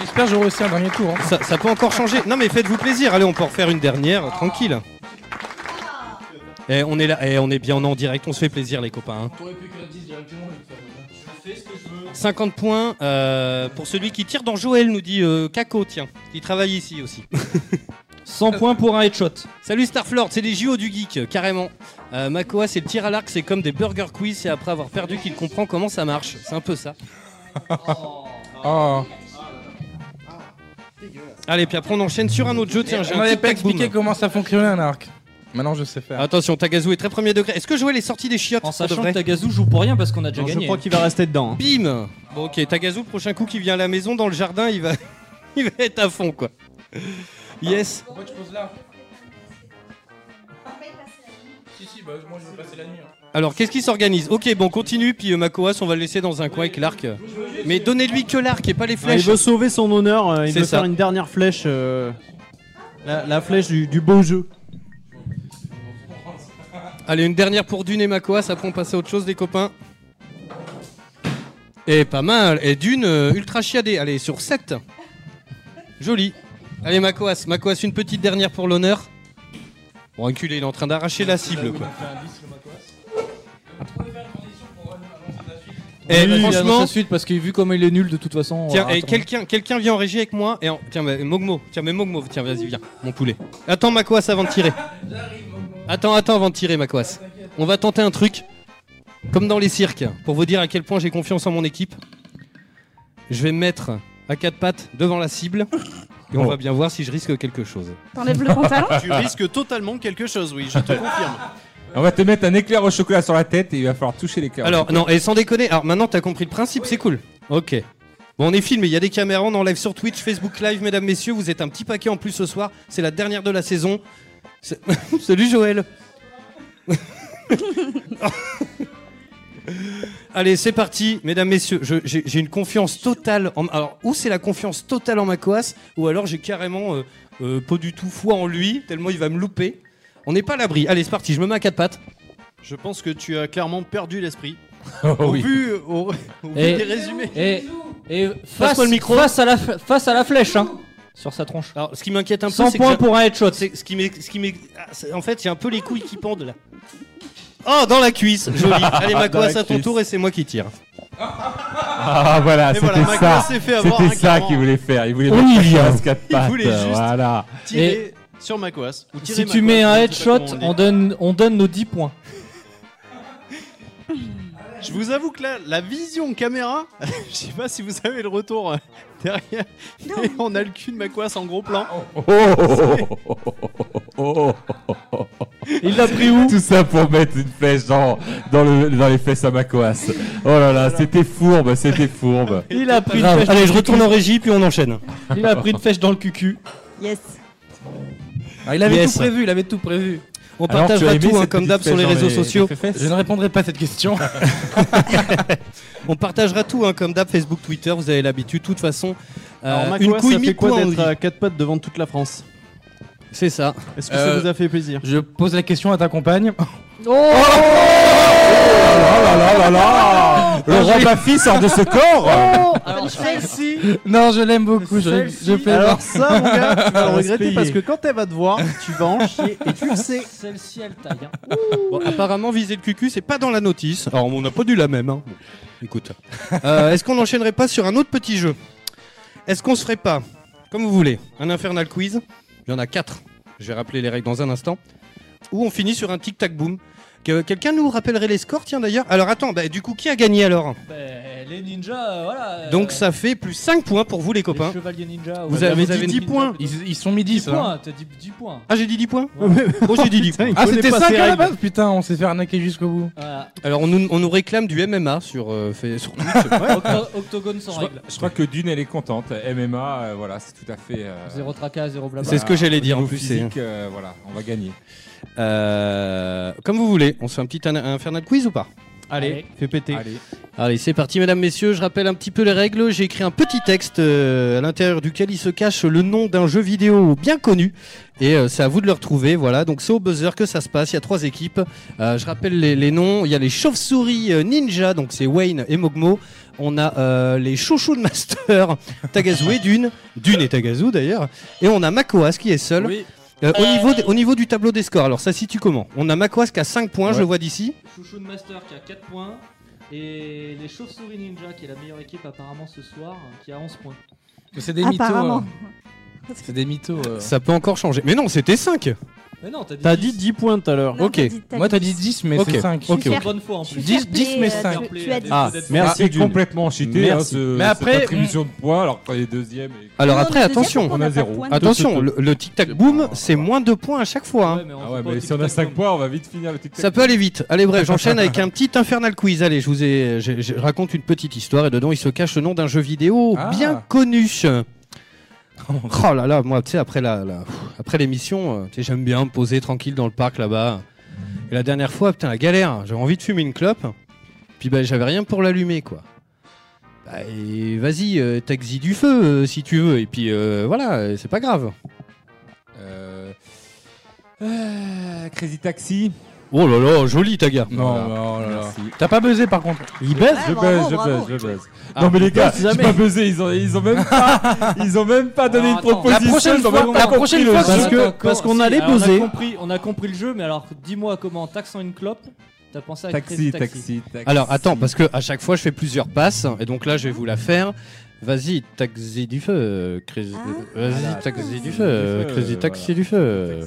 S9: J'espère que j'aurai aussi un dernier tour. hein.
S5: Ça, ça peut encore changer. Non, mais faites-vous plaisir. Allez, on peut en refaire une dernière, euh, tranquille. Eh, on est là, eh, on est bien, on est en direct, on se fait plaisir, les copains. hein. 50 points euh, pour celui qui tire dans Joël, nous dit euh, Kako, tiens, qui travaille ici aussi.
S12: 100 points pour un headshot.
S5: Salut Starflord, c'est les JO du geek, euh, carrément. Euh, Makoa, c'est le tir à l'arc, c'est comme des burger quiz, c'est après avoir perdu qu'il comprend comment ça marche. C'est un peu ça.
S9: Oh.
S5: Ah, Allez, puis après on enchaîne sur un autre jeu. Tiens, j'ai
S9: on
S5: un
S9: n'avait
S5: tic-tac
S9: pas expliqué
S5: boom.
S9: comment ça fonctionnait un arc. Maintenant, je sais faire.
S5: Attention, Tagazu est très premier degré. Est-ce que je vois les sorties des chiottes En
S12: sachant que Tagazu joue pour rien parce qu'on a déjà gagné.
S5: dedans. Bim Bon, ok, Tagazu, le prochain coup qui vient à la maison, dans le jardin, il va, il va être à fond, quoi. Yes.
S9: Pourquoi tu poses là Si, si, bah, moi je veux passer la nuit.
S5: Alors, qu'est-ce qui s'organise Ok, bon, continue, puis euh, Makoas, on va le laisser dans un coin avec l'arc. Mais donnez-lui que l'arc et pas les
S1: Ah, il
S5: flèches.
S1: veut sauver son honneur, euh, il
S5: C'est
S1: veut
S5: ça.
S1: faire une dernière flèche. euh, la, la flèche du, du beau jeu.
S5: Allez, une dernière pour Dune et Makoas, après on passe à autre chose, les copains. Et pas mal. Et Dune, euh, ultra chiadée. Allez, sur 7. Joli. Allez, Makoas, Makoas, une petite dernière pour l'honneur. Bon, enculé, il est en train d'arracher la cible, quoi.
S7: Oui,
S12: bah,
S5: Eh,
S7: il annonce
S5: franchement-
S7: la suite parce que vu comme il est nul de toute façon.
S5: Tiens,
S12: ah,
S7: euh,
S5: et
S7: attends.
S5: quelqu'un quelqu'un vient en régie avec moi. Et en- Tiens, bah, Mogmo, tiens, mais Mogmo, tiens, vas-y, viens, mon poulet. Attends, Makoas, avant de tirer. Attends, attends, avant de tirer, Makoas. On va tenter un truc, comme dans les cirques, pour vous dire à quel point j'ai confiance en mon équipe. Je vais me mettre à quatre pattes devant la cible, et on
S16: Oh.
S5: va bien voir si je risque quelque chose.
S11: T'enlèves le pantalon
S5: Tu risques totalement quelque chose, oui, je te confirme.
S8: On va te mettre un éclair au chocolat sur la tête et il va falloir toucher l'éclair.
S5: Alors, non, et sans déconner, alors maintenant t'as compris le principe, c'est cool. Ok. Bon, on est filmé, il y a des caméras, on enlève sur Twitch, Facebook Live, mesdames, messieurs, vous êtes un petit paquet en plus ce soir, c'est la dernière de la saison. C'est- Salut Joël Allez, c'est parti, mesdames, messieurs, je- j'ai j'ai une confiance totale en... Alors, ou c'est la confiance totale en Macoas, ou alors j'ai carrément euh, euh, pas du tout foi en lui, tellement il va me louper. On n'est pas à l'abri. Allez, c'est parti, je me mets à quatre pattes.
S1: Je pense que tu as clairement perdu l'esprit.
S5: Oh
S1: au
S5: oui.
S1: vu, au, au vu
S12: Et-
S1: des résumés.
S12: Et, et face,
S5: Passe-moi le micro.
S12: face à la, f- face à la flèche, hein, sur sa tronche.
S5: Alors, ce qui m'inquiète un peu,
S12: 100
S5: c'est
S12: points
S5: que j'ai-
S12: pour un headshot.
S5: C'est ce qui m'ex- ce qui m'ex- ah, c'est- en fait, j'ai un peu les couilles qui pendent là. Oh, dans la cuisse, joli. Allez,
S16: Dans
S5: Makoas,
S16: la
S5: à ton
S16: cuisse.
S5: tour et c'est moi qui tire.
S16: Ah voilà,
S5: Et
S16: c'était
S5: voilà,
S16: ça.
S5: Macoas s'est fait avoir, hein,
S16: C'était ça
S5: clairement.
S16: qu'il voulait faire. Il voulait
S5: On y
S16: mettre
S5: vient.
S16: Macoas quatre
S5: Il
S16: pattes,
S5: voulait juste-
S16: Voilà.
S1: Tirer sur Macoas. ou tirer
S12: Si tu
S1: Macoas,
S12: mets un
S1: je sais pas
S12: headshot,
S1: comment
S12: on
S1: on dit.
S12: donne, on donne nos 10 points.
S1: Je vous avoue que là, la vision caméra, je sais pas si vous avez le retour euh, derrière, mais on a le cul de Macoas en gros plan.
S8: Oh,
S16: Il l'a pris où Tout ça pour mettre une flèche dans, dans, le, dans les fesses à Macoas. Oh là là, c'était fourbe, c'était fourbe.
S12: Il a pris une
S5: Grave.
S12: flèche
S5: Allez,
S12: dans
S5: je
S12: le
S5: retourne
S12: cul.
S5: en régie puis on enchaîne.
S12: Il a pris une flèche dans le cucu.
S11: Yes.
S9: Ah, il avait
S5: Yes.
S9: tout prévu, il avait tout prévu.
S5: On Alors, partagera tu as aimé tout, hein, cette comme d'hab, petite sur les flèche dans réseaux les- sociaux. les fesses
S9: Je ne répondrai pas à cette question.
S5: On partagera tout, hein, comme d'hab, Facebook, Twitter, vous avez l'habitude, de toute façon. Euh,
S1: Alors Macoas,
S5: une couille,
S1: ça fait
S5: mille
S1: quoi
S5: points, on
S1: d'être
S5: dit.
S1: à quatre pattes devant toute la France
S5: C'est ça.
S1: Est-ce que ça
S9: Euh,
S1: vous a fait plaisir
S9: Je pose la question à ta compagne.
S5: Oh
S16: Le roi Bafi sort de ce
S6: Oh,
S16: corps
S9: Alors celle-ci. Non, je l'aime beaucoup. Je, je fais
S1: Alors ça, mon gars, tu vas le regretter parce que quand elle va te voir, tu vas en chier et tu le sais.
S12: Celle-ci, elle taille. hein.
S5: Bon, apparemment, viser le cucu, c'est pas dans la notice. Alors, on n'a pas dû la même. hein. Bon, écoute. Euh, Est-ce qu'on n'enchaînerait pas sur un autre petit jeu Est-ce qu'on se ferait pas, comme vous voulez, un infernal quiz Il y en a quatre. Je vais rappeler les règles dans un instant. Ou on finit sur un tic-tac-boom. Que- Quelqu'un nous rappellerait les scores, tiens d'ailleurs Alors attends, bah, du coup, qui a gagné alors
S12: Ben, les ninjas, euh, voilà. euh,
S5: Donc ça fait plus 5 points pour vous les
S12: les
S5: copains.
S12: chevaliers ninjas.
S5: Vous
S12: ouais.
S5: avez dit hein. 10 points.
S9: Ils, ils sont midi,
S12: 10
S9: ça.
S12: points, t'as dit 10 points.
S5: Ah j'ai dit 10 points
S12: Ouais.
S5: Oh j'ai dit 10 points.
S9: Ah, c'était 5 à la base Putain, on s'est fait arnaquer jusqu'au bout.
S12: Voilà.
S5: Alors on nous, on nous réclame du MMA sur, euh, fait- sur Twitch.
S12: Octo- Octogone sans
S8: Je crois,
S12: règle.
S8: je crois que Dune, elle est contente. MMA, euh, voilà, c'est tout à fait. euh,
S12: Zéro tracas, zéro blabla.
S5: C'est ce que j'allais dire en
S8: niveau
S5: plus, c'est-
S8: Physique, euh, voilà, on va gagner.
S5: Euh, comme vous voulez, on se fait un petit an- infernal quiz ou pas
S1: Allez, fais péter.
S8: Allez.
S5: Allez, c'est parti, mesdames, messieurs. Je rappelle un petit peu les règles. J'ai écrit un petit texte euh, à l'intérieur duquel il se cache le nom d'un jeu vidéo bien connu. Et euh, c'est à vous de le retrouver. Voilà, donc c'est au buzzer que ça se passe. Il y a trois équipes. Euh, je rappelle les, les noms. Il y a les chauves-souris euh, ninja, donc c'est Wayne et Mogmo. On a euh, les chouchous de Master, Tagazu et Dune. Dune et Tagazu d'ailleurs. Et on a Makoas qui est seul. Euh, au, niveau des- au niveau du tableau des scores, alors ça situe comment On a Makoas qui a 5 points, je le vois d'ici.
S12: Chouchou de Master qui a 4 points. Et les Chauves-souris Ninja, qui est la meilleure équipe apparemment ce soir, qui a 11 points.
S9: C'est des mythos.
S11: Apparemment.
S9: euh. C'est des mythos. euh.
S5: Ça peut encore changer. Mais non, c'était 5.
S12: Mais non, t'as dit.
S1: T'as dit 10 points tout à l'heure.
S5: Non, Ok. t'as dit- t'as Moi, dit- t'as dit 10, mais c'est cinq.
S1: Ok.
S5: Je suis
S1: ok.
S5: fier- Bonne fois, en
S12: plus.
S5: 10, 10, mais 5.
S8: Ah, merci.
S16: Dune.
S8: complètement cheaté.
S16: Merci.
S8: mais
S16: Mais
S8: après,
S16: après,
S8: cette attribution de poids, alors qu'on est deuxième. Et...
S5: Alors après, attention,
S8: on a zéro.
S5: Attention, le, le tic-tac-boom, c'est moins de points à chaque fois. hein.
S8: Ah ouais, mais si on a 5 points, on va vite finir le tic-tac.
S5: Ça peut aller vite. Allez, bref, j'enchaîne avec un petit infernal quiz. Allez, je vous ai, je, je raconte une petite histoire et dedans il se cache le nom d'un jeu vidéo
S6: Ah.
S5: bien connu. Oh là là, moi, tu sais, après la, la- pff, après l'émission, euh, tu sais, j'aime bien me poser tranquille dans le parc là-bas. Et la dernière fois, putain, la galère. J'avais envie de fumer une clope, puis ben j'avais rien pour l'allumer, quoi. Bah, et vas-y, euh, taxi du feu euh, si tu veux. Et puis euh, voilà, euh, c'est pas grave.
S8: Euh, euh, Crazy Taxi.
S5: Oh là là, joli ta gars.
S8: Non, non, là, là.
S9: T'as pas buzzé par contre.
S5: Il Ah,
S8: baise Je baise, je baise, je baise. non, mais les gars, j'ai pas buzzé, ils ont, ils ont même pas, ils ont même pas
S12: Ah,
S8: donné une proposition. ils ont même pas compris le jeu.
S12: Alors, on a compris- On a compris le jeu, mais alors dis-moi comment, en taxant une clope, t'as pensé à Crazy
S5: Alors attends, parce que à chaque fois je fais plusieurs passes, et donc là je vais vous la faire. Vas-y, taxi du feu, euh, Crazy. Vas-y, taxi du feu, euh, Crazy taxi du feu.
S8: euh,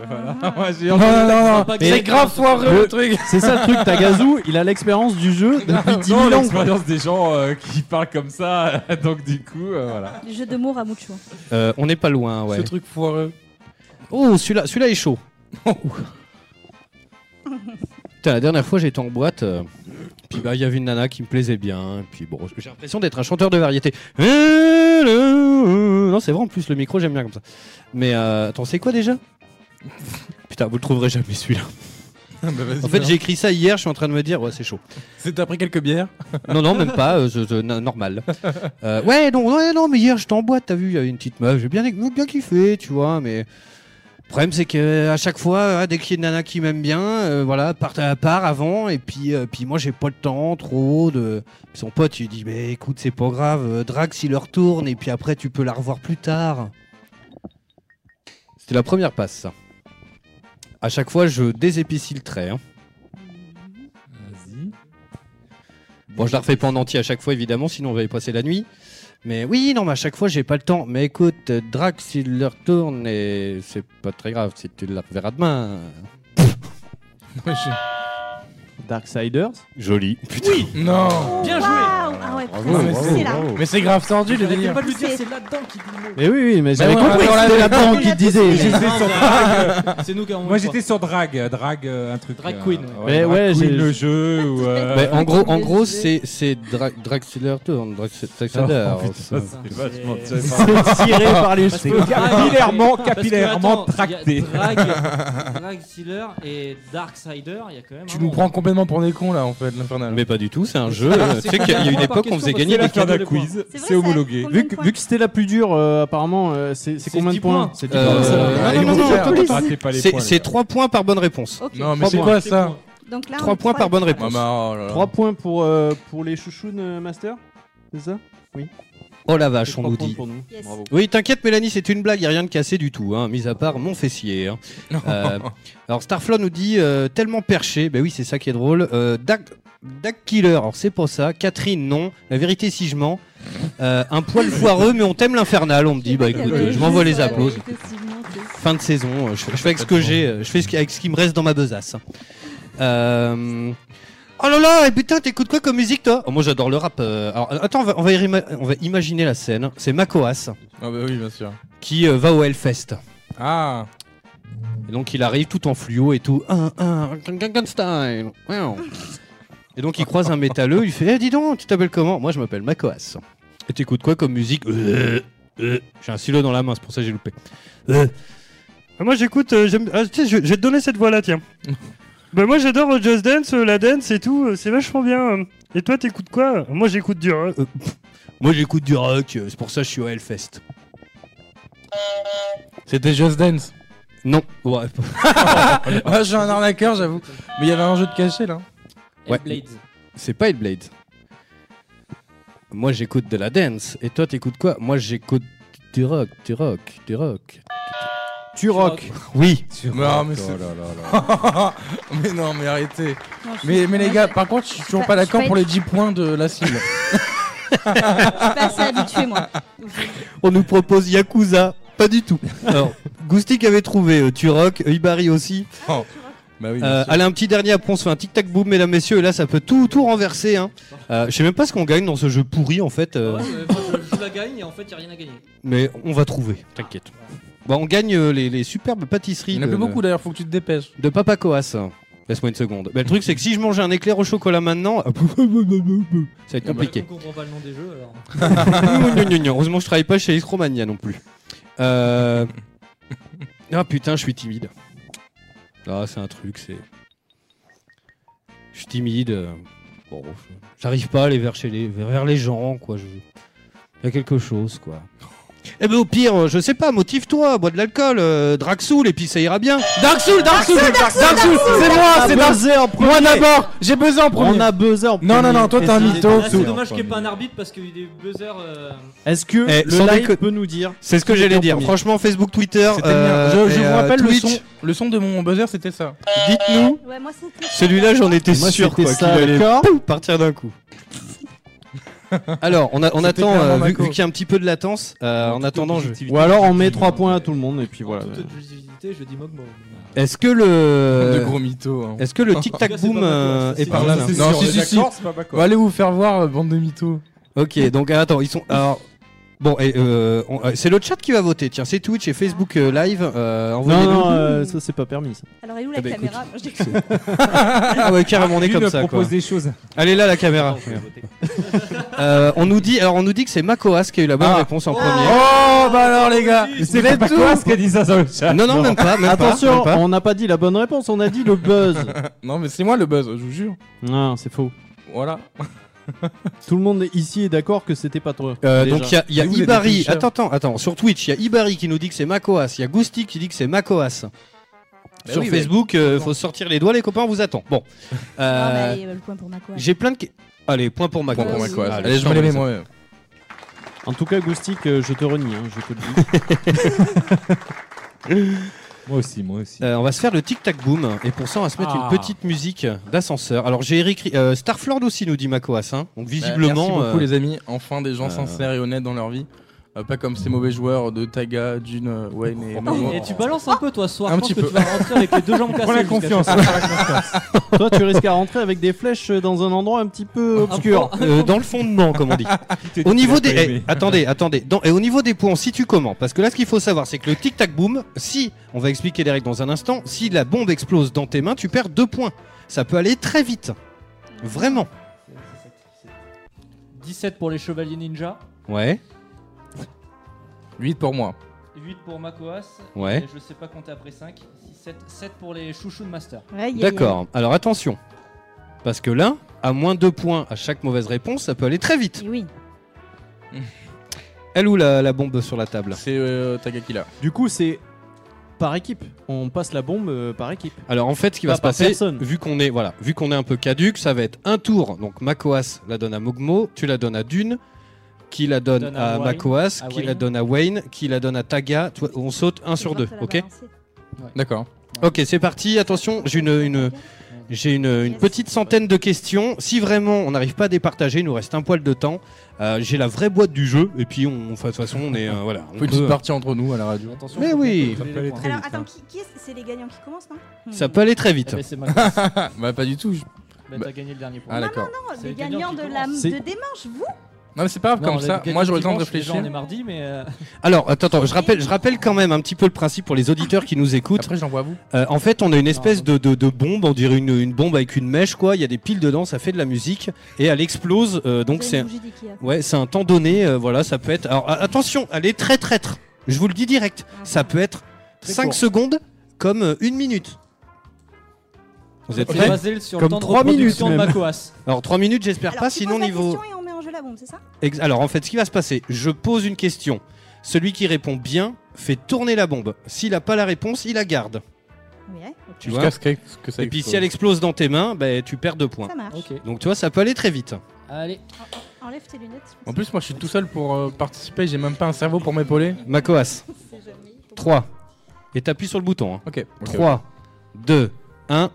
S8: Moi, j'ai
S5: Non,
S8: entendu la-
S5: non, non, non.
S8: pas
S5: Mais-
S8: que-
S5: Le-
S1: C'est ça le truc, t'as Gazou, il a l'expérience du jeu depuis 10
S8: Non,
S1: 000 ans.
S8: l'expérience des gens euh, qui parlent comme ça, donc du coup, euh, voilà.
S11: Le jeu de mots Ramucho.
S5: Euh, on n'est pas loin, ouais.
S11: Ce
S5: truc foireux. Oh, celui-là, celui-là est chaud. Putain, la dernière fois j'étais en boîte, euh, puis bah il y avait une nana qui me plaisait bien, puis bon, j'ai l'impression d'être un chanteur de variété. Hello. Non, c'est vrai en plus le micro j'aime bien comme ça. Mais euh, attends, c'est quoi déjà Putain, vous le trouverez jamais celui-là. En fait, j'ai écrit ça hier, je suis en train de me dire, ouais, Bah, c'est chaud.
S9: C'est après quelques bières
S5: Non, non, même pas, euh, je- je- na- normal. Euh, ouais, non, ouais, non, mais hier, j'étais en boîte, t'as vu, il y avait une petite meuf, j'ai bien, bien kiffé, tu vois, mais. Le problème, c'est qu'à chaque fois, euh, dès qu'il y a une nana qui m'aime bien, euh, voilà, part à part avant, et puis, euh, puis moi, j'ai pas le temps, trop, de. Puis son pote, il dit, mais écoute, c'est pas grave, euh, drague s'il leur tourne, et puis après, tu peux la revoir plus tard. C'était la première passe, ça. À chaque fois, je désépicie le trait. hein.
S8: Vas-y.
S5: Bon, je la refais pas en entier à chaque fois, évidemment, sinon on va y passer la nuit. Mais oui, non, mais à chaque fois, j'ai pas le temps. Mais écoute, euh, Drax, s'il le retourne, et c'est pas très grave si tu la reverras demain.
S1: Darksiders
S5: Joli. Putain.
S12: Oui
S9: Non
S12: Bien joué
S11: Ah ouais,
S5: Bravo,
S9: mais
S5: bravo,
S9: c'est-
S5: bravo.
S9: mais c'est grave tordu le délire.
S12: pas de lui dire, c'est là-dedans qu'il dit le mot.
S1: Mais oui, oui, mais j'avais
S9: ouais,
S1: compris
S9: on
S1: que
S9: l'a-
S1: c'était
S9: on l'a
S1: là-dedans qu'il disait.
S8: J'étais
S1: J'étais
S8: sur drague.
S12: C'est nous qui avons
S8: Moi
S12: eu
S8: j'étais sur drague, drague euh, un truc.
S12: Drag queen,
S8: euh,
S12: ouais.
S1: Mais
S8: drag
S1: ouais,
S8: queen,
S1: j'ai-
S8: le jeu ou. euh,
S5: Mais en gros, en gros c'est, c'est Dra- Drax, s'il le retourne. Drax, Drax-
S8: Oh,
S5: Drax-
S8: putain,
S5: Drax-
S8: c'est vachement
S5: C'est
S8: tiré.
S5: tiré par les
S12: Parce
S5: cheveux.
S12: que-
S8: Capillairement-
S12: parce que,
S8: capillairement
S12: attends,
S8: tracté.
S12: il y a Drag, Drag Sealer et Darksider, il y a quand même.
S9: Tu nous prends complètement pour des cons là en fait, l'infernal.
S5: Mais pas du tout, c'est un jeu. euh, tu sais qu'il y a une époque, on faisait gagner des cartes.
S8: c'est homologué.
S1: Vu que, vu que c'était la plus dure, euh, apparemment, euh, c'est c'est combien de
S5: 10
S1: points
S5: points.
S1: C'est
S5: Euh,
S1: dix
S5: non, non,
S1: points.
S5: non, attends, attends,
S1: Ratez
S5: attends.
S1: pas les
S5: C'est-
S1: points, les
S5: C'est
S1: gars.
S5: 3 points par bonne réponse.
S11: Ok.
S9: Non, mais
S5: Trois
S9: c'est
S5: points.
S9: quoi, ça Ah, bah, oh
S11: Donc là,
S5: 3 points par bonne réponse.
S1: 3 points pour, euh, pour les chouchounes euh, master C'est ça Oui.
S5: Oh la vache, on
S1: trois
S5: nous
S1: points
S5: dit.
S1: pour nous. Yes. Bravo.
S5: Oui, t'inquiète, Mélanie, c'est une blague, y a rien de cassé du tout, hein, mis à part mon fessier. hein. Euh, alors, Starflow nous dit euh, tellement perché, ben oui, c'est ça qui est drôle. Euh, Duck, Duck Killer, alors c'est pas ça. Catherine, non. La vérité, si je mens. Euh, un poil foireux, mais on t'aime l'infernal, on me dit. Bah écoute, euh, je m'envoie les applauses. Fin de saison, euh, je, je fais avec ce que j'ai, euh, je fais ce qui- avec ce qui me reste dans ma besace. Euh, Oh là là, et putain, t'écoutes quoi comme musique toi Oh, Moi j'adore le rap. euh, Alors attends, on va, on va irima- on va imaginer la scène. C'est Makoas
S9: Ah bah oui, bien sûr.
S5: qui euh, va au Hellfest.
S9: Ah
S5: Et donc il arrive tout en fluo et tout. Un, un, Gangnam Style. Wow. Et donc il croise un métalleux, il fait Eh dis donc, tu t'appelles comment Moi je m'appelle Makoas. Et t'écoutes quoi comme musique Euh, euh. J'ai un silo dans la main, c'est pour ça que j'ai loupé. Euh. Ah, Moi j'écoute, euh, j'aime- ah, tiens, je, je vais te donner cette voix là, tiens. Ben,
S17: Bah moi j'adore euh, Just Dance, euh, la dance et tout, euh, c'est vachement bien. euh. Et toi t'écoutes quoi Moi j'écoute du rock.
S5: Euh, pff, moi j'écoute du rock, euh, c'est pour ça que je suis au Hellfest.
S9: C'était Just Dance
S5: Non. Ouais.
S9: ah, j'ai un arnaqueur, j'avoue. Mais il y avait un jeu de cachet là.
S5: Ouais. Hellblades. C'est pas Hellblade. Moi j'écoute de la dance. Et toi t'écoutes quoi Moi j'écoute du rock, du rock, du rock. Tu rock Oui. Oh
S9: Mais, ah, mais,
S12: Oh
S9: c'est- mais non, mais arrêtez. mais, mais les gars, par contre, je suis toujours
S11: pas-
S9: pas
S11: je suis
S9: d'accord
S11: pas
S9: pour les
S11: édu-
S9: 10 points de la cible.
S11: Je suis pas assez habitué, moi.
S5: On nous propose Yakuza. pas du tout. Alors, Goustic avait trouvé, euh, Turok, euh, Ibari aussi.
S9: Bah oui, bien
S5: Euh,
S9: sûr.
S5: allez, un petit dernier, après on se fait un tic-tac boom, mesdames, messieurs, et là ça peut tout, tout renverser. Hein. Euh, je sais même pas ce qu'on gagne dans ce jeu pourri en fait. euh,
S12: je la gagne et en fait, il n'y a rien à gagner.
S5: mais on va trouver, t'inquiète. Bah, on gagne euh, les, les superbes pâtisseries.
S9: Il y en a plus beaucoup,
S5: d'ailleurs, faut que tu te dépêches. De Papa Coas. hein. Laisse-moi une seconde. Bah, le truc, c'est que si je mangeais un éclair au chocolat maintenant, ça va être compliqué.
S12: On comprend pas le nom des jeux alors.
S5: Non, non, non, non. Heureusement, je travaille pas chez Electromania non plus. Euh, Ah putain, je suis timide. Ah, c'est un truc, c'est. Je suis timide. euh, Bon, je- j'arrive pas à aller vers, chez les... vers les gens, quoi. Je... Il y a quelque chose, quoi. Eh ben au pire, euh, je sais pas, motive-toi, bois de l'alcool, euh, Draxoul, et puis ça ira bien. Draxoul, Draxoul,
S18: Dark Souls, Dark Souls, c'est moi, c'est
S5: Dark-
S18: buzzé en premier.
S5: Moi d'abord,
S18: j'ai buzzé en premier.
S5: On a buzzé en
S18: Non, non,
S5: premier.
S18: non, toi t'es un
S5: Et
S18: mytho.
S5: c'est-
S12: Là,
S5: tout.
S12: c'est dommage qu'il n'y ait pas un arbitre parce qu'il est buzzer. euh,
S5: Est-ce que
S18: Eh, le
S5: sans
S18: live
S5: déco-
S18: peut nous dire
S5: C'est ce que
S18: qui
S5: j'allais
S18: était en
S5: dire.
S18: premier
S5: Franchement, Facebook, Twitter, euh,
S9: C'était le mien.
S12: euh,
S9: je je vous rappelle le son, le son de mon buzzer, c'était ça.
S5: Dites-nous.
S9: bah,
S11: Ouais, moi, c'était
S5: Celui-là, j'en étais
S9: Moi,
S5: sûr
S9: c'était
S5: quoi,
S9: ça,
S5: qu'il allait
S9: d'accord.
S5: pouf, partir d'un coup. Alors, on, a- on
S1: C'était
S5: attend,
S1: clairement
S5: euh, vu,
S1: Mako.
S5: vu qu'il y a un petit peu de latence, euh, en attendant, je... Euh,
S1: Ou alors on met 3 points à tout le monde et puis voilà.
S12: Exclusivité, je dis Mogmo.
S5: Est-ce que le.
S9: De gros mythos, hein.
S5: Euh, Est-ce que le tic-tac boom euh, est par là, là
S9: Non, si, si, si. Bon, Allez vous faire voir, euh, bande de mythos.
S5: Ok, donc euh, attends, ils sont. Alors. Bon, et, euh, on- euh, c'est le chat qui va voter. Tiens, c'est Twitch et Facebook euh, Live. euh, envoyez-nous.
S1: non, euh, ça, c'est pas permis. Ça.
S11: Alors, elle est où la
S5: Ah bah,
S11: caméra
S5: écoute.
S11: Je déconne.
S5: ah ouais, carrément, on est
S1: Lui
S5: comme
S1: me
S5: ça.
S1: propose
S5: quoi.
S1: des choses.
S5: Allez là, la caméra. Euh, on nous dit, alors on nous dit que c'est Makoas qui a eu la bonne réponse en premier.
S18: Oh, bah alors les gars,
S5: c'est pas Makoas qui a dit ça sur le chat. Non, non, même pas, même pas,
S1: Attention,
S5: même pas.
S1: on n'a pas dit la bonne réponse, on a dit le buzz.
S9: non, mais c'est moi le buzz, je vous jure.
S1: Non, c'est faux.
S9: Voilà.
S1: Tout le monde est- ici est d'accord que c'était pas toi.
S5: Euh,
S1: déjà.
S5: donc il y a, il y a
S1: Mais vous, vous êtes des
S5: Ibari.
S1: tricheurs.
S5: Attends, attends, attends. Sur Twitch, il y a Ibari qui nous dit que c'est Makoas. Il y a Gusti qui dit que c'est Makoas.
S1: Bah
S5: sur
S6: oui, mais-
S5: Facebook, euh, faut sortir les doigts, les copains, on vous attend. Bon.
S11: Non, mais
S5: Euh,
S11: allez, euh, le point pour Makoas.
S5: J'ai plein de. que- Allez, point pour Makoas.
S1: pour Makoas. Allez, je
S5: t'en
S1: me les mets
S5: ça.
S1: moi-même. En tout cas, Goustic, euh, je te renie, hein, je te le dis.
S8: Moi aussi, moi aussi.
S5: Euh, on va se faire le tic-tac boom et pour ça on va se mettre
S8: Ah.
S5: une petite musique d'ascenseur. Alors j'ai Eric euh, Starflord aussi nous dit Makoas hein. Donc visiblement
S9: Bah, merci beaucoup
S5: euh,
S9: les amis. Enfin des gens
S5: euh,
S9: sincères et honnêtes dans leur vie. Euh, pas comme ces mauvais joueurs de Taga, Dune, euh, Wayne et Momo.
S12: Et tu balances un peu toi ce soir.
S9: Un
S12: je pense
S9: petit
S12: que
S9: peu.
S12: tu vas rentrer avec les deux jambes cassées. jusqu'à chez toi.
S1: Toi, tu risques à rentrer avec des flèches dans un endroit un petit peu obscur.
S9: Ah
S5: Euh, dans le fondement, comme on dit. au niveau des, eh, attendez, attendez. Dans- et au niveau des points, si tu comment Parce que là, ce qu'il faut savoir, c'est que le tic tac boom, si on va expliquer les règles dans un instant, si la bombe explose dans tes mains, tu perds deux points. Ça peut aller très vite, vraiment.
S12: 17 pour les Chevaliers Ninja,
S5: Ouais.
S9: 8 pour moi.
S12: 8 pour Makoas.
S5: Ouais.
S12: et Je sais pas compter après 5. 7, pour les Chouchous de Master.
S5: D'accord. Alors attention, parce que là, à moins deux points à chaque mauvaise réponse, ça peut aller très vite.
S11: Oui.
S5: Elle ou la, la bombe sur la table
S9: C'est euh, Tagakila.
S1: Du coup, c'est par équipe. On passe la bombe euh, par équipe.
S5: Alors en fait, ce qui va
S1: Pas
S5: se
S1: par
S5: passer,
S1: personne.
S5: vu qu'on est voilà, vu qu'on est un peu caduque, ça va être un tour. Donc Makoas la donne à Mogmo, tu la donnes à Dune, qui la donne,
S1: Donne
S5: à,
S1: à Wayne,
S5: Makoas,
S1: à
S5: qui
S1: Wayne.
S5: la donne à Wayne, qui la donne à Taga. Tu vois, on saute un sur deux, ok
S9: D'accord.
S5: Ok, c'est parti. Attention, j'ai une, une- j'ai une, une petite centaine de questions. Si vraiment on n'arrive pas à départager, il nous reste un poil de temps. euh, j'ai la vraie boîte du jeu, et puis on, de toute façon, on est euh, voilà. on
S9: Petite
S5: peut-
S9: partie entre nous à la radio.
S12: Attention,
S5: Mais oui.
S11: Alors, attends, qui, qui est C'est les gagnants qui commencent, non
S5: hein. Ça peut aller très vite.
S9: Ah,
S12: Eh ben, c'est Makoas.
S9: bah pas du tout. je-
S12: Bah, t'as gagné le dernier point.
S9: Ah
S11: Non,
S9: d'accord.
S11: non, non,
S12: C'est
S11: les
S12: les gagnants
S11: gagnants
S12: qui
S11: de la
S5: commencent.
S11: de
S5: C'est-
S11: démarche, vous
S9: Non mais c'est pas grave
S5: Non,
S9: comme
S5: on a
S9: ça.
S5: gagné
S9: Moi j'aurais le temps de
S12: dimanche, déjà,
S9: réfléchir.
S12: on est mardi, mais. euh,
S5: Alors, attends, attends, je rappelle, je rappelle quand même un petit peu le principe pour les auditeurs qui nous écoutent. Euh,
S9: Après, j'envoie vous.
S5: en fait, on a une espèce de, de- de bombe, on dirait une, une bombe avec une mèche, quoi. Il y a des piles dedans, ça fait de la musique et elle explose. euh, donc
S11: C'est
S5: c'est,
S11: une bougie d'Ikea.
S5: ouais, c'est un temps donné. euh, voilà, ça peut être. Alors a- attention, elle est très traître. Je vous le dis direct,
S11: Ah
S5: ça peut être
S12: Très
S5: 5
S12: court.
S5: secondes comme euh, une minute. Vous êtes
S12: C'est
S5: prêts
S12: basé sur le Comme temps de trois reproduction minutes de même. Makoas.
S5: Alors 3 minutes, j'espère
S11: Alors,
S5: pas.
S11: tu
S5: Sinon
S11: poses la
S5: niveau.
S11: question et on met en jeu la bombe, c'est ça
S5: Ex- Alors en fait, ce qui va se passer, je pose une question. Celui qui répond bien fait tourner la bombe. S'il n'a pas la réponse, il la garde.
S11: Ouais.
S5: Tu
S9: Jusqu'à
S5: vois
S9: ce que- que ça
S5: Et puis
S9: explose.
S5: si elle explose dans tes mains, ben, tu perds deux points.
S11: Ça marche. Ok.
S5: Donc tu vois, ça peut aller très vite.
S12: Allez.
S11: Enlève tes lunettes.
S9: En plus, moi je suis tout seul pour euh, participer. J'ai même pas un cerveau pour m'épauler.
S5: Makoas. 3. Et t'appuies sur le bouton. hein.
S9: Ok.
S5: 3, 2, 1.
S9: Euh,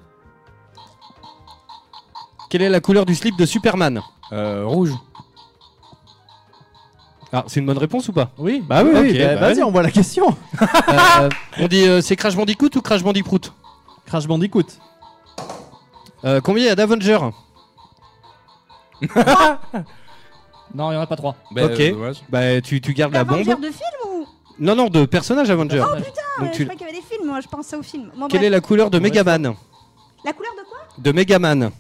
S5: Quelle est la couleur du slip de Superman
S9: Rouge.
S5: Ah, c'est une bonne réponse ou pas
S12: Oui.
S5: Bah oui,
S1: Ok,
S5: oui,
S1: bah, vas-y,
S5: on voit la question. on dit euh, c'est Crash Bandicoot ou Crash Bandicoot Crash Bandicoot. combien il y a d'Avenger
S12: Non, il n'y en a pas trois.
S9: Ben,
S5: Ok.
S9: euh,
S5: bah tu, tu gardes la bombe.
S11: Avenger de film ou
S5: Non, non, de personnage Avenger.
S11: Oh putain,
S5: Donc
S11: mais
S5: tu-
S11: je crois qu'il y avait des films, moi je pensais aux films. Bon,
S5: Quelle
S11: bref.
S5: est la couleur de Megaman
S11: La couleur de quoi Ah,
S5: De Megaman.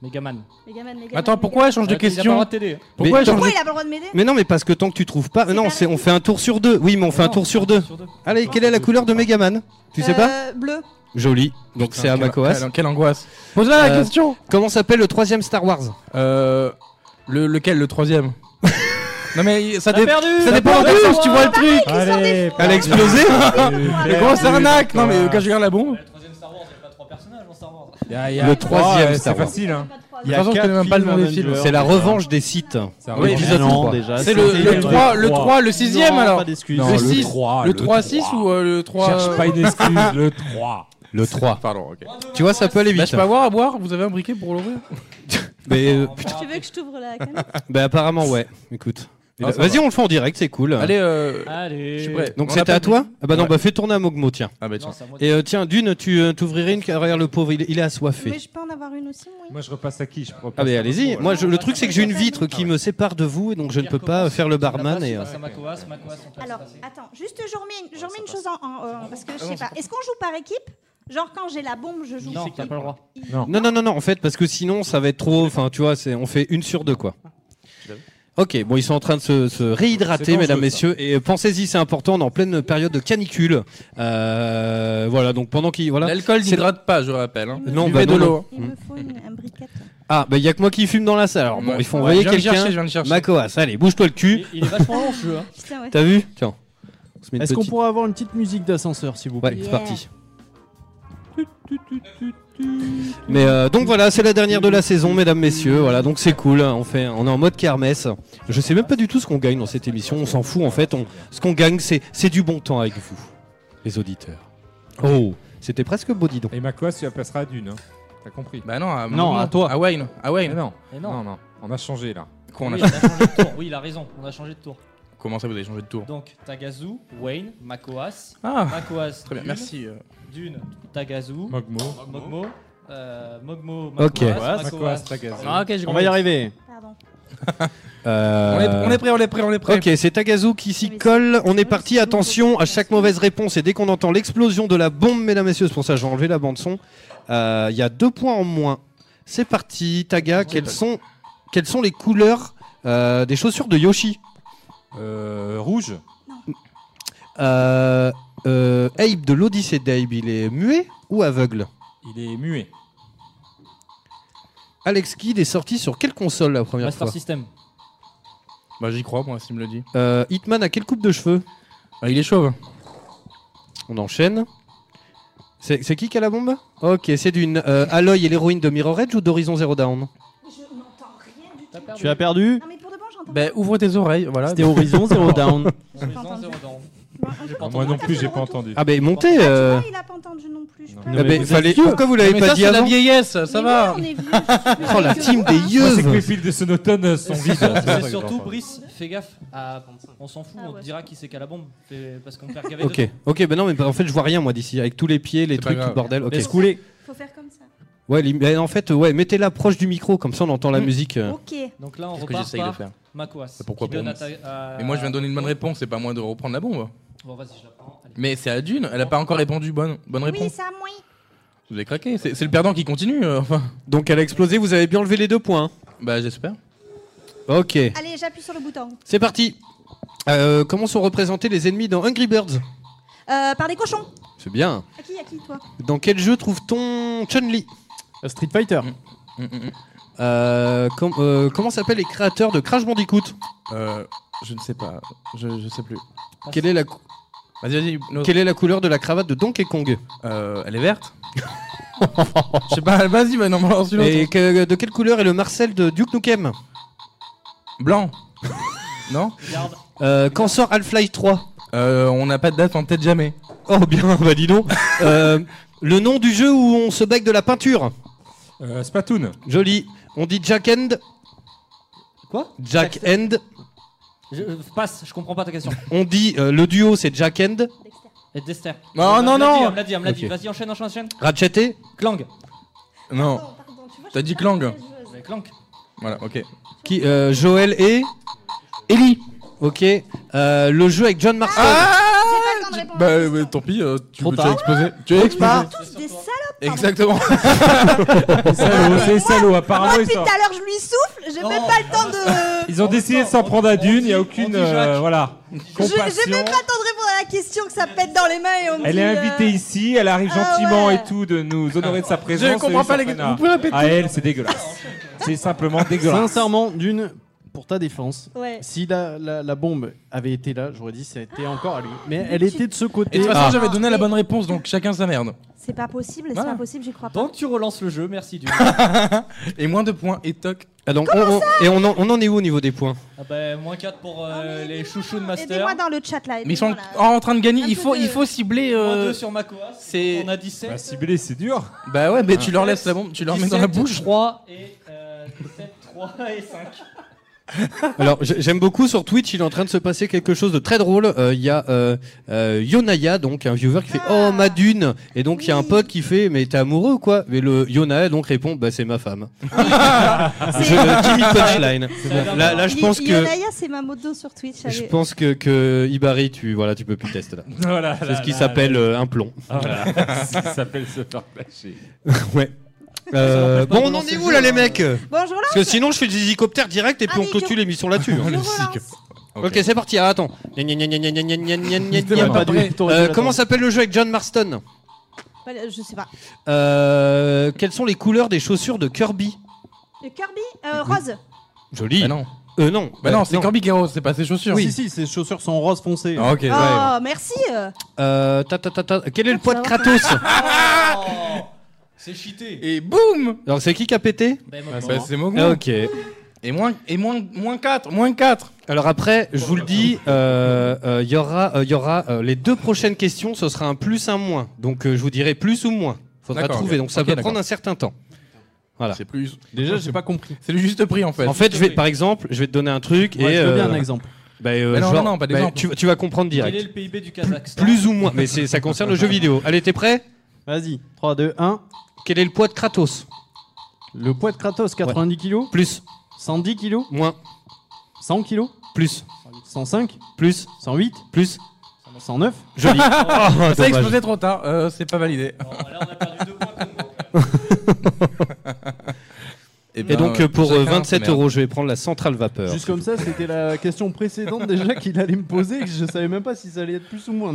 S12: Megaman.
S11: Megaman, Megaman,
S12: Attends, pourquoi
S11: Megaman.
S12: elle change de Euh, question il a pas le droit de t'aider. Pourquoi
S5: Mais-
S12: elle change
S11: Pourquoi il a pas le droit de m'aider
S5: Mais non, mais parce que tant que tu trouves pas. Non, c'est on fait un tour sur deux. Oui, mais on fait un tour sur deux. Allez, quelle est la couleur de Megaman Tu sais pas
S11: Euh, Bleu.
S5: Joli. Donc
S9: Putain,
S5: c'est Amakoas.
S9: quelle- Quelle angoisse.
S5: Pose-la la Ah, question. Comment s'appelle le troisième Star Wars
S9: Euh, le, lequel, le troisième Non mais ça,
S5: T'as
S9: dé-
S5: perdu,
S9: ça
S5: t'as
S9: dépend de
S5: perdu,
S9: la sauce, tu vois le truc
S5: Allez,
S9: Elle a explosé Mais grosse arnaque Non mais quand je regarde la
S5: Le
S9: bombe euh,
S5: troisième Star Wars.
S9: hein. Il y a je connais même pas le nom des films.
S5: C'est la revanche des sites.
S9: Oui,
S5: Épisode
S9: non,
S5: trois.
S9: déjà, C'est le- le 3, le 3, le 6 e alors Le 6, le 3 6 ou euh, le 3
S8: Cherche pas une excuse, le 3.
S5: Le 3.
S9: Pardon, ok.
S5: Tu vois, ça peut aller
S9: Bah,
S5: vite.
S9: je peux avoir à boire Vous avez un briquet pour l'ouvrir
S5: Mais euh, putain.
S11: Tu veux que je t'ouvre la canette
S5: Bah apparemment ouais. Écoute. Il
S9: Ah,
S5: a-
S9: ça
S5: Vas-y,
S9: va.
S5: on le fait en direct, c'est cool.
S9: Allez, euh,
S12: Allez.
S9: je suis prêt.
S5: Donc
S9: On
S5: c'était
S9: a
S5: à
S9: pas
S5: toi
S9: dit.
S5: Ah bah non,
S9: Ouais.
S5: bah fais tourner à Mogmo, tiens.
S9: Ah bah tiens.
S5: Et euh, tiens, d'une, tu euh, t'ouvrirais une carrière le pauvre, il, il est assoiffé.
S11: Mais je peux en avoir une aussi, moi.
S8: Moi, je repasse à qui je repasse
S5: Ah bah
S8: à
S5: allez-y.
S8: Mogmo,
S5: Moi,
S8: alors.
S5: je- le truc c'est que j'ai une vitre qui me sépare de vous et donc je ne peux pas faire le barman et. euh,
S11: Alors, attends, juste je remets, une- je remets une chose en. en- en- parce que je sais pas. Est-ce qu'on joue par équipe Genre quand j'ai la bombe, je joue.
S12: Non, t'as pas le droit.
S5: Non. non, non, non, en fait, parce que sinon, ça va être trop. Enfin, tu vois, c'est, on fait une sur deux, quoi. Ok, bon, ils sont en train de se, se
S12: C'est
S5: réhydrater,
S12: dangereux,
S5: mesdames,
S12: ça.
S5: messieurs. Et euh, pensez-y, c'est important, on est en pleine période de canicule. Euh, voilà, donc pendant qu'il. Voilà,
S9: L'alcool
S5: C'est-
S9: n'hydrate pas, je rappelle. hein.
S5: Non,
S9: Buvez
S5: bah non,
S9: de
S5: non.
S9: l'eau.
S11: Il me faut une, un briquet.
S5: Ah, bah, il y a que moi qui fume dans la salle. Alors, bon,
S9: Ouais.
S5: il faut
S9: Ouais,
S5: envoyer
S9: je viens de
S5: quelqu'un.
S9: chercher, je viens de chercher.
S5: Makoas, allez, bouge-toi le cul.
S12: Il est vachement long, ce jeu. hein.
S11: Putain, ouais.
S5: T'as vu Tiens. on se met une
S1: Est-ce qu'on
S5: petite-
S1: pourrait avoir une petite musique d'ascenseur, s'il vous plaît
S5: Ouais, c'est parti. Mais euh, donc voilà, c'est la dernière de la saison, mesdames, messieurs. Voilà, donc c'est cool. On fait, on est en mode kermesse. Je sais même pas du tout ce qu'on gagne dans cette émission. On s'en fout en fait. On, ce qu'on gagne, c'est, c'est du bon temps avec vous, les auditeurs. Oh, c'était presque beau, dis donc.
S8: Et Macoas, tu la passeras à d'une. hein. T'as compris
S9: Bah non, à
S8: Non,
S9: Momo.
S8: à toi.
S9: À Wayne. À Wayne.
S8: Eh non.
S12: Eh non.
S8: non, non, on a changé là.
S9: Quoi, on a
S12: oui,
S9: changé
S12: on a changé de tour. Oui, il a raison. On a changé de tour.
S9: Comment ça, vous avez changé de tour
S12: Donc, Tagazu, Wayne, Makoas.
S9: Ah,
S12: Makoas.
S9: très bien,
S12: Dune,
S9: merci, euh.
S12: Dune, Tagazu.
S8: Mogmo.
S12: Mogmo. euh, Mogmo, Makoas.
S5: Ok.
S12: Makoas,
S8: Makoas, Tagazu.
S12: Ah, ok, j'ai
S5: On va y
S12: compris.
S5: arriver. Euh,
S9: On est- on est prêt, on est prêt, on est prêt.
S5: Ok, c'est Tagazu qui s'y colle. On est parti. Attention à chaque mauvaise réponse et dès qu'on entend l'explosion de la bombe, mesdames messieurs, c'est pour ça que j'ai enlevé la bande son. Euh, Il y a deux points en moins. C'est parti, Taga. Quelles sont quelles sont les couleurs euh, des chaussures de Yoshi
S8: Euh, rouge
S5: euh, euh, Abe de l'Odyssée d'Abe, il est muet ou aveugle
S8: Il est muet.
S5: Alex Kidd est sorti sur quelle console la première
S12: Master
S5: fois
S12: System.
S9: Bah j'y crois, moi, s'il me le dit.
S5: Euh, Hitman a quelle coupe de cheveux
S9: Ah, Il est chauve.
S5: On enchaîne. C'est c'est qui qui a la bombe Ok, c'est d'une. Euh, Aloy et l'héroïne de Mirror Edge ou d'Horizon Zero Dawn
S1: Tu as perdu
S9: Ben ouvre tes oreilles, voilà.
S1: C'était Horizon Zero Dawn.
S8: Moi non plus, j'ai pas entendu.
S5: Ah, bah montez euh...
S11: Il a pas entendu non plus. je
S5: Ah bah, fallait... Pourquoi vous l'avez
S9: Mais
S5: pas
S9: ça,
S5: dit
S9: c'est la
S5: avant
S9: vieillesse, ça va.
S5: Oh la team des yeux
S8: Moi, C'est que les fils de euh, sonotone sont
S12: C'est-
S8: vides. hein, ça, ça,
S12: C'est
S8: ça,
S12: surtout,
S8: ça.
S12: Brice, fais gaffe. à- On s'en fout,
S11: Ah
S12: on te dira qui c'est qu'à la bombe. C'est- Parce qu'on perd gavé
S5: Ok, ok, bah non, mais en fait, je vois rien moi d'ici. Avec tous les pieds, les trucs, tout le bordel. Ok.
S11: Faut faire- Faut faire comme ça.
S5: Ouais, les- mais en fait, ouais, mettez-la proche du micro, comme ça on entend
S12: Mm.
S5: la musique. euh.
S11: Ok.
S12: Donc là, on
S9: C'est ce que
S12: repart
S9: j'essaye de
S12: par
S9: faire.
S12: Makoas.
S9: Mais Pourquoi
S12: qui donne
S9: pour
S12: à ta- à-
S9: Mais moi je viens de donner une bonne réponse, c'est pas à moi de reprendre la bombe.
S12: Bon, vas-y, je la prends. Allez.
S9: Mais c'est à Dune, elle a pas encore répondu bonne, bonne
S11: Oui,
S9: réponse.
S11: ça, moi.
S9: Vous avez craqué, c'est c'est le perdant qui continue, euh, enfin.
S5: Donc elle a explosé, vous avez bien enlevé les deux points. hein.
S9: Bah j'espère.
S5: Ok,
S11: Allez, j'appuie sur le bouton.
S5: c'est parti. Euh, comment sont représentés les ennemis dans Hungry Birds
S11: Euh, par des cochons.
S5: C'est bien.
S11: À qui, à qui, toi
S5: Dans quel jeu trouve-t-on Chun-Li
S1: Street Fighter.
S5: Euh, com- euh, comment s'appellent les créateurs de Crash Bandicoot
S9: Euh, je ne sais pas, je, je sais plus.
S5: Quelle est la cou-
S9: Vas-y, vas-y. no-
S5: Quelle est la couleur de la cravate de Donkey Kong
S9: Euh, elle est verte Je sais pas, vas-y, bah non, lance une
S5: Et
S9: autre.
S5: que- de quelle couleur est le Marcel de Duke Nukem
S9: Blanc Non
S5: Euh, Quand sort Half-Life 3
S9: Euh, On n'a pas de date en tête jamais.
S5: Oh bien, bah dis donc. Euh, le nom du jeu où on se bec de la peinture
S8: Euh, Spatoon.
S5: Joli. On dit Jack End.
S12: Quoi
S5: Jack End.
S12: Je, euh, passe, je comprends pas ta question.
S5: On dit euh, le duo, c'est Jack End.
S12: Et Dexter.
S5: Oh, Non,
S12: On l'a-
S5: non,
S12: on l'a
S5: non.
S12: dit, On l'a dit, on l'a dit.
S5: Ok.
S12: Vas-y, enchaîne, enchaîne, enchaîne.
S5: Ratchet
S12: Clang.
S9: Non. T'as dit Clang
S12: Mais Clang.
S9: Voilà, ok.
S5: Qui, euh, Joël et Ellie. Ok. Euh, le jeu avec John Marston.
S9: Ah Bah, euh, ouais, tant pis, euh, tu,
S5: Trop
S9: tu
S5: tard.
S9: as explosé. Tu as explosé.
S11: Tous des salopes. pardon.
S9: Exactement.
S16: salaud, c'est salaud, apparemment.
S11: Moi,
S16: ils
S11: depuis tout
S16: sont-
S11: à l'heure, je lui souffle. J'ai même pas le temps de.
S16: Ils ont décidé de s'en prendre à Dune, il n'y a aucune. euh, voilà.
S11: Je- J'ai
S16: Compassion.
S11: même pas le temps de répondre à la question que ça pète dans les mains et on me
S16: Elle
S11: dit,
S16: est
S11: euh,
S16: invitée ici, elle arrive
S11: Ah
S16: gentiment
S11: ouais.
S16: et tout de nous honorer de sa présence.
S1: comprends
S16: et
S1: pas les-
S16: s'en prennent
S1: vous
S16: à-
S1: pouvez répéter
S16: À elle, c'est dégueulasse. C'est simplement dégueulasse.
S1: Sincèrement, d'une, pour ta défense,
S11: Ouais.
S1: si la, la- la bombe avait été là, j'aurais dit c'était encore à lui. Mais elle était de ce côté.
S9: Et de toute
S5: Ah.
S9: façon, j'avais donné la bonne réponse, donc chacun sa merde.
S11: C'est pas possible, c'est
S9: Voilà.
S11: pas possible, j'y crois pas.
S12: Donc tu relances le jeu, merci du.
S9: et moins de points et toc.
S5: Ah, donc, on- on- et on en, on en est où au niveau des points
S12: Ah bah, moins 4 pour euh, les chouchous de Master.
S11: Ah, Aidez-moi dans le chat là.
S9: Mais ils sont
S11: aidez-moi, là.
S9: en train de gagner.
S11: Un
S9: Il
S11: peu
S9: faut,
S11: de-
S9: il faut cibler.
S12: Moins
S9: euh,
S12: deux sur Makoas.
S9: c'est-
S12: On a 17.
S16: Cibler, c'est dur.
S9: Bah ouais, mais tu leur laisses la bombe, tu leur mets dans la
S12: 17,
S9: bouche.
S12: 3 et euh, 7, 3 et 5.
S5: Alors, j'ai- j'aime beaucoup sur Twitch, il est en train de se passer quelque chose de très drôle. Euh, Il y a euh, euh, Yonaya, donc un viewer qui fait
S11: Ah.
S5: Oh ma dune Et donc, il y a un pote qui fait Mais t'es amoureux ou quoi Mais le Yonaya donc répond Bah, c'est ma femme. Je- euh, Timmy Punchline. Là, là, je
S11: Y-
S5: pense que.
S11: Yonaya, c'est ma moto sur Twitch.
S5: Je
S11: allez.
S5: pense que, que Ibari, tu, voilà, tu peux plus tester là.
S16: Voilà,
S5: c'est
S16: là,
S5: ce qui
S16: là,
S5: s'appelle
S16: là.
S5: euh, un plomb.
S16: Ah, voilà. Ça s'appelle se faire placher.
S5: ouais. Euh,
S16: Ça
S5: bon,
S16: m'empêche
S5: on
S16: pas
S5: en
S16: de
S5: est où
S16: lancer
S5: là,
S16: le
S5: les
S16: jeu, hein.
S5: mecs
S11: Bon, je relance.
S5: Parce que sinon, je fais des hélicoptères direct et puis on clôture l'émission là-dessus. hein. Ok, c'est parti. Ah, attends. Gna, gna, gna, gna, gna, gna, gna, gna, gna,
S1: C'était même
S5: gna.
S1: pas prêt. T'aurais dû
S5: Euh,
S1: l'attendre.
S5: Comment s'appelle le jeu avec John Marston
S11: Voilà, Je sais pas.
S5: Euh, Quelles sont les couleurs des chaussures de Kirby
S11: Le Kirby, euh, rose.
S5: Joli.
S9: Bah non.
S5: Euh, non.
S9: Bah non, c'est Kirby Kero, c'est pas ses chaussures.
S1: Oui, si, si, ses chaussures sont roses foncées.
S9: Ah, ok,
S11: oh,
S9: ouais.
S11: merci. euh.
S5: Euh, ta, ta, ta, ta. Quel est le poids de Kratos
S12: C'est cheaté.
S9: Et boum
S5: Alors, c'est qui qui a pété
S12: Bah,
S9: Bah, bah, c'est
S5: Ah,
S9: Mogon.
S5: Ok.
S9: Et moins, et moins, moins 4, moins 4.
S5: Alors après, je vous le dis, euh, euh, il y aura, euh, il y aura euh, les deux prochaines questions, ce sera un plus, un moins. Donc euh, je vous dirai plus ou moins. Faudra
S9: D'accord,
S5: trouver.
S9: ok.
S5: Donc ça
S9: Ok,
S5: peut
S9: d'accord.
S5: prendre un certain temps. Voilà.
S9: C'est plus.
S1: Déjà, j'ai pas compris.
S9: C'est le juste prix en fait.
S5: En fait, je vais, par exemple, je vais te donner un truc
S1: Ouais,
S5: et.
S1: je veux bien
S5: euh,
S1: un exemple.
S5: bah, euh,
S9: Mais non,
S5: genre,
S9: non, non, pas
S5: bah,
S9: d'exemple.
S5: tu, tu vas comprendre
S12: Quel est
S5: direct.
S12: le PIB du Kazakhstan
S5: Plus ou moins, mais c'est- ça concerne le jeu vidéo. Allez, t'es prêt
S1: Vas-y, 3, 2, 1.
S5: Quel est le poids de Kratos
S1: Le poids de Kratos, 90 kg
S5: Plus.
S1: 110 kg
S5: Moins.
S1: 100 kg
S5: Plus.
S1: 105
S5: Plus.
S1: 108
S5: Plus.
S1: 109
S5: Joli.
S9: Oh,
S5: Ah,
S9: Ça a
S5: dommage.
S9: explosé trop tard, euh, c'est pas validé.
S5: Et,
S9: ben,
S5: donc
S9: euh,
S5: euh, pour
S9: chacun
S5: euh, 27
S9: sa merde.
S5: euros, je vais prendre la centrale vapeur.
S1: Juste comme ça, c'était la question précédente déjà qu'il allait me poser et que je savais même pas si ça allait être plus ou moins.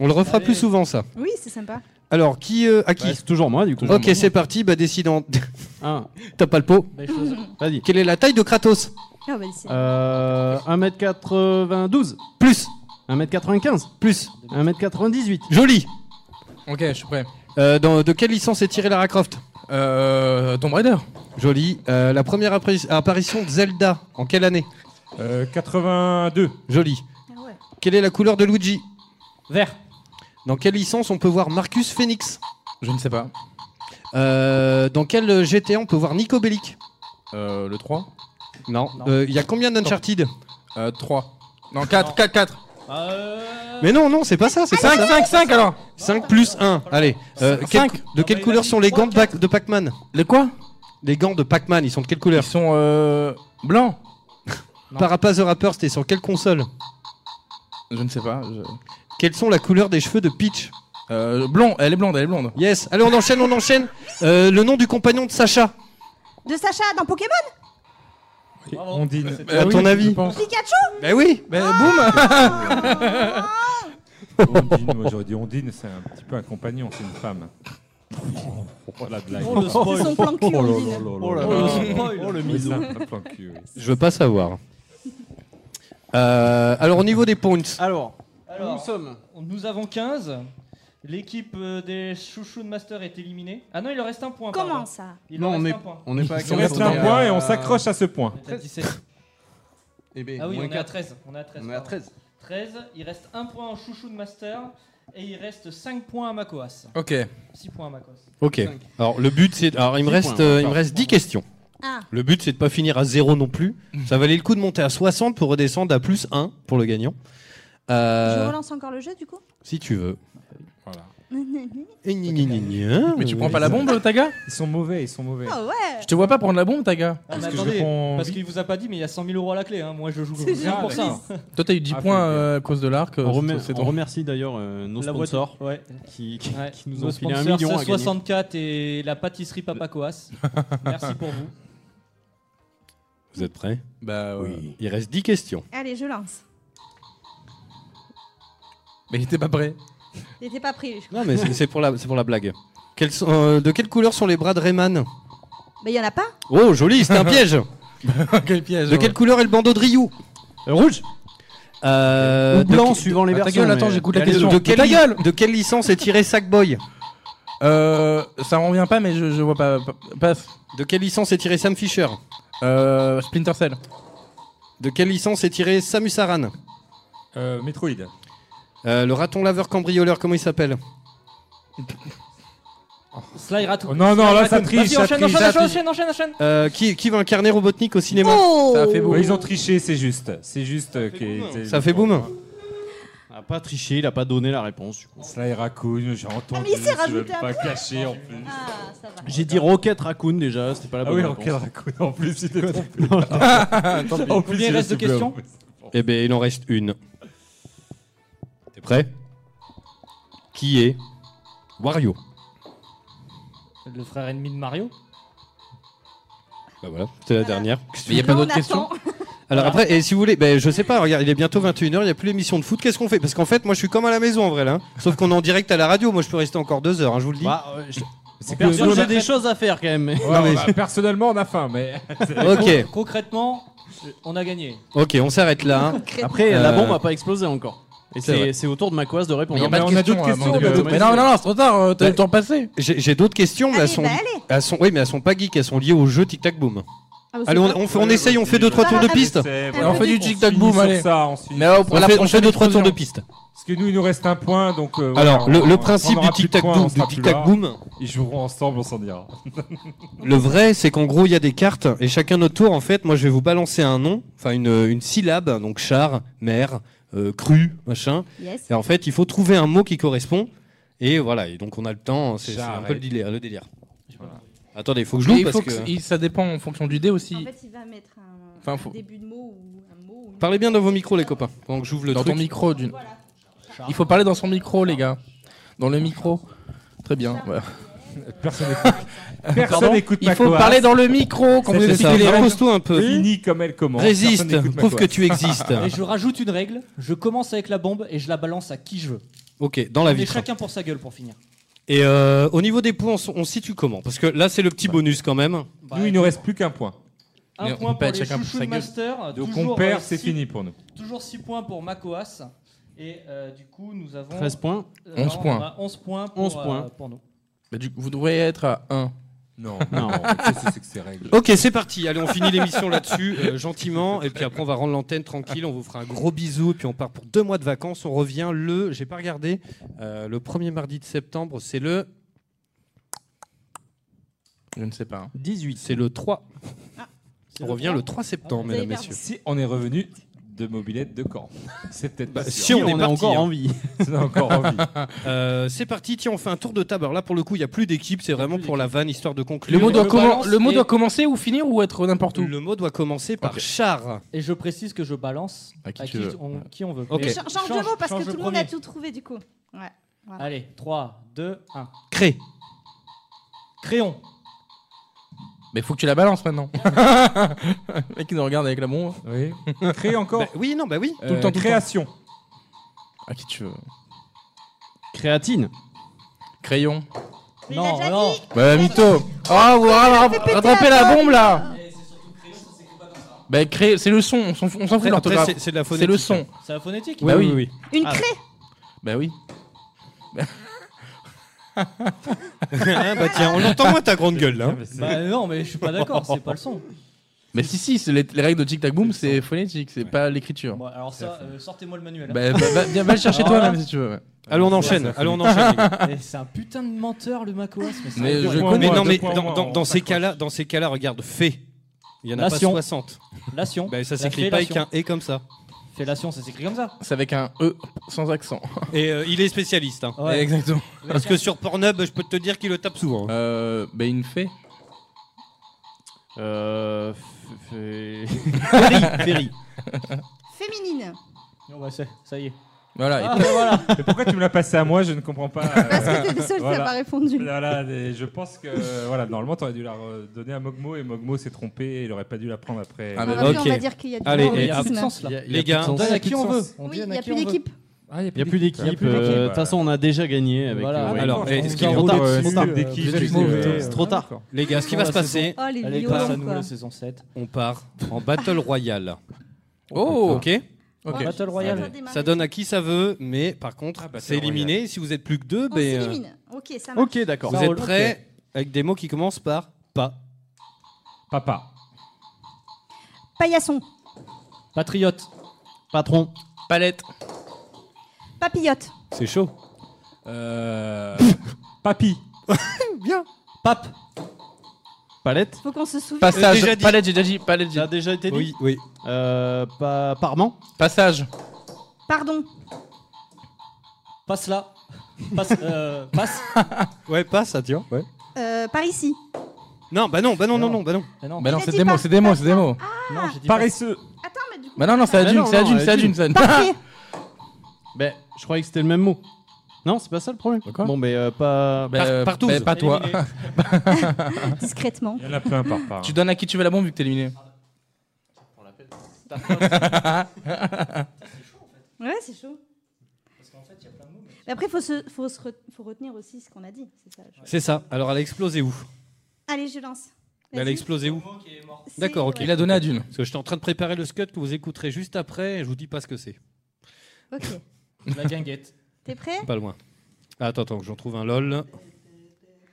S5: On le refera plus souvent ça.
S11: Oui, c'est sympa.
S5: Alors qui euh, à qui
S1: Bah, c'est toujours moi du coup. Ah.
S5: Ok, c'est parti. Bah décide en-
S1: Un.
S5: T'as pas le pot
S12: Belle chose.
S1: Vas-y.
S5: Quelle est la taille de Kratos
S11: Ah, bah, c'est-
S1: Euh, 1m92
S5: Plus
S1: 1m95
S5: Plus
S1: 1m98
S5: Joli
S9: Ok, je suis prêt.
S5: Euh, dans- De quelle licence est tirée Lara Croft
S9: Euh, Tomb Raider.
S5: Joli. Euh, la première appari- apparition de Zelda, en quelle année
S16: Euh, 82.
S5: Joli.
S11: Ah
S5: Quelle est la couleur de Luigi
S12: Vert.
S5: Dans quelle licence on peut voir Marcus Phoenix
S9: Je ne sais pas.
S5: Euh, Dans quel GTA on peut voir Nico Bellic
S9: Euh, le 3
S5: Non. Euh, Il y a combien d'Uncharted
S9: euh, 3. Non, 4, 4, 4.
S5: Mais non, non, c'est pas ça, c'est
S9: 5,
S5: 5
S9: 5, 5 alors
S5: 5 plus 1, allez. Euh, quel-
S9: Cinq.
S5: de quelle couleur sont les gants de, Pac- de Pac-Man
S9: Les quoi
S5: Les gants de Pac-Man, ils sont de quelle couleur
S9: Ils sont euh, blancs.
S5: Parappa the Rapper, c'était sur quelle console
S9: Je ne sais pas. je-
S5: Quelles sont la couleur des cheveux de Peach
S9: Euh, blond, elle est blonde, elle est blonde.
S5: Yes, allez, on enchaîne, on enchaîne. Euh, le nom du compagnon de Sacha,
S11: De Sacha dans Pokémon
S16: On
S1: Bah,
S16: dit.
S5: à ton avis
S11: Pikachu
S5: Bah oui
S9: Bah
S5: Ah
S16: Ah
S9: boum
S16: Ondine, Ah moi j'aurais dit Ondine, c'est un petit peu un compagnon, c'est une femme. Oh la blague.
S12: Oh, le spoil. C'est son plan cul,
S16: Oh là
S12: Ondine.
S16: là là
S1: Oh là
S16: là
S1: là.
S16: là.
S1: Oh, le spoil. Oh, le
S16: Oui,
S1: miso.
S16: c'est un plan cul, oui.
S5: Je veux pas savoir. Euh, alors, au niveau des points,
S1: Alors,
S12: Alors,
S1: nous sommes.
S12: Nous avons 15. L'équipe euh, des chouchous de Master est éliminée. Ah non, il leur reste un point.
S11: Comment
S12: pardon.
S11: ça
S12: Il
S1: Non,
S12: leur
S1: on
S12: reste
S1: est-
S12: un point.
S1: on n'est pas à
S16: On reste un point et on s'accroche à ce point.
S12: On est à 17.
S1: Eh ben,
S12: Ah oui,
S1: moins
S12: on est à
S1: quatre.
S12: 13. On est à 13.
S1: On est à
S12: pardon.
S1: 13.
S12: 13. Il reste un point en chouchou de Master. Et il reste 5 points à Makoas.
S9: Ok.
S12: 6 points à Makoas.
S5: Ok. Alors, le but, c'est. Alors, il me
S1: Dix
S5: reste,
S1: points, hein.
S5: euh, il
S1: d'accord.
S5: me reste 10 questions.
S11: Ah.
S5: Le but, c'est de pas finir à 0 non plus. Ça valait le coup de monter à 60 pour redescendre à plus 1 pour le gagnant. Euh,
S11: Je relance encore le jeu du coup
S5: Si tu veux. Ah,
S9: Mais tu prends pas la bombe, euh, Taga
S8: Ils sont mauvais, ils sont mauvais.
S11: Ah ouais
S9: Je te vois pas prendre la bombe, Taga.
S12: Ah, mais
S9: Parce que je
S12: attendez,
S9: prends
S12: parce
S9: vite.
S12: qu'il vous a pas dit, mais il y a 100 000 euros à la clé. hein. Moi, je joue
S9: C'est
S12: rien pour ça. Ah,
S9: Toi, t'as eu 10 points euh, à cause de l'arc.
S1: Ah, On,
S9: euh,
S1: remer-
S9: c'est- c'est
S1: on
S9: ton-
S1: remercie d'ailleurs euh, nos
S12: La boîte-
S1: sponsors
S12: ouais.
S1: qui,
S9: euh,
S1: qui-
S12: Ouais.
S1: qui nous
S12: Nos
S1: ont filé un
S12: sponsors,
S1: million à gagner.
S12: 64 et la pâtisserie Papa Coas. Merci pour vous.
S5: Vous êtes prêts
S9: Bah
S5: oui. Il reste 10 questions.
S11: Allez, je lance.
S9: Mais il était pas prêt.
S11: Il était pas pris. je crois.
S5: Non, mais c'est c'est pour, la- c'est pour la blague. Quels sont- euh, de quelle couleur sont les bras de Rayman
S11: Mais il y en a pas
S5: Oh, joli, c'est un piège
S9: Bah, Quel piège
S5: De quelle couleur est le bandeau de Ryu Euh, Rouge Euh,
S1: Ou blanc, suivant
S9: Ah,
S1: les versions, mais- Allez,
S5: De quelle,
S9: Ta gueule
S5: de quelle licence est tiré Sackboy
S9: Euh, ça m'en revient pas, mais je, je vois pas. pa- Passe.
S5: De quelle licence est tiré Sam Fisher
S9: euh, Splinter Cell.
S5: De quelle licence est tiré Samus Aran
S8: Euh, Metroid.
S5: Euh, Le raton laveur cambrioleur, comment il s'appelle
S12: Sly
S16: Oh,
S12: Ratoon.
S8: Oh,
S5: non, non,
S12: Sly
S5: là, ça
S12: Ratoon.
S5: triche,
S12: Vas-y,
S5: ça
S12: enchaîne,
S5: triche,
S12: enchaîne,
S5: ça
S12: enchaîne, enchaîne, enchaîne.
S5: Euh, qui, qui va incarner Robotnik au cinéma
S12: Oh Ça a fait
S8: Ouais, ils ont triché, c'est juste. C'est juste euh, que- c'est-
S5: Ça fait boum hein.
S1: Il a pas triché, il a pas donné la réponse. du coup.
S8: Sly Raccoon, j'ai entendu.
S11: Ah, mais il s'est
S8: je
S11: rajouté
S8: veux pas
S11: après. Ah,
S8: cacher en plus.
S1: J'ai dit Rocket Raccoon déjà, c'était pas la
S8: Ah
S1: bonne
S8: oui,
S1: réponse.
S8: Rocket Raccoon en plus, il était trompé.
S1: Non, je-
S8: Tant pis. En plus, il reste
S12: de questions
S5: Eh bien, il en reste une. T'es prêt Qui est Wario
S12: Le frère ennemi de Mario.
S5: Bah voilà, c'est la dernière.
S12: Mais y a pas d'autres On attend. questions
S5: Alors après, et si vous voulez, ben, je sais pas, regarde, il est bientôt 21h, il n'y a plus l'émission de foot, qu'est-ce qu'on fait Parce qu'en fait, moi je suis comme à la maison en vrai là. hein. Sauf qu'on est en direct à la radio, moi je peux rester encore deux heures, hein, je vous le dis.
S1: Bah, euh, je-
S5: C'est
S1: Perso,
S5: que-
S1: j'ai des choses à faire quand même.
S5: Non, mais- bah,
S8: personnellement, on a faim, mais.
S5: Ok.
S12: Concrètement, on a gagné.
S5: Ok, on s'arrête là. hein.
S1: Après,
S5: Euh,
S1: la bombe a pas explosé encore. Et
S5: c'est vrai.
S1: c'est c'est au tour de ma coasse de répondre.
S5: Mais y a pas de questions, hein, mon Dieu. Mais non,
S9: non, c'est trop tard, euh, t'as
S5: Bah,
S9: le temps passé.
S5: J'ai j'ai d'autres questions, mais elles
S9: bah,
S5: sont, elles sont, oui, mais elles sont pas geeks, elles sont liées au jeu Tic Tac Boom.
S9: Ah, bah, c'est
S5: allez, on,
S9: pas-
S5: on fait- on essaye, on fait deux trois tours de piste.
S9: on fait du tic tac boom, allez. Mais
S5: on fait, on fait deux trois tours de piste.
S8: Parce que nous, il nous reste un point, donc. euh,
S5: Alors,
S8: voilà,
S5: le-
S8: on-
S5: le
S8: on
S5: principe
S8: aura
S5: du
S8: plus de
S5: tic-tac
S8: points,
S5: boom,
S8: on sera
S5: du
S8: plus
S5: tic-tac
S8: là.
S5: boom.
S8: Ils joueront ensemble, on s'en dira.
S5: Le vrai, c'est qu'en gros, il y a des cartes et chacun notre tour. En fait, moi, je vais vous balancer un nom, enfin une, une syllabe, donc char, mer, euh, cru, machin.
S6: Yes.
S5: Et en fait, il faut trouver un mot qui correspond. Et voilà. Et donc, on a le temps. hein, C'est c'est un
S9: Charrette.
S5: peu le délire. Le délire.
S9: Voilà.
S5: Attendez, il faut que je loue
S9: Et il
S5: parce
S9: faut
S5: que.
S9: que- il- Ça dépend en fonction du dé aussi.
S11: En fait, il va mettre un,
S9: Enfin,
S11: un
S9: faut-
S11: début de mot ou un mot. ou-
S5: Parlez bien dans vos micros, les copains. Pendant que j'ouvre le
S9: Dans
S5: truc.
S9: ton micro, d'une. Il faut parler dans son micro, les gars. Dans le micro. Très bien. voilà.
S8: Personne n'écoute. Personne
S9: Pardon
S8: n'écoute
S9: Il
S8: ma
S9: faut
S8: coasse.
S9: parler dans le micro quand vous
S5: C'est ça,
S9: expliquez les règles.
S5: impose-toi un peu.
S8: Fini comme elle commence.
S5: Résiste,
S8: Personne n'écoute ma
S5: prouve que
S8: coasse.
S5: tu existes.
S12: Et je rajoute une règle. Je commence avec la bombe et je la balance à qui je veux.
S5: Ok, dans la
S12: vie.
S5: vitre.
S12: chacun pour sa gueule pour finir.
S5: Et euh, au niveau des points, on, s- on se situe comment Parce que là, c'est le
S8: Bah.
S5: petit bonus quand même.
S8: Nous, il nous reste plus qu'un point.
S12: Un point pour les chouchous de master.
S8: Donc
S12: toujours,
S8: on perd,
S12: euh,
S8: c'est
S12: six-
S8: fini pour nous.
S12: Toujours 6 points pour Makoas. Et euh, du coup, nous avons.
S1: 13 points.
S12: Euh,
S9: 11
S12: non,
S9: points.
S12: on a 11 points pour,
S1: 11
S12: euh,
S1: points.
S12: pour nous.
S9: Bah, du coup, vous devriez être à 1.
S8: Non,
S1: Non.
S8: qu'est-ce que c'est que ces règles
S5: Ok, c'est parti. Allez, on finit l'émission là-dessus, euh, gentiment. Et puis après, on va rendre l'antenne tranquille. On vous fera un gros bisou. Et puis on part pour deux mois de vacances. On revient le. J'ai pas regardé. euh, le premier mardi de septembre, c'est le.
S9: Je ne sais pas.
S5: 18. C'est le 3. on revient le 3 septembre, mesdames, messieurs.
S8: Si on est revenu de mobilette de Caen. C'est peut-être pas
S5: Bah,
S8: sûr.
S5: si on est parti, hein.
S8: Si on est encore en vie.
S5: Euh, c'est parti, tiens, on fait un tour de table. Alors là, pour le coup, il n'y a plus d'équipe, c'est vraiment pour la vanne, histoire de conclure.
S9: Le mot, doit,
S5: Le
S9: commen-
S5: balance
S9: le mot
S5: et-
S9: doit commencer ou finir ou être n'importe où
S5: Le mot doit commencer par char.
S12: Et je précise que je balance à qui,
S5: qui tu veux.
S12: on, qui on veut.
S5: Ok.
S12: Mais
S11: Cha- change, de mot parce
S12: change
S11: que
S12: le
S11: tout le monde a
S12: premier.
S11: tout trouvé du coup. Ouais. voilà.
S12: Allez, 3, 2, 1.
S5: Cré.
S12: Crayon.
S9: Mais faut que tu la balances maintenant. le mec, il nous regarde avec la bombe.
S8: Oui. Créer encore
S5: Bah oui, non, bah oui.
S9: Euh, Tout le temps, tout le
S8: création.
S9: À qui tu veux
S1: Créatine.
S9: Crayon.
S12: Non, non.
S9: Bah, mytho. Oh, vous rattrapez la bombe là Bah, créer, c'est le son, on s'en fout on s'en
S5: Après,
S9: fout de
S5: après,
S9: l'orthographe.
S5: c'est- c'est de la
S9: C'est le
S5: phonétique,
S9: son.
S12: C'est la phonétique
S9: Bah oui,
S11: Une craie
S9: Bah oui.
S5: Ah, bah tiens, on l'entend moins ta grande gueule hein.
S9: hein.
S5: là.
S12: Bah non, mais je suis pas d'accord, c'est pas le son.
S9: Mais si, si, c'est les, les règles de Tic Tac Boom, c'est phonétique, c'est pas l'écriture.
S12: Bon, alors ça, euh, sortez-moi le manuel. hein.
S9: Bah, bah, bah, viens, va le chercher
S12: Alors là-
S9: toi-même si tu veux. ouais.
S5: Allons, on enchaîne, allons, on enchaîne, les gars.
S12: Eh, C'est un putain de menteur le Macoas. Mais, c'est
S9: Mais
S12: un
S9: je
S12: gros
S5: Mais
S12: menteur.
S9: hein.
S5: non, mais dans, dans- dans ces cas-là, dans ces cas-là, regarde, fait. Il y en a
S12: Lation.
S5: pas 60.
S12: Lation.
S5: Ben, ça
S12: La
S5: s'écrit pas avec
S12: fellation.
S5: un E comme ça.
S12: Fellation, ça s'écrit comme ça.
S9: C'est avec un E sans accent.
S5: Et euh, il est spécialiste. hein.
S9: Ouais. Exactement.
S5: Parce que sur Pornhub, je peux te dire qu'il le tape souvent. hein.
S9: Euh, ben une fée.
S1: Euh.
S5: Ferry.
S11: Féminine.
S12: Non, bah, c'est- ça y est.
S9: Voilà.
S12: Ah, bah, voilà.
S16: Mais pourquoi tu me l'as passé à moi Je ne comprends pas. euh,
S11: Parce que t'es le seul qui a pas répondu.
S16: Voilà, et je pense que euh, voilà, normalement, t'aurais dû la donner à Mogmo et Mogmo s'est trompé et il aurait pas dû la prendre après.
S11: Ah, mais Aujourd'hui, bon. on va dire qu'il y a du
S5: Allez,
S11: favoritisme.
S5: et
S11: Il y a plus de
S5: à-
S11: sens, là.
S5: il y a-
S1: Il y a plus
S5: les
S1: de
S5: gars,
S8: Bah,
S1: sens.
S5: donne à qui on veut.
S11: On Oui, il n'y a plus d'équipe.
S1: Il n'y a plus d'équipe. euh, De toute façon, on a déjà gagné. avec
S5: Voilà.
S1: euh, ouais.
S5: Alors, est-ce qu'il est
S1: trop tard,
S5: trop
S1: c'est trop tard.
S5: d'équipe,
S1: C'est
S5: c'est-
S1: trop
S5: euh,
S1: tard.
S5: c'est trop tard. Les gars, ce qui va se passer,
S12: Oh, les
S5: Allez,
S12: violons,
S5: passe à
S12: quoi.
S5: nous la saison 7. on part en Battle Royale. euh,
S9: Oh,
S5: Ok Ah,
S9: Ok.
S12: Battle Royale. Attendez,
S5: Ça donne à qui ça veut, mais par contre, c'est éliminé. Si vous êtes plus que deux,
S11: On
S5: ben, euh,
S11: s'élimine. Ok, ça marche.
S5: Vous êtes prêts avec des mots qui commencent par pas.
S16: Papa.
S11: Paillasson.
S12: Patriote.
S5: Patron.
S9: Palette.
S11: Papillote.
S5: C'est chaud.
S16: Euh... Papy.
S11: Bien.
S12: Pape.
S1: Palette.
S11: Faut qu'on se souvienne.
S9: Passage.
S1: Déjà dit.
S9: Palette, j'ai déjà dit. Palette,
S1: Ça a déjà été dit
S5: Oui, oui.
S1: Euh, pas parment.
S9: Passage.
S11: Pardon.
S12: Passe là. Passe. euh, passe.
S5: Ouais, passe, ça tient. Ouais.
S11: Euh, par ici.
S5: Non, bah non, bah non, non, non, bah non.
S12: Bah non,
S9: Bah non,
S11: Il a
S9: c'est
S11: dit
S9: des mots,
S11: pas-
S9: c'est des mots, c'est des mots.
S12: Non, j'ai dit
S16: Paresseux.
S11: Ah Attends, mais du coup.
S9: Bah non, non, c'est
S1: Bah
S9: adulte,
S1: non,
S9: c'est
S1: non,
S9: adulte, c'est adulte.
S1: adulte.
S9: ça.
S11: Parfait.
S1: Ben, je croyais que c'était le même mot. Non, c'est pas ça le problème. Bon, ben, euh, pas.
S9: Bah, euh, bah, pas toi.
S11: Discrètement.
S16: Il y en a plein par part.
S9: Tu donnes à qui tu veux la bombe vu que t'es éliminé.
S11: Ouais, c'est chaud. Mais après, faut se, faut se re- faut retenir aussi ce qu'on a dit. C'est ça. je-
S5: C'est ça. Alors, elle a explosé où
S11: Allez, je lance.
S5: Elle a
S11: Vas-y.
S5: explosé où
S11: C'est-
S5: D'accord, ok.
S11: ouais.
S9: Il a donné à Dune.
S5: Parce que j'étais en train de préparer le scud que vous écouterez juste après. et Je vous dis pas ce que c'est.
S11: Ok.
S12: La guinguette.
S11: T'es prêt
S5: Pas loin. Ah, attends, attends, que j'en trouve un lol.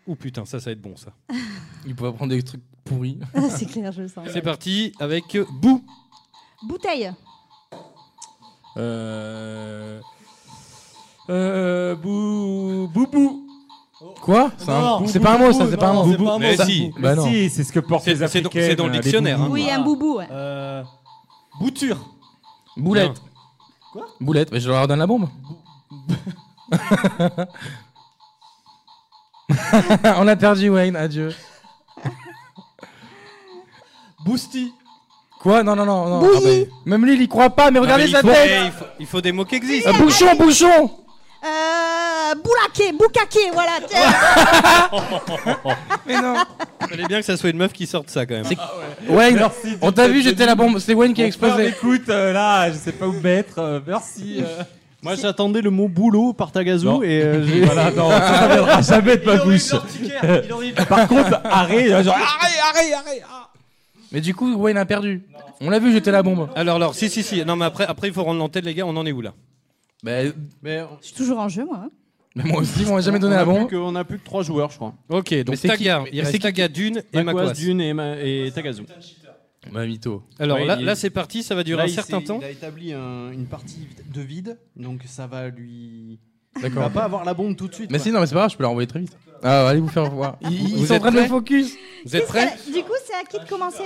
S5: Ou putain, ça, ça va être bon, ça.
S9: Il pourrait prendre des trucs pourris.
S11: Ah, C'est clair, je le sens.
S5: C'est parti avec euh, Bou.
S11: Bouteille.
S16: Euh... Euh... Bou... Boubou.
S9: Quoi C'est un- c'est pas un mot, ça, c'est pas un mot.
S16: Boubou.
S5: Mais si.
S16: Mais
S9: Bah non.
S16: si, c'est ce que portent les
S5: C'est- c'est dans-
S16: Africaines,
S5: c'est dans le
S16: les
S5: dictionnaire,
S16: boubous.
S5: hein.
S11: Oui, un boubou. ouais.
S12: Euh, bouture.
S9: Boulette.
S12: Quoi
S9: Boulette, mais je leur donne la bombe. On a perdu Wayne, adieu.
S12: Boosty.
S9: Quoi Non, non, non, non.
S11: Bouillie.
S9: bah, même lui, il y croit pas, mais regardez
S5: mais il
S9: sa
S5: faut- eh,
S9: tête
S5: il, faut, il faut des mots qui existent.
S9: Euh, Bouchon, bouchon
S11: Euh, boulaqué, boucaqué, voilà. tiens.
S9: Mais non
S5: Fallait bien que ça soit une meuf qui sorte ça quand même. Ah,
S9: Wayne,
S16: Merci,
S9: on t'a
S16: Dieu
S9: vu,
S16: te
S9: j'étais la bombe, c'est Wayne qui a
S16: Mon frère
S9: explosé.
S16: m'écoute, euh, là, je sais pas où me mettre. euh, merci. euh.
S1: Moi, j'attendais le mot boulot par Tagazou
S16: Non.
S1: et euh, j'ai-
S16: voilà, non, ça, ça viendra jamais de ma bouche. Par contre, arrêt,
S1: euh,
S16: là, genre, arrête
S9: Mais du coup, Wayne a perdu. On l'a vu, j'étais la bombe.
S5: Alors, alors, si, si, si. Non, mais après, après il faut rendre l'antenne, les gars. On en est où là
S9: Bah,
S1: Mais
S11: Je suis toujours en jeu, moi. hein.
S9: mais moi aussi, on m'a jamais
S1: on-
S9: donné
S1: on
S9: la
S1: a plus
S9: bombe.
S1: que- On a plus que trois joueurs, je crois.
S5: Ok, donc
S9: c'est qui-
S5: Taga.
S9: mais
S5: Il
S9: c'est
S5: reste
S9: qui-
S5: Taga, Dune et
S1: Macoas,
S5: Macoas.
S1: Dune et, Ma- et Tagazou.
S9: Bah, mytho.
S5: Alors
S1: Ouais,
S5: là,
S1: il-
S5: là c'est parti. Ça va durer
S1: Là,
S5: un
S1: il
S5: certain
S1: s'est-
S5: temps.
S1: Il a établi un- une partie de vide, donc ça va lui. Il
S9: D'accord.
S1: va pas avoir la bombe tout de suite.
S9: Mais
S1: quoi.
S9: si, non, mais c'est pas grave, je peux la renvoyer très vite. Ah, allez vous faire voir. Ils, ils
S5: Vous
S9: sont en
S5: êtes
S9: train de me
S5: prêts
S9: focus.
S5: Vous êtes
S11: Qu'est-ce qu'elle
S5: prêts
S11: a- Du coup, c'est à qui de commencer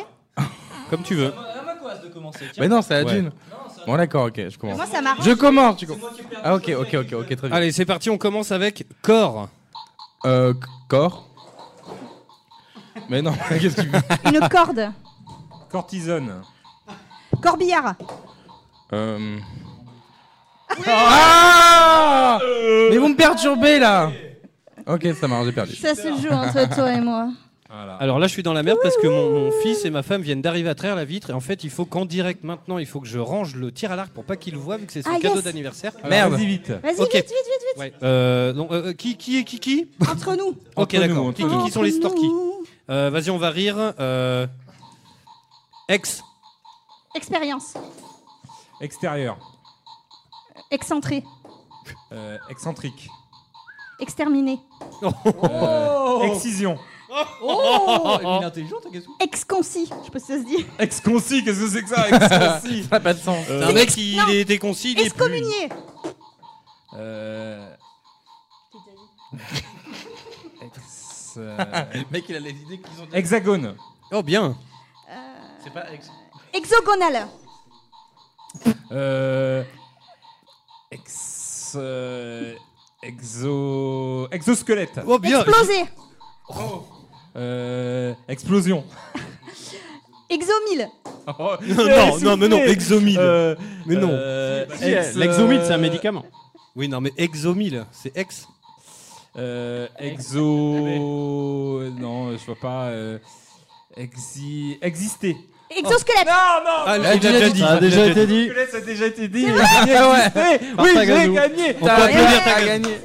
S5: Comme tu veux.
S12: À ma coasse de commencer. tiens.
S9: Mais non, c'est la
S5: Ouais.
S9: dune. Bon, d'accord, ok, je commence.
S11: Moi, ça m'arrange.
S9: Je commence, tu commences. Ah, ok, ok, ok, ok, très bien.
S5: Allez, c'est parti. On commence avec corps.
S9: Euh, c- corps. Mais non, qu'est-ce que tu veux
S11: Une corde.
S16: Cortisone.
S11: Corbillard.
S9: Euh. Ah
S5: Euh,
S9: Mais vous me perturbez là Ok, ça marche, j'ai perdu.
S11: Ça se joue entre toi et moi.
S5: Alors là, je suis dans la merde parce que mon, mon fils et ma femme viennent d'arriver à travers la vitre. Et en fait, il faut qu'en direct maintenant, il faut que je range le tir à l'arc pour pas qu'il le voie vu que c'est son
S11: Ah,
S5: cadeau
S11: yes.
S5: d'anniversaire.
S9: Merde.
S16: Vas-y vite.
S11: Vas-y,
S5: Ok.
S11: vite, vite, vite, vite.
S5: Ouais. Euh, non, euh, qui, qui est qui qui
S11: Entre nous.
S5: Ok,
S16: Entre nous,
S5: d'accord.
S16: entre
S5: Qui, qui- qui sont les Storky Euh, Vas-y, on va rire. Euh, Ex.
S11: Expérience.
S16: Extérieur.
S11: Excentré.
S16: Euh, excentrique.
S11: Exterminé.
S5: Oh.
S16: euh, Excision.
S12: Oh, il est intelligent, ta question.
S11: Exconcis. Je sais pas si ça se dit.
S16: Exconcis, qu'est-ce que c'est que ça Exconcis.
S9: Ça n'a pas de sens.
S5: C'est un mec qui
S11: Non.
S5: il était concis, il est plus.
S11: Excommunié.
S16: Euh... Ex... euh,
S9: Le mec, il a les idées qu'ils ont
S16: Hexagone.
S5: Oh bien.
S11: Euh,
S9: C'est pas ex-
S11: Hexagonal.
S8: Euh, ex. euh, exo. Exosquelette. Oh.
S5: Oh, bien.
S11: Explosé.
S8: Euh, explosion.
S11: Exomile.
S5: non, non, mais non, Exomil. mais non. eh,
S8: euh, si, l'exomil, c'est un médicament.
S5: Oui, non, mais Exomil, c'est ex.
S8: Euh, exo. Non, je vois pas. euh, exi... Exister.
S11: Exosquelette.
S8: Non, non.
S5: Ah, il a déjà dit. Ça a déjà été dit.
S8: Exosquelette, Ça a déjà été dit.
S11: C'est
S8: Il
S11: vrai
S8: a dit
S11: Ouais.
S8: exister.
S11: Par
S8: Oui, j'ai
S11: Tagazou.
S8: gagné.
S11: On peut applaudir
S8: T'as
S11: Tagazou.
S8: gagné.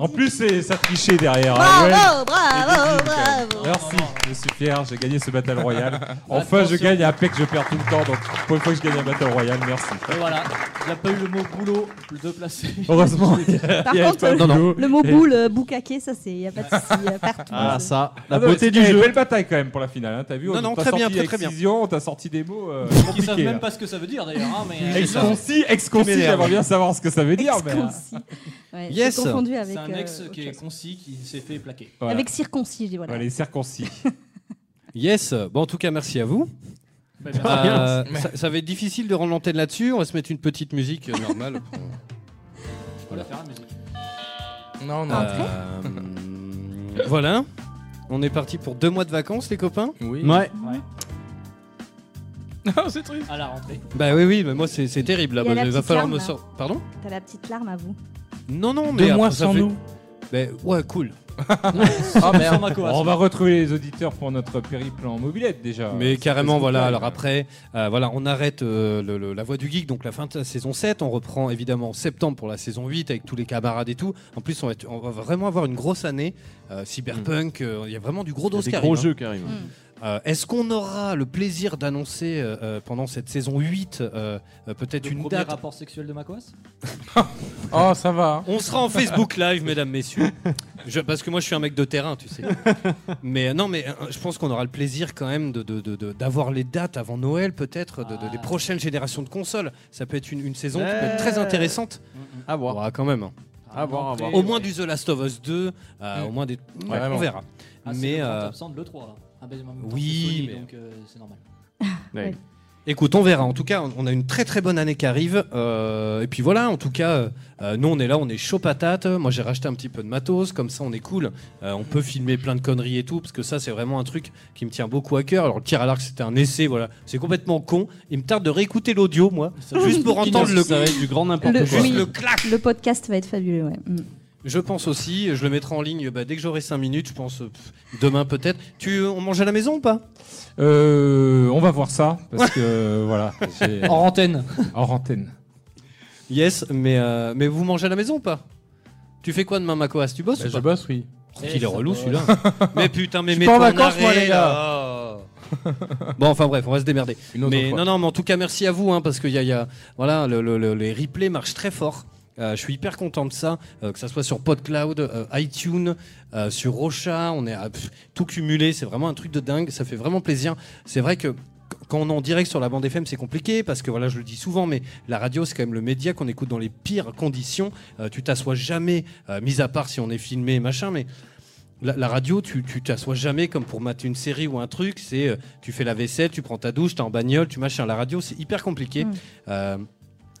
S8: En plus, c'est- ça trichait derrière. hein.
S11: Bravo,
S8: Ah Ouais.
S11: bravo, bravo.
S8: Merci, je suis fier, j'ai gagné ce Battle Royale. Enfin, je gagne un PEC, je perds tout le temps, donc pour une fois que je gagne un Battle Royale, merci.
S12: Et voilà, il n'a pas eu le mot boulot de placé.
S8: Heureusement.
S11: Par
S8: Il y avait
S11: contre,
S8: pas de
S11: le-
S8: boulot.
S11: le mot
S8: Et-
S11: boule, euh, boucaquet, ça, c'est. Y a pas de souci, y a partout.
S8: Ah, ça, la
S12: Ah non,
S8: beauté
S12: mais
S8: du
S12: c'était
S8: jeu.
S12: une
S8: Belle bataille quand même pour la finale, hein. t'as vu
S5: on t'a sorti
S8: Excision, on t'a sorti des mots. euh,
S12: Ils savent même pas ce que ça veut dire d'ailleurs. hein, mais, euh,
S8: Ex-concis,
S5: Ça
S8: ex-concis,
S5: m'énerve.
S8: j'aimerais bien savoir ce que ça veut dire. mais- euh,
S11: Ex-concis. Ouais,
S5: Yes.
S11: c'est confondu avec.
S12: C'est un
S11: euh,
S12: ex qui est concis qui s'est fait plaquer.
S8: Voilà.
S11: Avec circoncis, je dis voilà.
S8: Voilà, les circoncis.
S5: Yes. Bon, en tout cas, merci à vous.
S12: Bah, merci.
S5: Euh,
S12: Bien.
S5: ça, ça va être difficile de rendre l'antenne là-dessus. On va se mettre une petite musique euh, normale.
S12: Voilà. Faire la musique.
S9: Non, non.
S5: Euh, voilà. On est parti pour deux mois de vacances, les copains.
S9: Oui.
S5: Ouais.
S9: Non, c'est triste.
S12: À la rentrée.
S5: Bah oui, oui, mais moi c'est c'est terrible là.
S11: Il y a la
S5: Il va
S11: petite
S5: falloir
S11: larme,
S5: me
S11: là.
S5: sortir. Pardon
S11: T'as la petite larme à vous.
S5: Non, non,
S8: Deux
S5: mais.
S8: mois
S5: après, ça
S8: sans
S5: fait-
S8: nous.
S5: Ben, ouais, cool.
S12: Ah,
S8: merde. On va retrouver les auditeurs pour notre périple en mobilette
S12: euh,
S8: déjà.
S5: Mais
S8: C'est
S5: carrément,
S8: ce
S5: voilà.
S8: qu'on fait.
S5: Alors après, euh, voilà, on arrête euh, le- le- la voie du geek, donc la fin de la saison 7. On reprend évidemment en septembre pour la saison 8 avec tous les camarades et tout. En plus, on va, être- on va vraiment avoir une grosse année. Euh,
S12: Mm.
S5: cyberpunk, euh, il y a vraiment du
S1: Il
S5: gros
S1: y
S5: dos
S1: a des
S5: qui
S1: gros
S5: arrive, hein.
S1: jeux qui arrivent, ouais.
S5: Euh, Est-ce qu'on aura le plaisir d'annoncer euh, euh, pendant cette saison 8 euh, euh, peut-être
S12: Le
S5: une
S12: premier
S5: date
S12: rapport sexuel de Macoas
S9: Oh, ça
S8: hein.
S9: va.
S5: On sera en Facebook Live, mesdames, messieurs. Je- parce que moi, je suis un mec de terrain, tu sais. Mais euh, non, mais euh, je pense qu'on aura le plaisir quand même de- de- de- de- d'avoir les dates avant Noël, peut-être, de-
S1: Ah.
S5: de- des prochaines générations de consoles. Ça peut être une, une saison qui peut être très
S1: Euh,
S5: intéressante.
S1: À voir.
S5: Ouais, quand même. hein.
S1: À voir, à voir. Mm.
S5: Au moins du The Last of Us 2, euh, au moins des.
S1: Ouais,
S5: Ouais, on
S1: vraiment.
S5: verra.
S12: Ah, c'est
S5: mais
S12: le 30
S5: euh,
S12: absent de l'E3 là. Ah, ben, en même temps,
S5: oui,
S12: c'est Sony,
S5: mais-
S12: donc euh, c'est normal.
S5: Ouais. Écoute, on verra. En tout cas, on- on a une très très bonne année qui arrive. Euh, et puis voilà, en tout cas, euh, euh, nous on est là, on est chaud patate. Moi j'ai racheté un petit peu de matos, comme ça on est cool. Euh, on peut filmer plein de conneries et tout, parce que ça c'est vraiment un truc qui me tient beaucoup à cœur. Alors le tir à l'arc c'était un essai, voilà. C'est complètement con. Il me tarde de réécouter l'audio, moi, juste pour entendre le.
S1: Ça va être du grand n'importe
S5: Le-
S1: quoi.
S5: juste le
S11: Le podcast va être fabuleux, ouais. Mm.
S5: Je pense aussi, je le mettrai en ligne bah, dès que j'aurai 5 minutes, je pense euh, pff, demain peut-être. Tu, on mange à la maison ou pas
S8: Euh, on va voir ça parce que voilà. j'ai-
S5: Hors antenne.
S8: Hors antenne.
S5: Yes, mais, euh, mais vous mangez à la maison ou pas Tu fais quoi demain, Macoas Tu bosses
S9: Bah,
S5: ou
S9: je
S5: pas
S9: bosse, oui.
S5: Oh,
S9: Eh,
S5: qu'il est
S9: ça
S5: relou
S9: bosse.
S5: celui-là. mais putain, mais
S9: Je
S5: mets
S9: pars en
S5: toi
S9: vacances, moi,
S5: arrêt,
S9: les gars.
S5: là. bon, enfin bref, on va se démerder.
S9: autre
S5: Mais
S9: fois.
S5: non, non, mais en tout cas, merci à vous, hein, parce que y a, y a- voilà, le- le- le- les replays marchent très fort. Euh, je suis hyper content de ça, euh, que ça soit sur PodCloud, euh, iTunes, euh, sur Rocha, on est à- pff, tout cumulé, c'est vraiment un truc de dingue, ça fait vraiment plaisir. C'est vrai que qu- quand on est en direct sur la bande FM, c'est compliqué parce que voilà, je le dis souvent, mais la radio, c'est quand même le média qu'on écoute dans les pires conditions. Euh, tu t'assois jamais, euh, mis à part si on est filmé, machin, mais la, la radio, tu tu t'assois jamais comme pour mater une série ou un truc. C'est euh, tu fais la vaisselle, tu prends ta douche, t'es en bagnole, tu machins. La radio, c'est hyper compliqué. Euh,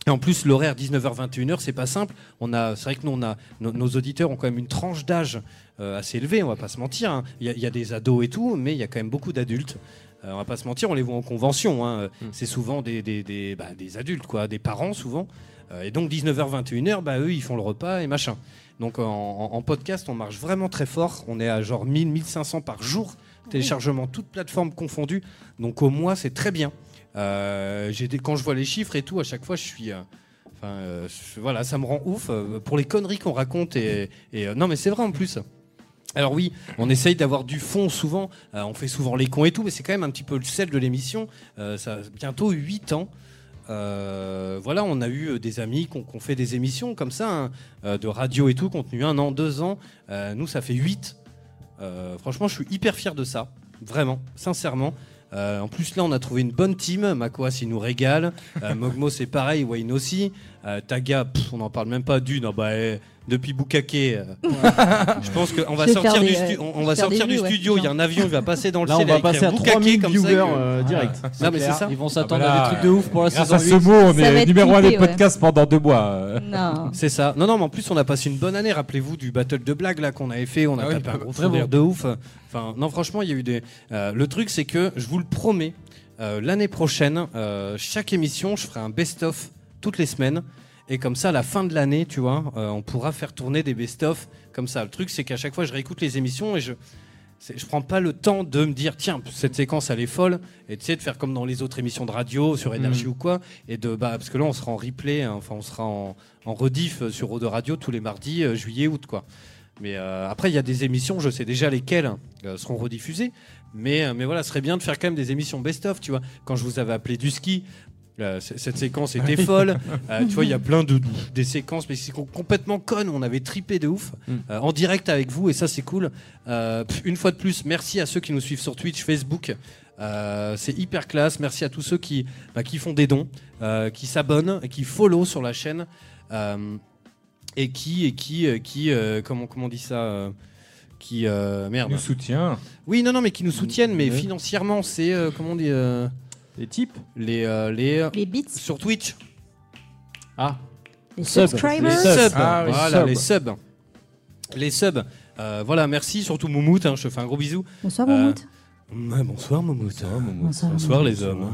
S5: et en plus, l'horaire 19h-21h, c'est pas simple. On a, c'est vrai que nous, on a, nos, nos auditeurs ont quand même une tranche d'âge euh, assez élevée. On va pas se mentir. hein. Il y, a- il y a des ados et tout, mais il y a quand même beaucoup d'adultes. Euh, on va pas se mentir, on les voit en convention. hein. C'est souvent des, des, des- bah, des adultes, quoi, des parents souvent. Euh, et donc 19h, 21h, bah, eux, ils font le repas et machin. Donc en, en- en podcast, on marche vraiment très fort. On est à genre 1000, 1500 par jour, téléchargement, toutes plateformes confondues. Donc au mois, c'est très bien. Euh, j'ai des- quand je vois les chiffres et tout, à chaque fois, je suis. euh, Enfin, euh, je- voilà, ça me rend ouf euh, pour les conneries qu'on raconte. Et, et, euh, non, mais c'est vrai en plus. Alors oui, on essaye d'avoir du fond souvent, euh, on fait souvent les cons et tout, mais c'est quand même un petit peu le sel de l'émission. Euh, ça a bientôt 8 ans. Euh, voilà, on a eu euh, des amis qu'on qu'on fait des émissions comme ça, hein, euh, de radio et tout, contenu un an, deux ans. Euh, nous, ça fait 8. Euh, franchement, je suis hyper fier de ça. Vraiment, sincèrement. Euh, en plus, là, on a trouvé une bonne team. Makoas, il nous régale. Euh, Mogmo, c'est pareil. Wayne aussi. Euh, Taga, pff, on n'en parle même pas d'une. ah bah, euh, depuis Boukake, euh, je pense qu'on va
S6: Je vais faire
S5: sortir
S6: des,
S5: du,
S6: ouais,
S5: stu- on- on va
S6: je vais faire
S5: sortir
S6: des
S5: du
S6: vues, ouais.
S5: studio. Il y a un avion, il va passer dans le
S1: Là, on
S5: ciel.
S1: va
S5: avec
S1: passer à
S5: Boukake
S1: 3000
S5: comme ça,
S1: viewers,
S5: que-
S1: euh, direct.
S5: Ah,
S1: C'est
S5: Non, mais c'est
S1: clair.
S5: ça. Ah bah
S1: Ils vont
S12: s'attendre à des trucs de ouf pour la
S5: grâce
S12: saison
S5: à ce
S12: huit.
S5: mot, on
S12: Ça va
S5: est
S12: être
S5: numéro 1 des
S12: clippé, ouais.
S5: podcasts pendant deux mois. euh.
S11: Non.
S5: C'est ça. Non, non, mais en plus, on a passé une bonne année. Rappelez-vous du battle de blagues là qu'on avait fait. On a
S6: Ah oui,
S5: tapé un
S6: bah,
S5: gros
S6: très
S5: fond
S6: bon.
S5: vert de ouf. Enfin, non, franchement, il y a eu des. euh, le truc, c'est que je vous le promets, euh, l'année prochaine, euh, chaque émission, je ferai un best-of toutes les semaines. Et comme ça, à la fin de l'année, tu vois, euh, on pourra faire tourner des best-of comme ça. Le truc, c'est qu'à chaque fois, je réécoute les émissions et je. c'est- Je prends pas le temps de me dire tiens cette séquence elle est folle et tu sais de faire comme dans les autres émissions de radio sur énergie
S6: Mhm.
S5: ou quoi et de bah parce que là on sera en replay hein, enfin on sera en, en rediff euh, sur Eau de Radio tous les mardis euh, juillet août quoi mais euh, après il y a des émissions je sais déjà lesquelles euh, seront rediffusées mais euh, mais voilà ce serait bien de faire quand même des émissions best of tu vois quand je vous avais appelé du ski euh, c- cette séquence était
S6: Oui.
S5: folle Euh, tu vois il y a plein de des séquences mais c'est com- complètement connes on avait tripé de ouf
S8: Mm.
S5: euh, en direct avec vous et ça c'est cool Euh, pff, une fois de plus merci à ceux qui nous suivent sur Twitch Facebook euh, c'est hyper classe. Merci à tous ceux qui, bah, qui font des dons, euh, qui s'abonnent, et qui follow sur la chaîne euh, et qui et qui euh, qui euh, comment comment on dit ça euh, qui euh, merde
S8: Nous soutient.
S5: Oui non non mais qui nous soutiennent mais
S8: Ouais.
S5: financièrement c'est euh, comment on dit les types les euh, les
S11: les bits
S5: sur Twitch. Ah
S11: Les subscribers.
S5: les subs.
S11: Ah oui,
S5: voilà,
S11: subs.
S5: les subs. Les subs. Euh, voilà, merci surtout Moumout, hein, je te fais un gros bisou.
S11: Bonsoir,
S5: Euh,
S11: Moumout.
S5: ouais, bonsoir Moumout.
S11: Bonsoir,
S5: Bonsoir les hommes.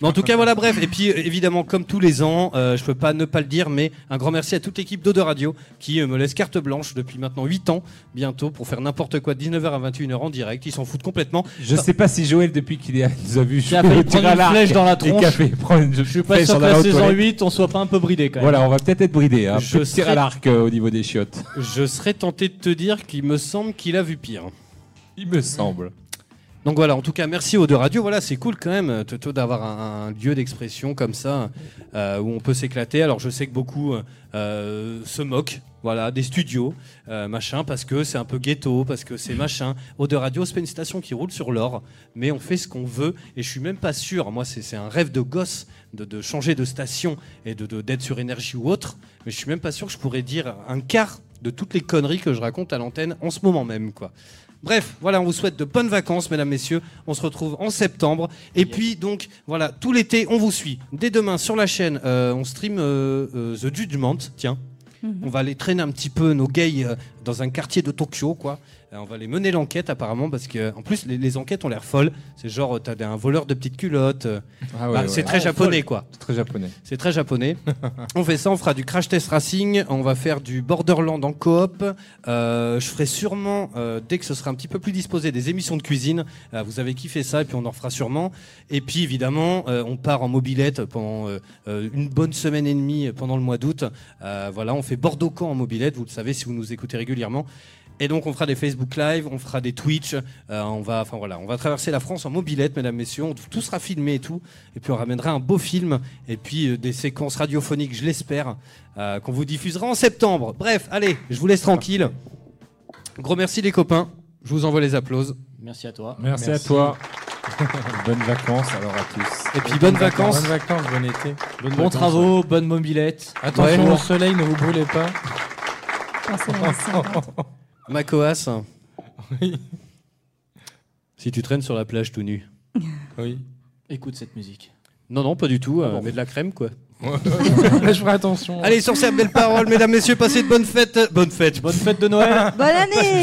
S5: Mais en tout cas, voilà, bref. Et puis, euh, évidemment, comme tous les ans, euh, je peux pas ne pas le dire, mais un grand merci à toute l'équipe d'Eau de Radio qui euh, me laisse carte blanche depuis maintenant 8 ans, bientôt, pour faire n'importe quoi de 19h à 21h en direct. Ils s'en foutent complètement.
S8: Je sais pas si Joël, depuis qu'il est- nous a vu
S5: a
S8: jouer
S5: failli
S8: au
S5: prendre
S8: tir à
S5: une
S8: l'arc
S5: flèche dans la
S8: et
S5: tronche.
S8: qui a failli prendre une
S12: Je suis pas
S8: flèche
S12: sûr
S8: en
S12: que
S8: allant
S12: la
S8: aux
S12: saison
S8: toilettes.
S12: 8, on soit pas un peu bridé quand même.
S8: Voilà, on va peut-être être bridé. Hein.
S5: Je
S8: Je tire
S5: serais-
S8: à l'arc euh, au niveau des chiottes.
S5: Je serais tenté de te dire qu'il me semble qu'il a vu pire.
S8: Il me semble.
S5: Donc voilà, en tout cas, merci aux deux radios. Voilà, c'est cool quand même, euh, Toto, d'avoir un, un lieu d'expression comme ça euh, où on peut s'éclater. Alors, je sais que beaucoup euh, euh, se moquent. Voilà, des studios, euh, machin, parce que c'est un peu ghetto, parce que c'est machin. Eau de radio, c'est pas une station qui roule sur l'or, mais on fait ce qu'on veut. Et je suis même pas sûr, moi, c'est c'est un rêve de gosse de, de changer de station et d'être de, d'être sur énergie ou autre, mais je suis même pas sûr que je pourrais dire un quart de toutes les conneries que je raconte à l'antenne en ce moment même, quoi. Bref, voilà, on vous souhaite de bonnes vacances, mesdames, messieurs. On se retrouve en septembre. Et puis, donc, voilà, tout l'été, on vous suit. Dès demain, sur la chaîne, euh, on stream euh, euh, The Judgment, tiens.
S6: Mhm.
S5: On va aller traîner un petit peu nos gays euh, dans un quartier de Tokyo, quoi. Euh, on va les mener l'enquête, apparemment, parce que, en plus, les, les enquêtes ont l'air folles. C'est genre, euh, t'as un voleur de petites culottes. euh,
S8: Ah ouais,
S5: bah,
S8: ouais.
S5: C'est très
S8: Ah,
S5: japonais,
S8: folle.
S5: quoi.
S8: C'est très japonais.
S5: C'est très japonais. on fait ça, on fera du crash test racing, on va faire du Borderland en coop. Euh, je ferai sûrement, euh, dès que ce sera un petit peu plus disposé, des émissions de cuisine. Euh, vous avez kiffé ça et puis on en refera sûrement. Et puis évidemment, euh, on part en mobilette pendant euh, euh, une bonne semaine et demie euh, pendant le mois d'août. Euh, voilà, on fait Bordeaux-Camp en mobilette, vous le savez si vous nous écoutez régulièrement. Et donc on fera des Facebook Live, on fera des Twitch, euh, on va, enfin voilà, on va traverser la France en mobilette, mesdames, messieurs, on- tout sera filmé et tout, et puis on ramènera un beau film, et puis euh, des séquences radiophoniques, je l'espère, euh, qu'on vous diffusera en septembre. Bref, allez, je vous laisse tranquille. Gros merci les copains, je vous envoie les applauses.
S12: Merci à toi.
S8: Merci, à toi. Bonnes vacances alors à tous.
S5: Et puis bonnes vacances.
S9: Bonnes vacances, bon été.
S5: Bonnes
S12: Bons
S5: vacances.
S12: travaux, bonne mobilette.
S9: Attention
S12: Ouais.
S9: au soleil, ne vous brûlez pas.
S5: Macoas. Si tu traînes sur la plage tout nu.
S9: Oui.
S12: Écoute cette musique.
S5: Non, non, pas du tout, euh, mais de la crème quoi.
S9: Je ferai attention.
S5: Allez, sur ces belles paroles, mesdames, messieurs, passez de bonnes fêtes. euh, Bonnes fêtes. Bonne
S12: fête de Noël.
S11: Bonne année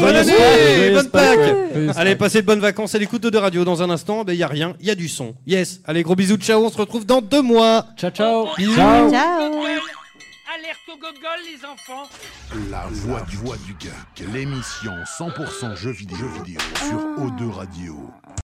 S5: Bonne année,
S12: Joyeuses
S5: bonne
S12: Pâques.
S5: Pâques.
S12: Joyeuses Pâques.
S5: Allez, passez de bonnes vacances à l'écoute de radio. Dans un instant, il n'y a rien, il y a du son. Yes. Allez, gros bisous, ciao. On se retrouve dans deux mois.
S12: Ciao, ciao.
S5: Ciao.
S3: Alerte au gogol, les enfants.
S4: La voix du, voix du geek, l'émission 100% jeux vidéo, vidéo sur O2 Radio.